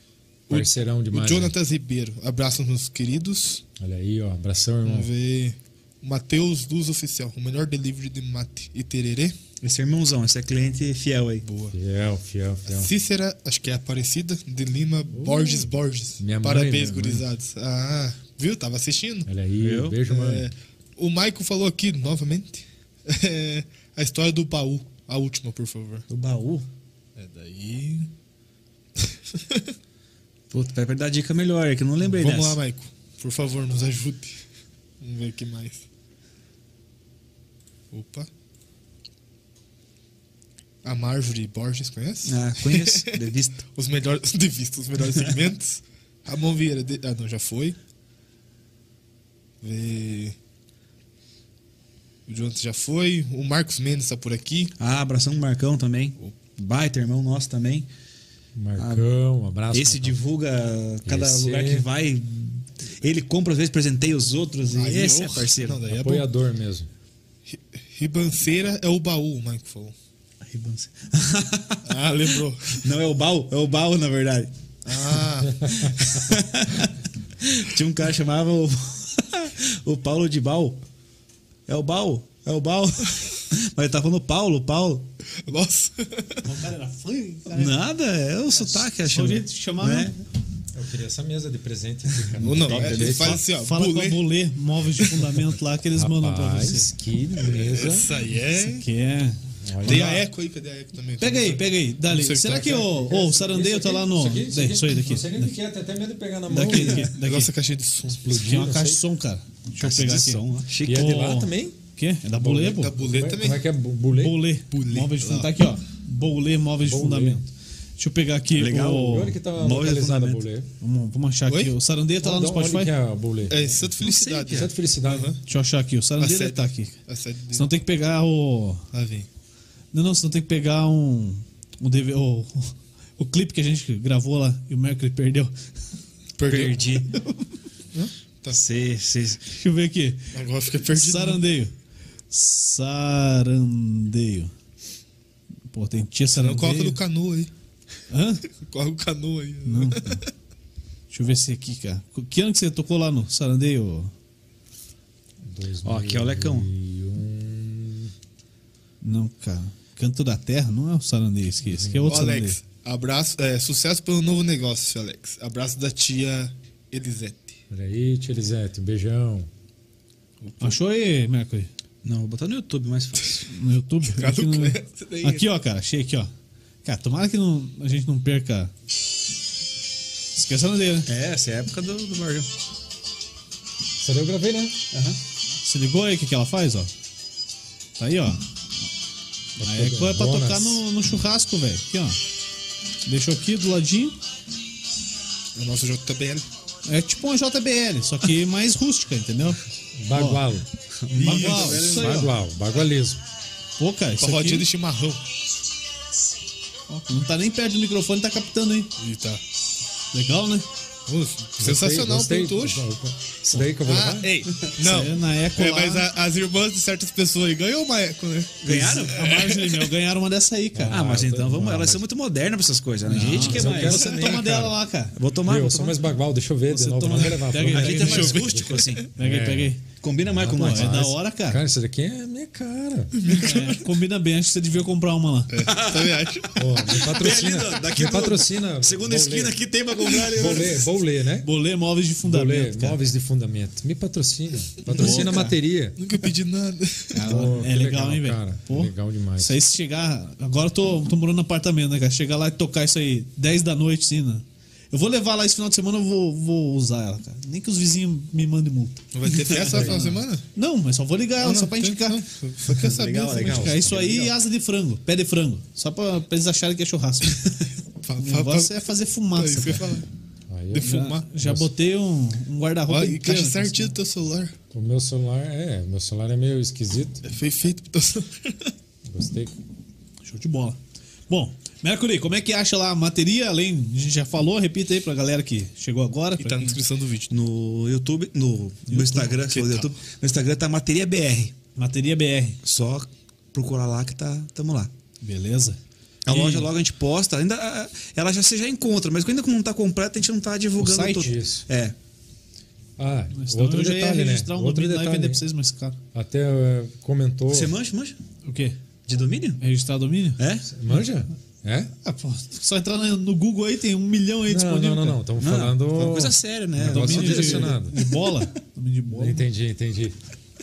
[SPEAKER 4] Parceirão demais.
[SPEAKER 2] O
[SPEAKER 4] né?
[SPEAKER 2] Jonatas Ribeiro, abraço meus queridos.
[SPEAKER 4] Olha aí, ó. Abração, irmão.
[SPEAKER 2] Vamos ver. Matheus Luz Oficial, o melhor delivery de mate e tererê.
[SPEAKER 3] Esse é irmãozão, esse é cliente fiel aí. Boa.
[SPEAKER 4] Fiel, fiel, fiel.
[SPEAKER 2] Cícera, acho que é Aparecida, de Lima Borges Borges.
[SPEAKER 4] Minha mãe, né?
[SPEAKER 2] Parabéns,
[SPEAKER 4] minha mãe.
[SPEAKER 2] gurizados. Ah, viu? Tava assistindo.
[SPEAKER 4] Olha aí,
[SPEAKER 3] Viu?
[SPEAKER 4] beijo, mano.
[SPEAKER 2] É, o Maico falou aqui, novamente, é, a história do baú. A última, por favor.
[SPEAKER 3] Do baú?
[SPEAKER 2] É daí.
[SPEAKER 3] Puta, vai dar dica melhor, é que eu não lembrei
[SPEAKER 2] Vamos
[SPEAKER 3] dessa.
[SPEAKER 2] lá, Maico. Por favor, nos ajude. Vamos ver o que mais. Opa. A Marjorie Borges, conhece?
[SPEAKER 3] Ah, conheço, de vista.
[SPEAKER 2] Os melhores. De vista, os melhores segmentos. Ramon Vieira. de- Ah, não, já foi. Vê. O Jonathan já foi. O Marcos Mendes tá por aqui.
[SPEAKER 3] Ah, abração pro Marcão também. Baita irmão nosso também.
[SPEAKER 4] Marcão, um abraço.
[SPEAKER 3] Esse
[SPEAKER 4] Marcão.
[SPEAKER 3] divulga cada
[SPEAKER 4] Esse-
[SPEAKER 3] lugar que vai. Ele compra, às vezes presenteia os outros. E
[SPEAKER 2] Aí,
[SPEAKER 3] esse é
[SPEAKER 2] oh,
[SPEAKER 3] parceiro.
[SPEAKER 2] não, daí é bom.
[SPEAKER 4] apoiador mesmo.
[SPEAKER 2] Ri- Ribanceira é o baú, o Mike falou.
[SPEAKER 3] Ribanceira.
[SPEAKER 2] Ah, lembrou.
[SPEAKER 3] Não, é o Bal, é o Bal, na verdade.
[SPEAKER 2] Ah,
[SPEAKER 3] Tinha um cara que chamava o, o Paulo de Bal. É o Bal, é o Bal. Mas ele tá falando Paulo, Paulo.
[SPEAKER 2] nossa.
[SPEAKER 1] O cara era fã, cara.
[SPEAKER 3] Nada, é o sotaque, acho.
[SPEAKER 1] o jeito de Tá, chamar,
[SPEAKER 3] né?
[SPEAKER 1] né?
[SPEAKER 4] Eu queria essa mesa de presente. aqui, cara.
[SPEAKER 2] Ou não,
[SPEAKER 4] Top,
[SPEAKER 2] é,
[SPEAKER 4] né?
[SPEAKER 2] ele faz assim, ó.
[SPEAKER 1] Fala
[SPEAKER 2] bulê.
[SPEAKER 1] com a Bolê, móveis de fundamento lá que eles mandam pra
[SPEAKER 4] Rapaz,
[SPEAKER 1] você.
[SPEAKER 4] que mesa.
[SPEAKER 2] Isso aí é.
[SPEAKER 1] Que é.
[SPEAKER 4] Olha
[SPEAKER 2] Dei
[SPEAKER 4] lá.
[SPEAKER 2] a eco aí, cadê a eco também?
[SPEAKER 1] Pega aí, pega aí, dali.
[SPEAKER 2] Não sei o que
[SPEAKER 1] Será
[SPEAKER 2] tá
[SPEAKER 1] que
[SPEAKER 2] aqui.
[SPEAKER 1] o, o Sarandeio tá lá no.
[SPEAKER 4] Isso aqui, isso aqui,
[SPEAKER 1] Isso aí daqui.
[SPEAKER 4] Não sei nem o que é, tem até medo de pegar na mão.
[SPEAKER 1] Daqui, daqui.
[SPEAKER 4] né?
[SPEAKER 1] daqui.
[SPEAKER 2] Nossa caixa de som.
[SPEAKER 1] Aqui é uma caixa de som, cara. Deixa eu pegar aqui.
[SPEAKER 3] Som, achei
[SPEAKER 4] E
[SPEAKER 3] que
[SPEAKER 4] é de
[SPEAKER 1] Pô.
[SPEAKER 4] lá também?
[SPEAKER 1] O quê? É da Bolê, pô?
[SPEAKER 2] Da Tá bulê
[SPEAKER 4] Como é-
[SPEAKER 2] também.
[SPEAKER 4] Como é que é? Bu- Bulê?
[SPEAKER 1] Bolê.
[SPEAKER 2] Bolê.
[SPEAKER 1] Móveis de
[SPEAKER 2] Lá.
[SPEAKER 1] fundamento. Tá aqui, ó. Bolê, móveis de
[SPEAKER 4] Bolê.
[SPEAKER 1] fundamento. Deixa eu pegar aqui.
[SPEAKER 3] Legal.
[SPEAKER 1] O...
[SPEAKER 4] Olha que tá
[SPEAKER 3] Móveis de
[SPEAKER 4] localizada a
[SPEAKER 3] fundamento.
[SPEAKER 4] Bulê.
[SPEAKER 1] Vamos, vamos achar aqui.
[SPEAKER 2] Oi?
[SPEAKER 1] O Sarandeia tá lá no
[SPEAKER 4] Onde- onde
[SPEAKER 1] Spotify.
[SPEAKER 4] que é a Bulê?
[SPEAKER 2] É, Santa Felicidade. né?
[SPEAKER 4] Santa Felicidade. né?
[SPEAKER 2] Aham.
[SPEAKER 1] Deixa eu achar aqui. O Sarandeia
[SPEAKER 2] A
[SPEAKER 1] deve
[SPEAKER 2] sede.
[SPEAKER 1] tá aqui.
[SPEAKER 2] A sede dele.
[SPEAKER 1] Senão tem que pegar o.
[SPEAKER 2] Lá Ah, vem.
[SPEAKER 1] Não, não, senão tem que pegar um. um DV, o, o clipe que a gente gravou lá e o Mercury perdeu.
[SPEAKER 2] Perdeu.
[SPEAKER 3] perdi. Tá, Cê, cê,
[SPEAKER 1] Deixa eu ver aqui.
[SPEAKER 2] Agora fica é perdido.
[SPEAKER 1] Sarandeio. Sarandeio. Pô, tem tia
[SPEAKER 2] Não coloca
[SPEAKER 1] sarandeio.
[SPEAKER 2] no canoa aí.
[SPEAKER 1] Hã?
[SPEAKER 2] Coloca o canoa aí.
[SPEAKER 1] Não. cara. Deixa eu ver se aqui, cara. Que ano que você tocou lá no Sarandeio?
[SPEAKER 3] Ó,
[SPEAKER 4] um.
[SPEAKER 3] aqui é o Lecão.
[SPEAKER 1] Não, cara. Canto da Terra não é o Sarandeio, esse aqui. Esse aqui é
[SPEAKER 2] Ô,
[SPEAKER 1] outro
[SPEAKER 2] Alex,
[SPEAKER 1] Sarandeio.
[SPEAKER 2] abraço. É, sucesso pelo novo negócio, Alex. Abraço da tia Elisete.
[SPEAKER 4] Olha aí, tia Elisete, um beijão.
[SPEAKER 1] Achou aí, Mercury?
[SPEAKER 3] Não, vou botar no YouTube mais fácil.
[SPEAKER 1] No YouTube?
[SPEAKER 2] Cara né?
[SPEAKER 1] Aqui,
[SPEAKER 2] do
[SPEAKER 1] no-
[SPEAKER 2] Clécio, daí.
[SPEAKER 1] aqui, ó, cara. Achei aqui, ó. Cara, tomara que não- a gente não perca. Esqueça dele, né?
[SPEAKER 3] É, essa é a época do, do Morgan.
[SPEAKER 4] Essa daí eu gravei, né?
[SPEAKER 1] Se ligou aí o que, que ela faz, ó? Tá aí, ó. A eco é pra
[SPEAKER 4] Bonas.
[SPEAKER 1] tocar no, no churrasco, velho. Aqui, ó. Deixou aqui do ladinho.
[SPEAKER 2] É o nosso JBL.
[SPEAKER 1] É tipo uma JBL, só que mais rústica, entendeu?
[SPEAKER 4] Bagualo.
[SPEAKER 1] Bagual,
[SPEAKER 4] é
[SPEAKER 1] isso aí, ó.
[SPEAKER 4] Bagual, bagualismo.
[SPEAKER 1] Pô, cara, isso
[SPEAKER 2] Rodinha de
[SPEAKER 1] aqui,
[SPEAKER 2] chimarrão.
[SPEAKER 1] ó, não tá nem perto do microfone, tá captando, hein?
[SPEAKER 2] E tá.
[SPEAKER 1] Legal, né?
[SPEAKER 2] Nossa, sensacional o
[SPEAKER 4] Gostei,
[SPEAKER 2] pinto hoje.
[SPEAKER 4] gostei. Isso daí que eu vou
[SPEAKER 2] Ah,
[SPEAKER 4] levar?
[SPEAKER 2] ei.
[SPEAKER 1] Isso aí
[SPEAKER 2] Não.
[SPEAKER 1] na eco
[SPEAKER 2] É,
[SPEAKER 1] lá,
[SPEAKER 2] mas a- as irmãs de certas pessoas aí ganhou uma eco, né?
[SPEAKER 3] Ganharam?
[SPEAKER 1] A Marjorie Mel ganharam uma dessa aí, cara.
[SPEAKER 3] Ah, mas
[SPEAKER 4] Ah,
[SPEAKER 3] então
[SPEAKER 4] tá-
[SPEAKER 3] vamos.
[SPEAKER 4] não,
[SPEAKER 3] Elas
[SPEAKER 4] mas-
[SPEAKER 3] são muito modernas pra essas coisas, né? gente que é
[SPEAKER 4] mas eu
[SPEAKER 3] mais.
[SPEAKER 4] quero
[SPEAKER 1] Você
[SPEAKER 4] saber,
[SPEAKER 1] toma
[SPEAKER 4] cara.
[SPEAKER 1] dela lá, cara.
[SPEAKER 3] Vou tomar.
[SPEAKER 4] Viu,
[SPEAKER 3] vou
[SPEAKER 4] eu sou
[SPEAKER 3] tomar.
[SPEAKER 4] mais bagual, deixa eu ver
[SPEAKER 1] Você
[SPEAKER 4] de novo.
[SPEAKER 1] toma-
[SPEAKER 4] Não vou levar.
[SPEAKER 1] pega aí,
[SPEAKER 4] vou-
[SPEAKER 3] A gente é mais
[SPEAKER 1] Deixa eu ver.
[SPEAKER 3] rústico, assim. Ah,
[SPEAKER 1] Pega aí,
[SPEAKER 4] É.
[SPEAKER 1] pega aí.
[SPEAKER 3] Combina mais com
[SPEAKER 1] Não,
[SPEAKER 3] nós.
[SPEAKER 1] é da hora, cara.
[SPEAKER 4] Cara, isso daqui é a minha cara.
[SPEAKER 1] É, combina bem, acho que você devia comprar uma lá.
[SPEAKER 2] É, também acho.
[SPEAKER 4] Ó, me patrocina.
[SPEAKER 3] Tem ali, daqui
[SPEAKER 4] me
[SPEAKER 3] do-
[SPEAKER 4] patrocina.
[SPEAKER 3] Segunda
[SPEAKER 4] Bolê.
[SPEAKER 3] esquina aqui tem pra comprar ali.
[SPEAKER 4] Vou ler, vou ler, né?
[SPEAKER 1] Bolê móveis de
[SPEAKER 4] Vou
[SPEAKER 1] fundamento,
[SPEAKER 4] ler,
[SPEAKER 1] cara.
[SPEAKER 4] móveis de fundamento. Me patrocina. Patrocina a
[SPEAKER 1] Boa, cara.
[SPEAKER 4] bateria.
[SPEAKER 2] Nunca pedi nada.
[SPEAKER 1] Cara,
[SPEAKER 4] Pô,
[SPEAKER 1] é
[SPEAKER 4] que
[SPEAKER 1] legal,
[SPEAKER 4] legal,
[SPEAKER 1] hein, velho?
[SPEAKER 4] cara.
[SPEAKER 1] Pô,
[SPEAKER 4] Legal demais.
[SPEAKER 1] Isso aí se chegar. Agora eu tô, tô morando no apartamento, né, cara? Chegar lá e tocar isso aí 10 da noite, sim, né? Eu vou levar lá esse final de semana, eu vou, vou usar ela, cara. Nem que os vizinhos me mandem multa.
[SPEAKER 2] Não vai ter festa no final de semana?
[SPEAKER 1] Não, mas só vou ligar ela,
[SPEAKER 2] Não,
[SPEAKER 1] só pra
[SPEAKER 2] tem-
[SPEAKER 1] indicar.
[SPEAKER 2] não, Só quer saber.
[SPEAKER 3] Legal,
[SPEAKER 2] só
[SPEAKER 3] legal.
[SPEAKER 1] Cara, isso aí é asa de frango, pé de frango. Só pra, pra eles acharem que é churrasco.
[SPEAKER 2] Fa-
[SPEAKER 1] O
[SPEAKER 2] fa-
[SPEAKER 1] negócio
[SPEAKER 2] fa-
[SPEAKER 1] é fazer
[SPEAKER 2] É
[SPEAKER 1] fumaça.
[SPEAKER 2] isso que eu ia
[SPEAKER 1] cara.
[SPEAKER 2] falar.
[SPEAKER 4] Aí,
[SPEAKER 2] De fumar.
[SPEAKER 1] Já
[SPEAKER 4] Nossa.
[SPEAKER 1] botei um, um guarda-roupa.
[SPEAKER 2] Olha, e
[SPEAKER 1] inteiro,
[SPEAKER 2] caixa
[SPEAKER 1] cara.
[SPEAKER 2] certinha do teu celular.
[SPEAKER 4] o meu celular é, meu celular é meio esquisito.
[SPEAKER 2] É fe- feito pro teu celular.
[SPEAKER 4] Gostei.
[SPEAKER 1] Show de bola. Bom, Mercury, como é que acha lá a bateria? Além, a gente já falou, repita aí pra galera que chegou agora.
[SPEAKER 2] E
[SPEAKER 1] pra
[SPEAKER 2] tá na
[SPEAKER 1] quem-
[SPEAKER 2] descrição do vídeo.
[SPEAKER 3] No YouTube, no, no Instagram, se for do
[SPEAKER 2] que tal?
[SPEAKER 3] YouTube, no Instagram tá Materia BR.
[SPEAKER 1] Bateria BR.
[SPEAKER 3] Só procurar lá que tá, tamo lá.
[SPEAKER 1] Beleza?
[SPEAKER 3] A
[SPEAKER 1] E
[SPEAKER 3] loja logo a gente posta, ainda ah, ela já você já encontra, mas ainda como não tá completa, a gente não tá divulgando
[SPEAKER 4] site,
[SPEAKER 3] tudo.
[SPEAKER 4] isso.
[SPEAKER 3] É.
[SPEAKER 4] Ah,
[SPEAKER 1] senão
[SPEAKER 4] outro
[SPEAKER 1] eu já ia
[SPEAKER 4] detalhe, né?
[SPEAKER 1] registrar um
[SPEAKER 4] outro
[SPEAKER 1] domínio lá e
[SPEAKER 4] detalhe.
[SPEAKER 1] vender pra vocês mais caro.
[SPEAKER 4] Até eh, comentou.
[SPEAKER 3] Você mancha, mancha?
[SPEAKER 1] O quê?
[SPEAKER 3] De domínio?
[SPEAKER 1] Registrar domínio?
[SPEAKER 3] É?
[SPEAKER 4] Manja? É?
[SPEAKER 1] Ah, pô, só entrar no no Google aí, tem um milhão aí
[SPEAKER 4] Não,
[SPEAKER 1] disponível.
[SPEAKER 4] não, não, não.
[SPEAKER 1] cara.
[SPEAKER 4] Estamos
[SPEAKER 3] Não,
[SPEAKER 4] falando.
[SPEAKER 3] foi uma coisa séria, né?
[SPEAKER 4] Negócio
[SPEAKER 1] Domínio de,
[SPEAKER 4] direcionado.
[SPEAKER 1] de bola? Domínio de bola. Não
[SPEAKER 4] Entendi, entendi.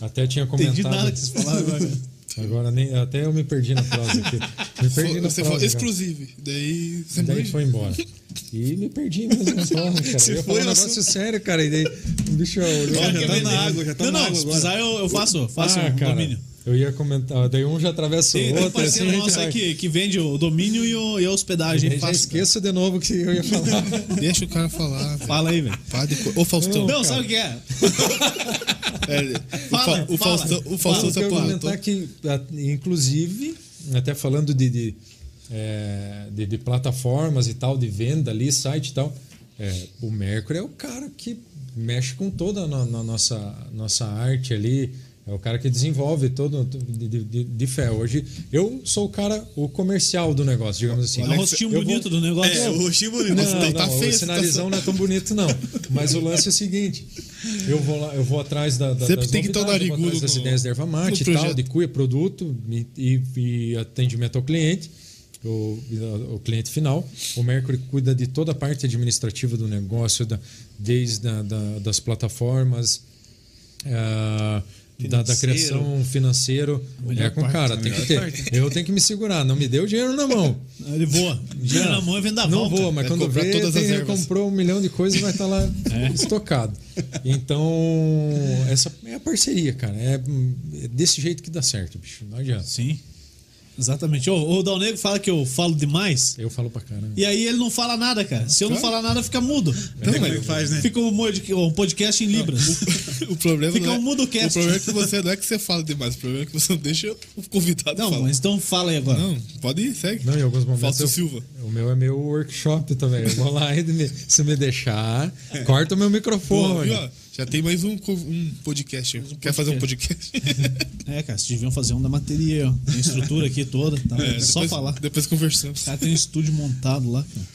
[SPEAKER 4] Até tinha comentado.
[SPEAKER 1] entendi nada que vocês falaram agora. cara.
[SPEAKER 4] Agora nem, até eu me perdi na frase aqui. Me perdi
[SPEAKER 2] Fo-
[SPEAKER 4] na
[SPEAKER 2] Você
[SPEAKER 4] frase.
[SPEAKER 2] falou
[SPEAKER 4] cara.
[SPEAKER 2] exclusive. Daí você
[SPEAKER 4] Daí
[SPEAKER 2] manja.
[SPEAKER 4] foi embora. E me perdi mesmo na frase, cara.
[SPEAKER 3] Se
[SPEAKER 4] eu
[SPEAKER 3] foi
[SPEAKER 4] ia falar um
[SPEAKER 3] o
[SPEAKER 4] negócio sério, cara. E daí o bicho olhou.
[SPEAKER 3] Cara, já tá
[SPEAKER 1] Quer
[SPEAKER 3] na
[SPEAKER 1] vender?
[SPEAKER 3] água, já tá
[SPEAKER 1] não,
[SPEAKER 3] na
[SPEAKER 1] não,
[SPEAKER 3] água
[SPEAKER 1] se
[SPEAKER 3] agora.
[SPEAKER 1] precisar, eu, eu faço, faço
[SPEAKER 4] Ah,
[SPEAKER 1] um
[SPEAKER 4] cara,
[SPEAKER 1] domínio.
[SPEAKER 4] Eu ia comentar. Daí um já atravessa o
[SPEAKER 1] Tem, tem
[SPEAKER 4] outro. assim,
[SPEAKER 1] parceiro
[SPEAKER 4] a gente
[SPEAKER 1] nosso
[SPEAKER 4] vai-
[SPEAKER 1] aqui que vende o domínio e, o, e a hospedagem.
[SPEAKER 4] Eu já
[SPEAKER 1] Fácil, cara.
[SPEAKER 4] esqueço de novo o que eu ia falar.
[SPEAKER 2] Deixa o cara falar. velho.
[SPEAKER 1] Fala aí, velho.
[SPEAKER 2] Pá de co- Ô, Faustão.
[SPEAKER 1] Não, sabe o que é?
[SPEAKER 2] É,
[SPEAKER 1] Fala,
[SPEAKER 2] o, Fa- o
[SPEAKER 1] fala.
[SPEAKER 2] Faustão, o
[SPEAKER 4] Fala,
[SPEAKER 2] Faustão
[SPEAKER 4] eu
[SPEAKER 2] tá
[SPEAKER 4] quero
[SPEAKER 2] porra.
[SPEAKER 4] comentar que, a- inclusive, até ah, falando de, de, é, de, de plataformas e tal, de venda ali, site e tal. É, o Mercury é o cara que mexe com toda a no- no- nossa, nossa arte ali, é o cara que desenvolve todo de, de- de, de fé. Hoje eu sou o cara, o comercial do negócio, digamos assim.
[SPEAKER 1] É um rostinho
[SPEAKER 4] Eu vou-
[SPEAKER 1] bonito do negócio.
[SPEAKER 3] É, o rostinho bonito.
[SPEAKER 4] não,
[SPEAKER 3] Nossa,
[SPEAKER 4] não,
[SPEAKER 2] tá
[SPEAKER 3] tá-
[SPEAKER 4] não,
[SPEAKER 2] feio
[SPEAKER 4] o
[SPEAKER 2] essa
[SPEAKER 4] sinalizão
[SPEAKER 2] situação.
[SPEAKER 4] não é tão bonito, não. Mas o lance é o seguinte: eu vou lá, eu vou atrás da, da
[SPEAKER 2] Sempre
[SPEAKER 4] das
[SPEAKER 2] tem que ter o
[SPEAKER 4] novidades, vou
[SPEAKER 2] narigudo
[SPEAKER 4] atrás das
[SPEAKER 2] no-
[SPEAKER 4] ideias da erva mate
[SPEAKER 2] no
[SPEAKER 4] e tal,
[SPEAKER 2] projeto.
[SPEAKER 4] de cuia, produto e, e- e atendimento ao cliente, o, o cliente final. O Mercury cuida de toda a parte administrativa do negócio, da, desde a, da, das plataformas. ah, da, da
[SPEAKER 3] Financeiro.
[SPEAKER 4] criação financeiro é com o cara, tem que ter. Eu tenho que me segurar, não me dê o dinheiro na mão.
[SPEAKER 1] Ele voa. Dinheiro na mão e venda
[SPEAKER 4] Não
[SPEAKER 1] volta.
[SPEAKER 4] voa, mas
[SPEAKER 2] Vai
[SPEAKER 4] quando
[SPEAKER 2] comprar
[SPEAKER 4] vê,
[SPEAKER 2] todas
[SPEAKER 4] tem,
[SPEAKER 2] as ervas.
[SPEAKER 4] comprou um milhão de coisas e vai estar lá estocado. Então, essa é a parceria, cara. É, é desse jeito que dá certo, bicho. Não adianta.
[SPEAKER 1] Sim. Exatamente. O, o Dal Negro fala que eu falo demais.
[SPEAKER 4] Eu falo pra caramba.
[SPEAKER 1] E aí ele não fala nada, cara. Se eu não falar nada, fica mudo.
[SPEAKER 3] Então, como é que faz, né?
[SPEAKER 1] Fica um, mod- um podcast em Libras.
[SPEAKER 2] O problema
[SPEAKER 1] Fica
[SPEAKER 2] não é,
[SPEAKER 1] um mudo cast.
[SPEAKER 2] O problema é que você não é que você fala demais, o problema é que você não deixa o convidado
[SPEAKER 1] Não,
[SPEAKER 2] falar.
[SPEAKER 1] mas então fala aí agora.
[SPEAKER 2] Não, pode ir, segue.
[SPEAKER 4] Não, em alguns momentos.
[SPEAKER 2] Fausto
[SPEAKER 4] eu-
[SPEAKER 2] Silva.
[SPEAKER 4] O meu é meu workshop também. Eu vou lá e me- se me deixar, corta o meu
[SPEAKER 2] Pô,
[SPEAKER 4] microfone.
[SPEAKER 2] viu, ó? já tem mais um, co- um podcast. Quer fazer um podcast?
[SPEAKER 1] É, cara, vocês deviam fazer um da material. Tem estrutura aqui toda. Tá?
[SPEAKER 2] É,
[SPEAKER 1] Só
[SPEAKER 2] depois-
[SPEAKER 1] falar. O
[SPEAKER 2] Depois conversamos.
[SPEAKER 1] cara tem um estúdio montado lá, cara.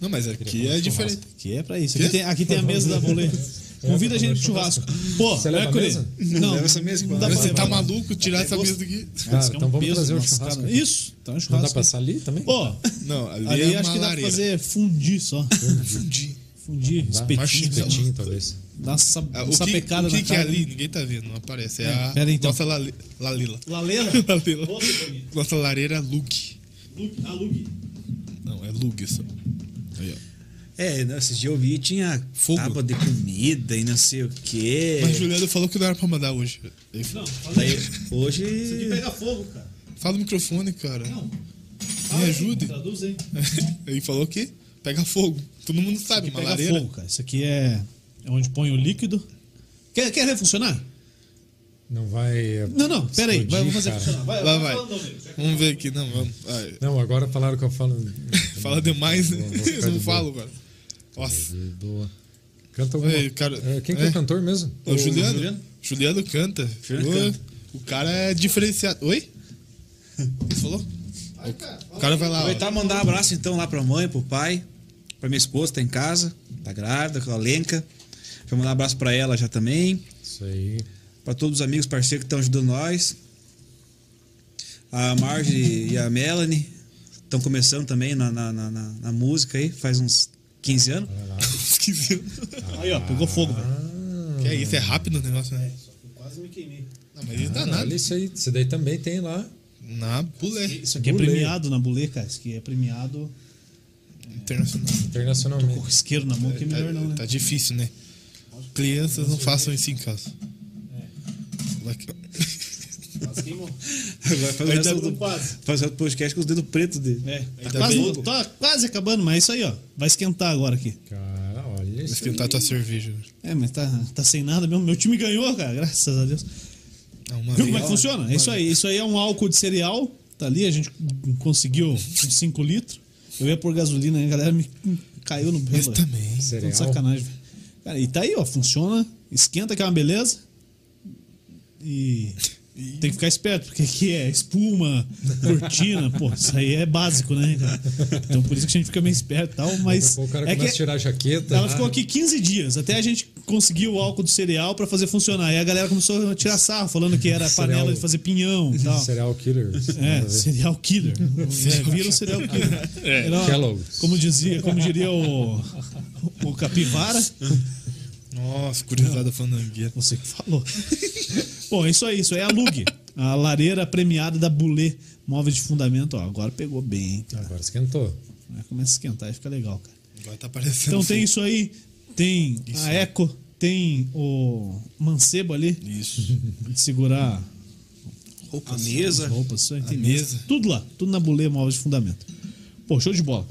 [SPEAKER 2] Não, mas aqui é diferente.
[SPEAKER 1] Que é pra isso. Aqui
[SPEAKER 2] Quê?
[SPEAKER 1] tem, aqui tem a mesa da bolê. Convida a gente pro churrasco. Pô,
[SPEAKER 4] Você leva a
[SPEAKER 1] Mercury,
[SPEAKER 4] mesa?
[SPEAKER 1] Não,
[SPEAKER 3] leva essa mesa,
[SPEAKER 1] não
[SPEAKER 3] que
[SPEAKER 1] dá
[SPEAKER 3] vai-
[SPEAKER 1] pra
[SPEAKER 2] Você
[SPEAKER 1] levar.
[SPEAKER 2] tá maluco tirar
[SPEAKER 1] Até
[SPEAKER 2] essa
[SPEAKER 1] gosto.
[SPEAKER 2] mesa daqui?
[SPEAKER 1] Cara, isso aqui é
[SPEAKER 4] então vamos
[SPEAKER 1] peso
[SPEAKER 4] trazer o
[SPEAKER 1] nas
[SPEAKER 4] churrasco
[SPEAKER 1] caras.
[SPEAKER 4] aí.
[SPEAKER 1] Isso, tá um
[SPEAKER 4] Não
[SPEAKER 1] churrasco.
[SPEAKER 4] dá pra passar ali também?
[SPEAKER 1] Ó,
[SPEAKER 2] Não, ali,
[SPEAKER 1] ali acho que
[SPEAKER 2] é
[SPEAKER 1] dá pra
[SPEAKER 2] malaria.
[SPEAKER 1] fazer fundir só.
[SPEAKER 2] Fundi.
[SPEAKER 1] Fundir, espetinho.
[SPEAKER 4] Dá?
[SPEAKER 1] então.
[SPEAKER 2] Marshmallow.
[SPEAKER 1] espetinho.
[SPEAKER 4] Espetinho, talvez.
[SPEAKER 1] Dá uma sa-
[SPEAKER 2] Ah,
[SPEAKER 1] uma
[SPEAKER 2] o que,
[SPEAKER 1] sapecada
[SPEAKER 2] o que
[SPEAKER 1] na
[SPEAKER 2] que é
[SPEAKER 1] cara.
[SPEAKER 2] ali? Ninguém tá vendo, não aparece. É,
[SPEAKER 1] É,
[SPEAKER 2] a
[SPEAKER 1] pera aí, então.
[SPEAKER 2] nossa lali- lalila.
[SPEAKER 1] Laleira?
[SPEAKER 2] Lalila.
[SPEAKER 1] Outra bonita.
[SPEAKER 2] Nossa lareira é Lug.
[SPEAKER 1] Luke- a Luke.
[SPEAKER 2] Não, é Lug só. Aí, ó.
[SPEAKER 3] É, não, esses dias eu vi tinha
[SPEAKER 2] Fogo.
[SPEAKER 3] tábua de comida e não sei o quê.
[SPEAKER 2] Mas o Juliano falou que não era pra mandar hoje. Ele
[SPEAKER 1] Não, fala
[SPEAKER 3] Daí,
[SPEAKER 1] isso. Isso aqui
[SPEAKER 3] hoje.
[SPEAKER 1] pega fogo, cara.
[SPEAKER 2] Fala no microfone, cara.
[SPEAKER 1] Não.
[SPEAKER 2] Me
[SPEAKER 1] aí,
[SPEAKER 2] ajude.
[SPEAKER 1] Traduz aí.
[SPEAKER 2] Ele falou o quê? Pega fogo. Todo mundo sabe, uma
[SPEAKER 1] Pega
[SPEAKER 2] lareira.
[SPEAKER 1] fogo, cara. Isso aqui é, é onde põe o líquido. Quer, quer refuncionar?
[SPEAKER 4] Não vai. eh,
[SPEAKER 1] Não, não, pera aí.
[SPEAKER 4] explodir,
[SPEAKER 1] Vai, vamos fazer
[SPEAKER 4] cara.
[SPEAKER 1] funcionar. Vai,
[SPEAKER 2] Lá
[SPEAKER 1] vai
[SPEAKER 2] vai.
[SPEAKER 1] falando, Almeida.
[SPEAKER 2] Vamos ver aqui. Não, vamos. Vai.
[SPEAKER 4] Não, agora falaram que eu falo.
[SPEAKER 2] Fala demais, né?
[SPEAKER 4] Vou- vou ficar
[SPEAKER 2] Eles não
[SPEAKER 4] de boa.
[SPEAKER 2] falam, cara. Nossa.
[SPEAKER 4] Boa. Canta alguma
[SPEAKER 2] Ei, cara,
[SPEAKER 4] É, Quem que é,
[SPEAKER 2] é?
[SPEAKER 4] o cantor mesmo?
[SPEAKER 2] O Juliano.
[SPEAKER 3] Juliano?
[SPEAKER 2] Juliano canta.
[SPEAKER 3] Juliano
[SPEAKER 2] Ô,
[SPEAKER 3] canta.
[SPEAKER 2] O cara é diferenciado. Oi? Ele falou? O cara vai lá. ó.
[SPEAKER 3] Aproveitar e mandar um abraço então lá pra mãe, pro pai, pra minha esposa, tá em casa, tá grávida, com a Lenca. Vou mandar um abraço pra ela já também.
[SPEAKER 4] Isso aí.
[SPEAKER 3] Pra todos os amigos, parceiros que estão ajudando nós. A Marge e a Melanie estão começando também na, na, na- na- na música aí, faz uns 15 anos.
[SPEAKER 1] É.
[SPEAKER 2] Esquisito.
[SPEAKER 1] Aí, ó, pegou fogo, velho.
[SPEAKER 2] Que é isso? É rápido o negócio, né?
[SPEAKER 1] Quase me queimei.
[SPEAKER 2] Não, mas isso dá
[SPEAKER 4] Ah, olha
[SPEAKER 2] nada.
[SPEAKER 4] isso aí. Isso daí também tem lá.
[SPEAKER 2] Na bulé
[SPEAKER 1] Isso aqui é
[SPEAKER 4] Bulê.
[SPEAKER 1] premiado na bulê, cara. Isso aqui é premiado.
[SPEAKER 2] internacional.
[SPEAKER 1] Com
[SPEAKER 4] Internacionalmente.
[SPEAKER 1] isqueiro na mão, que é
[SPEAKER 2] Tá,
[SPEAKER 1] melhor não, né?
[SPEAKER 2] tá difícil, né? Crianças não façam isso em casa. Vai que-
[SPEAKER 1] Quase queimou.
[SPEAKER 3] Agora faz o
[SPEAKER 1] Ainda
[SPEAKER 3] resto
[SPEAKER 1] bem.
[SPEAKER 3] do, faz o resto do podcast com os dedos pretos dele.
[SPEAKER 1] É, tá
[SPEAKER 2] Ainda
[SPEAKER 1] quase,
[SPEAKER 2] bem.
[SPEAKER 1] tá quase acabando, mas é isso aí, ó. Vai esquentar agora aqui.
[SPEAKER 4] Cara, olha isso.
[SPEAKER 2] esquentar tua cerveja.
[SPEAKER 1] É, mas tá, tá sem nada mesmo. Meu time ganhou, cara, graças a Deus.
[SPEAKER 2] Não, uma
[SPEAKER 1] Viu
[SPEAKER 2] vez.
[SPEAKER 1] como é que funciona? É isso aí. Isso aí é um álcool de cereal. Tá ali, a gente conseguiu uns 5 litros. Eu ia pôr gasolina e a galera me me caiu no
[SPEAKER 2] Mas
[SPEAKER 1] bêbado.
[SPEAKER 2] também.
[SPEAKER 1] Tá de
[SPEAKER 4] Cereal.
[SPEAKER 1] sacanagem. velho. Cara, e tá aí, ó. Funciona. Esquenta que é uma beleza. E... Tem que ficar esperto, porque aqui é espuma, cortina, pô, isso aí é básico, né, cara? Então por isso que a gente fica meio esperto e tal,
[SPEAKER 4] Daqui a
[SPEAKER 1] mas.
[SPEAKER 4] pouco o cara
[SPEAKER 1] é
[SPEAKER 4] começa
[SPEAKER 1] que-
[SPEAKER 4] a tirar a jaqueta.
[SPEAKER 1] ela
[SPEAKER 4] ah,
[SPEAKER 1] ficou aqui 15 dias, até a gente conseguir o álcool do cereal pra fazer funcionar. E a galera começou a tirar sarro, falando que era
[SPEAKER 4] Cereal.
[SPEAKER 1] panela de fazer pinhão e tal.
[SPEAKER 4] Serial killer. né?
[SPEAKER 1] É, cereal killer. É, Vira o cereal killer.
[SPEAKER 4] É.
[SPEAKER 1] Era uma-
[SPEAKER 4] Kellogg's.
[SPEAKER 1] como, dizia, como diria o, o capivara,
[SPEAKER 2] Nossa, curiosidade da fandangueira.
[SPEAKER 1] você que falou. Bom, é isso aí, isso aí é a Lug, a lareira premiada da Bulê, móveis de fundamento. Ó, agora pegou bem, hein, cara.
[SPEAKER 4] Agora esquentou.
[SPEAKER 1] Agora Começa a esquentar e fica legal, cara.
[SPEAKER 2] Agora tá aparecendo.
[SPEAKER 1] Então tem isso aí, tem a Eco, tem o Mancebo ali.
[SPEAKER 2] Isso.
[SPEAKER 1] de segurar
[SPEAKER 3] A mesa.
[SPEAKER 1] as roupas, só tem mesa.
[SPEAKER 2] A mesa.
[SPEAKER 1] Tudo lá, tudo na buleia móveis de fundamento. Pô, show de bola.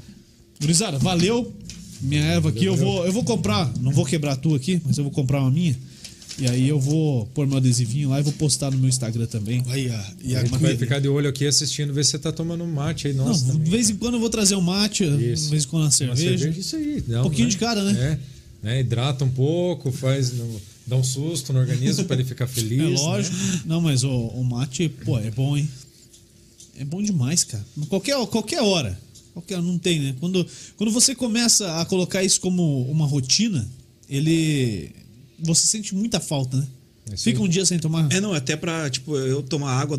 [SPEAKER 1] Gurizada, valeu. Minha erva aqui, eu vou, eu vou comprar, não vou quebrar a tua aqui, mas eu vou comprar uma minha. E aí eu vou pôr meu adesivinho lá e vou postar no meu Instagram também.
[SPEAKER 2] Olha, e a, e a
[SPEAKER 4] A gente vai
[SPEAKER 2] cuia-
[SPEAKER 4] ficar de olho aqui assistindo, ver se você tá tomando um mate aí.
[SPEAKER 1] Não,
[SPEAKER 4] Nossa,
[SPEAKER 1] de
[SPEAKER 4] também,
[SPEAKER 1] vez
[SPEAKER 4] cara.
[SPEAKER 1] em quando eu vou trazer um mate, de
[SPEAKER 4] Isso.
[SPEAKER 1] vez em quando uma
[SPEAKER 4] Uma
[SPEAKER 1] cerveja.
[SPEAKER 4] isso aí. dá
[SPEAKER 1] é Um pouquinho de cada, né?
[SPEAKER 4] É, né? Hidrata um pouco, faz, no- dá um susto no organismo para ele ficar feliz.
[SPEAKER 1] é
[SPEAKER 4] né?
[SPEAKER 1] lógico. Não, mas o, o mate, pô, é bom, hein? É bom demais, cara. Qualquer, qualquer hora. Qualquer não tem, né? Quando, quando você começa a colocar isso como uma rotina, ele. Você sente muita falta, né?
[SPEAKER 4] É isso
[SPEAKER 1] Fica
[SPEAKER 4] aí.
[SPEAKER 1] um dia sem tomar.
[SPEAKER 3] É, não, até pra, tipo, eu tomar água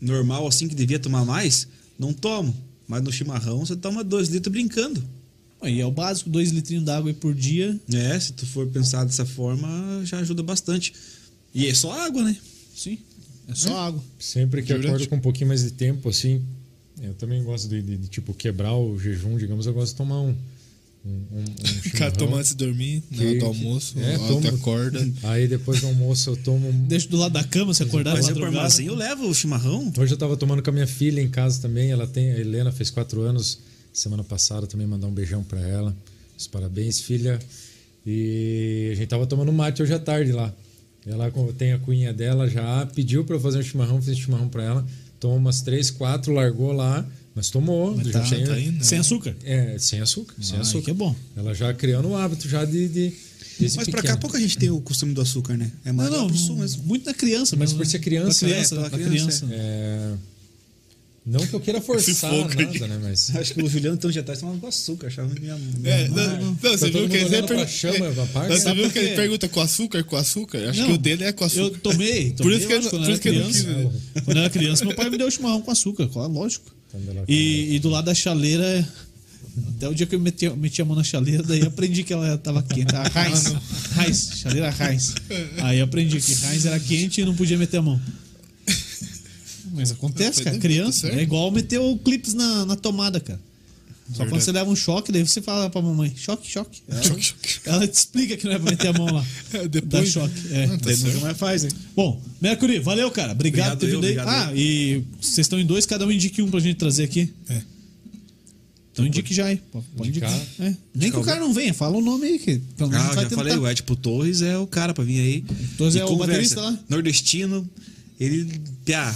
[SPEAKER 3] normal, assim, que devia tomar mais, não tomo. Mas no chimarrão você toma dois litros brincando.
[SPEAKER 1] E é o básico, dois litrinhos d'água aí por dia.
[SPEAKER 3] É, se tu for pensar dessa forma, já ajuda bastante. E é só água, né?
[SPEAKER 1] Sim. É só água.
[SPEAKER 4] Sempre que
[SPEAKER 2] Durante-
[SPEAKER 4] acordo com um pouquinho mais de tempo, assim, eu também gosto de, de- de, tipo quebrar o jejum, digamos, eu gosto de tomar um. um, um, um
[SPEAKER 2] O cara
[SPEAKER 4] chimarrão.
[SPEAKER 2] toma antes de dormir, na
[SPEAKER 4] Que-
[SPEAKER 2] hora do almoço,
[SPEAKER 4] é,
[SPEAKER 2] na hora que
[SPEAKER 4] toma.
[SPEAKER 2] acorda.
[SPEAKER 4] Aí depois do almoço eu tomo. um-
[SPEAKER 1] Deixa do lado da cama, se acordar de
[SPEAKER 3] Mas é eu por
[SPEAKER 1] madrugada.
[SPEAKER 3] armazém eu levo o chimarrão.
[SPEAKER 4] Hoje eu tava tomando com a minha filha em casa também. Ela tem. A Helena fez quatro anos semana passada, também mandar um beijão pra ela. Os parabéns, filha. E a gente tava tomando mate hoje à tarde lá. Ela co- tem a cunha dela já, pediu pra eu fazer um chimarrão, fiz chimarrão pra ela. Tomou umas três, quatro, largou lá, mas tomou.
[SPEAKER 1] Mas
[SPEAKER 4] já
[SPEAKER 1] tá-
[SPEAKER 4] tinha-
[SPEAKER 2] tá aí, né?
[SPEAKER 1] Sem açúcar.
[SPEAKER 4] É, sem açúcar, sem
[SPEAKER 1] Ah,
[SPEAKER 4] açúcar.
[SPEAKER 1] que é bom.
[SPEAKER 4] Ela já criando o hábito já de. de desde
[SPEAKER 3] Mas pra
[SPEAKER 4] pequena.
[SPEAKER 3] cá pouco a gente tem o costume do açúcar, né? É mais
[SPEAKER 1] Não, não,
[SPEAKER 3] lá pro sul mesmo.
[SPEAKER 1] muito na criança,
[SPEAKER 4] Mas
[SPEAKER 1] mesmo,
[SPEAKER 4] por
[SPEAKER 1] né?
[SPEAKER 4] ser criança,
[SPEAKER 1] Pra criança,
[SPEAKER 3] né?
[SPEAKER 1] pra
[SPEAKER 3] Pela
[SPEAKER 1] criança.
[SPEAKER 3] criança.
[SPEAKER 4] É, Não que eu queira forçar
[SPEAKER 2] fogo
[SPEAKER 4] nada,
[SPEAKER 2] aí.
[SPEAKER 4] né? Mas.
[SPEAKER 3] Acho que o Juliano tanto já tá tomando com açúcar, achava que um minha mãe.
[SPEAKER 2] É, não, não, você
[SPEAKER 4] todo
[SPEAKER 2] viu
[SPEAKER 4] mundo
[SPEAKER 2] que ele
[SPEAKER 4] olhando pra
[SPEAKER 2] pergunta.
[SPEAKER 4] chama, pra parte.
[SPEAKER 2] Você
[SPEAKER 1] Sabe
[SPEAKER 2] viu
[SPEAKER 1] por
[SPEAKER 2] que ele
[SPEAKER 1] quê?
[SPEAKER 2] pergunta com açúcar, com açúcar? Acho
[SPEAKER 1] Não,
[SPEAKER 2] que o dele é com açúcar.
[SPEAKER 1] Eu tomei, tomei
[SPEAKER 2] Por isso que eu
[SPEAKER 1] lógico,
[SPEAKER 2] não-
[SPEAKER 1] quando eu
[SPEAKER 2] por isso
[SPEAKER 1] era
[SPEAKER 2] que eu não
[SPEAKER 1] criança. Quando eu era criança, meu pai me deu chimarrão com açúcar, claro, lógico.
[SPEAKER 4] Quando ela-
[SPEAKER 1] E, e do lado da chaleira, até o dia que eu meti, meti a mão na chaleira, daí aprendi que ela tava quente. Era Heinz, Heinz, chaleira Heinz. Aí aprendi que Heinz era quente e não podia meter a mão. Mas acontece, cara, criança. É igual meter o clips na, na tomada, cara. Só quando
[SPEAKER 2] Verdade.
[SPEAKER 1] você leva um choque, daí você fala pra mamãe, choque, choque. Ela,
[SPEAKER 2] Choque, choque.
[SPEAKER 1] ela te explica que não é pra meter a mão lá.
[SPEAKER 2] É,
[SPEAKER 1] Dá
[SPEAKER 2] depois-
[SPEAKER 1] choque. É.
[SPEAKER 2] Ah, tá
[SPEAKER 3] Daí nunca
[SPEAKER 2] certo.
[SPEAKER 3] mais faz, né?
[SPEAKER 1] Bom, Mercury, valeu, cara. Obrigado,
[SPEAKER 3] Obrigado
[SPEAKER 1] por ter
[SPEAKER 3] eu,
[SPEAKER 1] vindo aí.
[SPEAKER 3] obrigado
[SPEAKER 1] Ah, e vocês estão em dois, cada um indique um pra gente trazer aqui.
[SPEAKER 2] É.
[SPEAKER 1] Então indique já aí. Pode pode
[SPEAKER 4] Indicar.
[SPEAKER 1] indicar. É. Nem que o cara não venha, fala o nome aí. Que pelo menos
[SPEAKER 3] Ah,
[SPEAKER 1] vai
[SPEAKER 3] já
[SPEAKER 1] tentar.
[SPEAKER 3] falei, o Edipo Torres é o cara pra vir aí.
[SPEAKER 1] Torres
[SPEAKER 3] E
[SPEAKER 1] é o
[SPEAKER 3] conversa.
[SPEAKER 1] baterista lá?
[SPEAKER 3] Nordestino. Ele. Piá.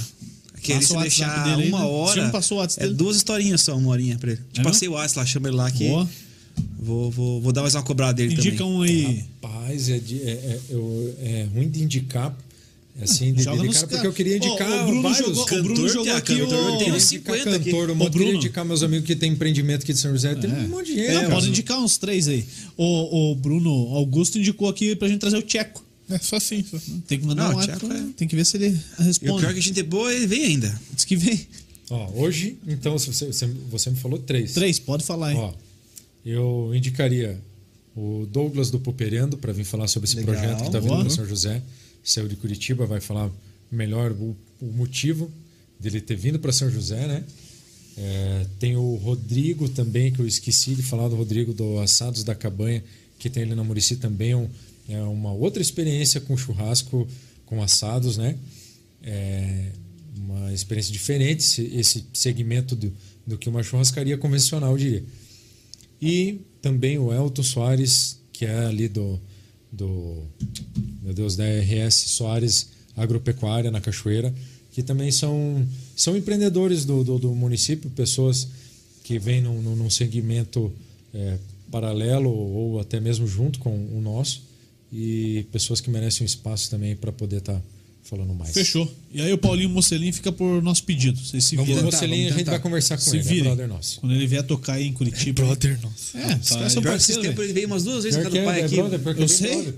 [SPEAKER 3] Que ele
[SPEAKER 1] Passa
[SPEAKER 3] se
[SPEAKER 1] o WhatsApp
[SPEAKER 3] deixar
[SPEAKER 1] dele aí,
[SPEAKER 3] uma
[SPEAKER 1] né? Você
[SPEAKER 3] hora.
[SPEAKER 1] não passou o WhatsApp
[SPEAKER 3] é
[SPEAKER 1] dele?
[SPEAKER 3] duas historinhas só, uma horinha pra ele. Te
[SPEAKER 1] É
[SPEAKER 3] passei o WhatsApp lá, chama ele lá que.
[SPEAKER 1] Boa.
[SPEAKER 3] Vou, vou, vou dar mais uma cobrada dele
[SPEAKER 1] Indica
[SPEAKER 3] também.
[SPEAKER 1] um aí.
[SPEAKER 4] Rapaz, é, de- é- é- eu- é ruim de indicar. Assim, de, de,
[SPEAKER 1] Joga
[SPEAKER 4] de
[SPEAKER 1] nos
[SPEAKER 4] cara, porque
[SPEAKER 1] caras.
[SPEAKER 4] eu queria indicar
[SPEAKER 1] Ó, o Bruno
[SPEAKER 4] vários.
[SPEAKER 1] jogou- o
[SPEAKER 4] cantor,
[SPEAKER 1] Bruno jogou
[SPEAKER 3] tem a
[SPEAKER 1] aqui um
[SPEAKER 3] cantor,
[SPEAKER 1] o-
[SPEAKER 3] tem uns
[SPEAKER 1] Indicar
[SPEAKER 3] 50 aqui.
[SPEAKER 4] cantor, um monte-
[SPEAKER 1] Bruno.
[SPEAKER 4] queria indicar meus amigos que tem empreendimento aqui de São José. Tem um monte de gente.
[SPEAKER 1] É,
[SPEAKER 4] cara.
[SPEAKER 1] pode indicar uns três aí. O, o Bruno Augusto indicou aqui pra gente trazer o Tcheco.
[SPEAKER 2] É só assim. Só.
[SPEAKER 1] Tem que mandar
[SPEAKER 3] Não,
[SPEAKER 1] um
[SPEAKER 3] o
[SPEAKER 1] ato,
[SPEAKER 3] Tcheco é-
[SPEAKER 1] Tem que ver se ele
[SPEAKER 3] E o
[SPEAKER 1] responde.
[SPEAKER 3] pior que a gente é boa, ele vem ainda.
[SPEAKER 1] Diz que vem.
[SPEAKER 4] Ó, hoje, então, se você, você, você me falou três.
[SPEAKER 1] Três, pode falar aí.
[SPEAKER 4] Ó, eu indicaria o Douglas do Poperando para vir falar sobre esse
[SPEAKER 3] Legal.
[SPEAKER 4] projeto que está vindo
[SPEAKER 1] Boa.
[SPEAKER 4] para São José. Saiu de Curitiba, vai falar melhor o, o motivo dele ter vindo para São José, né? É, tem o Rodrigo também, que eu esqueci de falar do Rodrigo do Assados da Cabanha, que tem ele na Murici também. Um, é uma outra experiência com churrasco, com assados, né? É uma experiência diferente, esse, esse segmento do, do que uma churrascaria convencional diria. E também o Elton Soares, que é ali do, do meu Deus, da RS Soares Agropecuária na Cachoeira, que também são, são empreendedores do, do, do município, pessoas que vêm num, num, num segmento eh, paralelo ou até mesmo junto com o nosso e pessoas que merecem um espaço também para poder estar falando mais.
[SPEAKER 1] Fechou. E aí o Paulinho Mocelin fica por nosso pedido. Vocês se
[SPEAKER 4] Vamos
[SPEAKER 1] viram.
[SPEAKER 4] tentar, Mocelin,
[SPEAKER 3] vamos
[SPEAKER 4] a gente
[SPEAKER 3] tentar.
[SPEAKER 4] vai conversar com
[SPEAKER 1] Se
[SPEAKER 4] ele, é
[SPEAKER 1] virem.
[SPEAKER 4] brother nosso.
[SPEAKER 1] Quando ele vier tocar aí em Curitiba.
[SPEAKER 2] Brother nosso.
[SPEAKER 1] É, os caras são
[SPEAKER 3] Pior que esses
[SPEAKER 1] parceiros.
[SPEAKER 3] tempos
[SPEAKER 1] velho.
[SPEAKER 3] ele veio umas duas vezes
[SPEAKER 4] Pior
[SPEAKER 3] com
[SPEAKER 4] que é,
[SPEAKER 3] do pai
[SPEAKER 4] é
[SPEAKER 3] aqui.
[SPEAKER 4] brother, pior que
[SPEAKER 1] Eu
[SPEAKER 4] é bem
[SPEAKER 1] sei.
[SPEAKER 4] brother.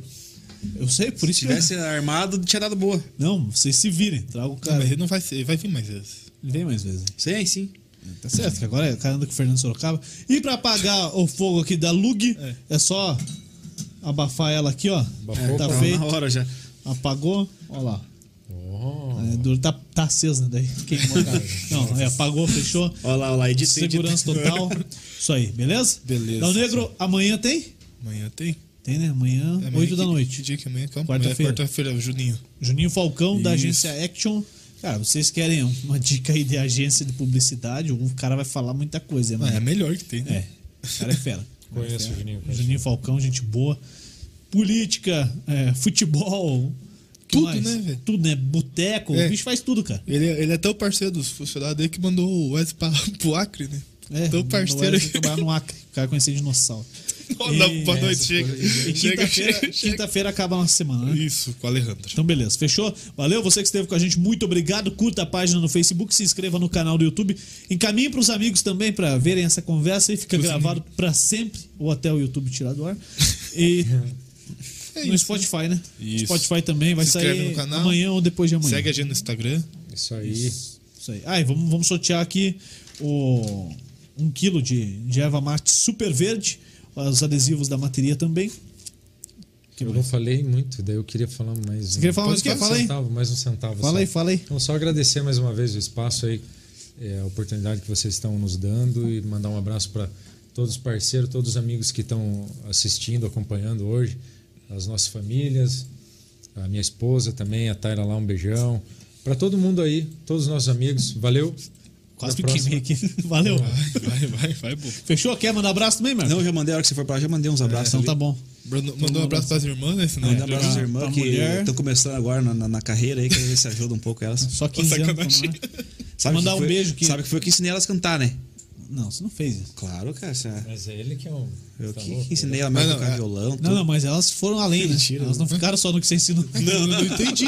[SPEAKER 1] Eu sei, por isso
[SPEAKER 3] Se
[SPEAKER 1] que. é.
[SPEAKER 3] tivesse armado, tinha dado boa.
[SPEAKER 1] Não, vocês se virem. Traga o
[SPEAKER 2] Não,
[SPEAKER 1] cara.
[SPEAKER 2] mas ele não vai ser, ele vai vir mais vezes.
[SPEAKER 1] Ele vem mais vezes.
[SPEAKER 3] Sim, sim.
[SPEAKER 1] Tá certo, que agora o cara anda com o Fernando Sorocaba. E pra apagar o fogo aqui da Lug, é,
[SPEAKER 2] É.
[SPEAKER 1] só abafar ela aqui, ó.
[SPEAKER 4] Abafou,
[SPEAKER 1] tá
[SPEAKER 4] pronto.
[SPEAKER 1] feito.
[SPEAKER 3] É, Na hora já.
[SPEAKER 1] Apagou, ó lá.
[SPEAKER 4] Oh.
[SPEAKER 1] É, duro, tá, tá acesa daí. Queimou, a cara. Não, é, apagou, fechou.
[SPEAKER 3] Olha lá, olha lá, editei.
[SPEAKER 1] Segurança total. Isso aí, beleza?
[SPEAKER 2] Beleza.
[SPEAKER 1] Dal Negro, amanhã tem?
[SPEAKER 2] Amanhã tem?
[SPEAKER 1] Tem, né? Amanhã,
[SPEAKER 2] Amanhã
[SPEAKER 1] 8 da
[SPEAKER 2] que-
[SPEAKER 1] noite.
[SPEAKER 2] Que dia que é amanhã? Calma,
[SPEAKER 1] Quarta-feira.
[SPEAKER 2] amanhã é Quarta-feira, Juninho.
[SPEAKER 1] Juninho Falcão, da
[SPEAKER 2] Isso.
[SPEAKER 1] agência Action. Cara, vocês querem uma dica aí de agência de publicidade? O cara vai falar muita coisa,
[SPEAKER 2] Ah, é a
[SPEAKER 1] né?
[SPEAKER 2] melhor que tem, né?
[SPEAKER 1] É, o cara é fera.
[SPEAKER 4] Conheço o Juninho, conheço.
[SPEAKER 1] Juninho Falcão, gente boa. política, é, futebol. que
[SPEAKER 2] Tudo,
[SPEAKER 1] mais?
[SPEAKER 2] né, velho?
[SPEAKER 1] Tudo, né? Boteco.
[SPEAKER 2] É.
[SPEAKER 1] O bicho faz tudo, cara.
[SPEAKER 2] Ele, é- ele é tão parceiro dos funcionários aí que mandou o Wes pra, pro Acre, né?
[SPEAKER 1] É,
[SPEAKER 2] tão parceiro
[SPEAKER 1] Noel trabalhava no Acre. O cara conhecia dinossauro.
[SPEAKER 2] Olha,
[SPEAKER 1] E-
[SPEAKER 2] boa noite,
[SPEAKER 1] essa
[SPEAKER 2] chega.
[SPEAKER 1] E
[SPEAKER 2] Chega,
[SPEAKER 1] quinta-feira
[SPEAKER 2] chega, chega.
[SPEAKER 1] quinta-feira acaba a nossa semana, né?
[SPEAKER 2] Isso, com o Alejandro.
[SPEAKER 1] Então, beleza, fechou? Valeu, você que esteve com a gente, muito obrigado. Curta a página no Facebook, se inscreva no canal do YouTube. Encaminhe para os amigos também para verem essa conversa e fica gravado para sempre, ou até o YouTube tirar do ar. E
[SPEAKER 2] É
[SPEAKER 1] no
[SPEAKER 2] isso.
[SPEAKER 1] Spotify, né?
[SPEAKER 2] Isso.
[SPEAKER 1] Spotify também, vai
[SPEAKER 2] Se inscreve
[SPEAKER 1] sair
[SPEAKER 2] no canal.
[SPEAKER 1] amanhã ou depois de amanhã.
[SPEAKER 2] Segue a gente no Instagram.
[SPEAKER 4] Isso aí.
[SPEAKER 1] Isso aí. Ah, e vamos, vamos sortear aqui o, um quilo de, de erva mate super verde, os adesivos da materia também. Que
[SPEAKER 4] eu
[SPEAKER 1] mais?
[SPEAKER 4] não falei muito, daí eu queria falar mais. Você
[SPEAKER 1] queria falar mais o quê? Fala aí.
[SPEAKER 4] Centavo, mais um centavo.
[SPEAKER 1] Fala
[SPEAKER 4] só.
[SPEAKER 1] aí, fala aí.
[SPEAKER 4] Então, só agradecer mais uma vez o espaço aí, é, a oportunidade que vocês estão nos dando e mandar um abraço para todos os parceiros, todos os amigos que estão assistindo, acompanhando hoje, as nossas famílias, a minha esposa também, a Taira lá, um beijão. Para todo mundo aí, todos os nossos amigos, valeu.
[SPEAKER 1] Quase me
[SPEAKER 4] Até a
[SPEAKER 1] queimei aqui. Valeu.
[SPEAKER 2] Vai, vai, vai, pô.
[SPEAKER 1] Fechou? Quer mandar abraço também, Marcos?
[SPEAKER 3] Não, eu já mandei a hora que você for pra lá, já mandei uns abraços.
[SPEAKER 1] Então
[SPEAKER 3] ali.
[SPEAKER 1] tá bom.
[SPEAKER 2] Bruno, mandou um abraço pras irmãs, né? Senão
[SPEAKER 3] Mandei um abraço às
[SPEAKER 1] É, pra-
[SPEAKER 3] irmãs
[SPEAKER 1] pra
[SPEAKER 3] que
[SPEAKER 1] mulher.
[SPEAKER 3] estão começando agora na, na- na carreira aí, que às vezes se ajuda um pouco elas.
[SPEAKER 1] Só 15 anos.
[SPEAKER 2] sacanagem.
[SPEAKER 1] vamos lá.
[SPEAKER 3] Sabe
[SPEAKER 1] Mandar
[SPEAKER 3] que
[SPEAKER 1] um
[SPEAKER 3] foi-
[SPEAKER 1] beijo que-
[SPEAKER 3] Sabe que foi eu que ensinei elas a cantar, né?
[SPEAKER 1] Não, você não fez isso.
[SPEAKER 3] Claro, cara. Você...
[SPEAKER 1] Tá
[SPEAKER 4] Mas é ele que é um.
[SPEAKER 3] Eu que,
[SPEAKER 4] louco,
[SPEAKER 3] que ensinei ela
[SPEAKER 2] Mas
[SPEAKER 3] mesmo a
[SPEAKER 2] não,
[SPEAKER 3] tocar
[SPEAKER 2] é-
[SPEAKER 3] violão.
[SPEAKER 1] né? Não,
[SPEAKER 3] tudo.
[SPEAKER 1] não, mas elas foram além, né? Elas não ficaram só no que você ensinou.
[SPEAKER 2] Não, não entendi.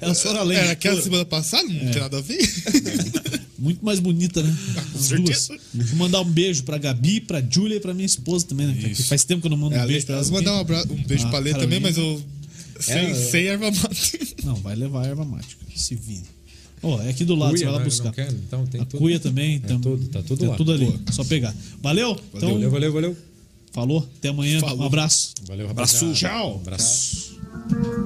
[SPEAKER 1] Elas foram além.
[SPEAKER 2] Era É, aquela
[SPEAKER 1] Pô,
[SPEAKER 2] semana passada, não
[SPEAKER 1] É.
[SPEAKER 2] tem nada a ver.
[SPEAKER 1] Muito mais bonita, né?
[SPEAKER 2] com
[SPEAKER 1] As duas.
[SPEAKER 2] certeza.
[SPEAKER 1] Vou mandar um beijo pra Gabi, pra Júlia e pra minha esposa também, né? Porque
[SPEAKER 2] Isso.
[SPEAKER 1] faz tempo que eu não mando
[SPEAKER 2] É,
[SPEAKER 1] um beijo pra elas.
[SPEAKER 2] vou mandar um, abra... um beijo
[SPEAKER 1] Ah,
[SPEAKER 2] pra Lê
[SPEAKER 1] cara, É.
[SPEAKER 2] também,
[SPEAKER 1] eu-
[SPEAKER 2] mas eu. Sem,
[SPEAKER 3] eu-
[SPEAKER 2] sem erva mate.
[SPEAKER 1] Não, vai levar a erva mágica. Se vire. Ó, é aqui do lado, você
[SPEAKER 4] Cuia,
[SPEAKER 1] vai lá
[SPEAKER 4] não,
[SPEAKER 1] buscar.
[SPEAKER 4] não quero, então tem
[SPEAKER 1] a
[SPEAKER 4] tudo.
[SPEAKER 1] cuia também.
[SPEAKER 4] É
[SPEAKER 1] então,
[SPEAKER 4] tudo, tá tudo
[SPEAKER 1] tá
[SPEAKER 4] lá.
[SPEAKER 1] tudo ali.
[SPEAKER 4] Boa.
[SPEAKER 1] Só pegar. Valeu? Então,
[SPEAKER 4] Valeu, valeu, valeu.
[SPEAKER 1] falou. Até amanhã.
[SPEAKER 2] Falou.
[SPEAKER 1] Um abraço.
[SPEAKER 4] Valeu, rapaziada.
[SPEAKER 1] Tchau.
[SPEAKER 4] Um abraço.
[SPEAKER 1] Tchau.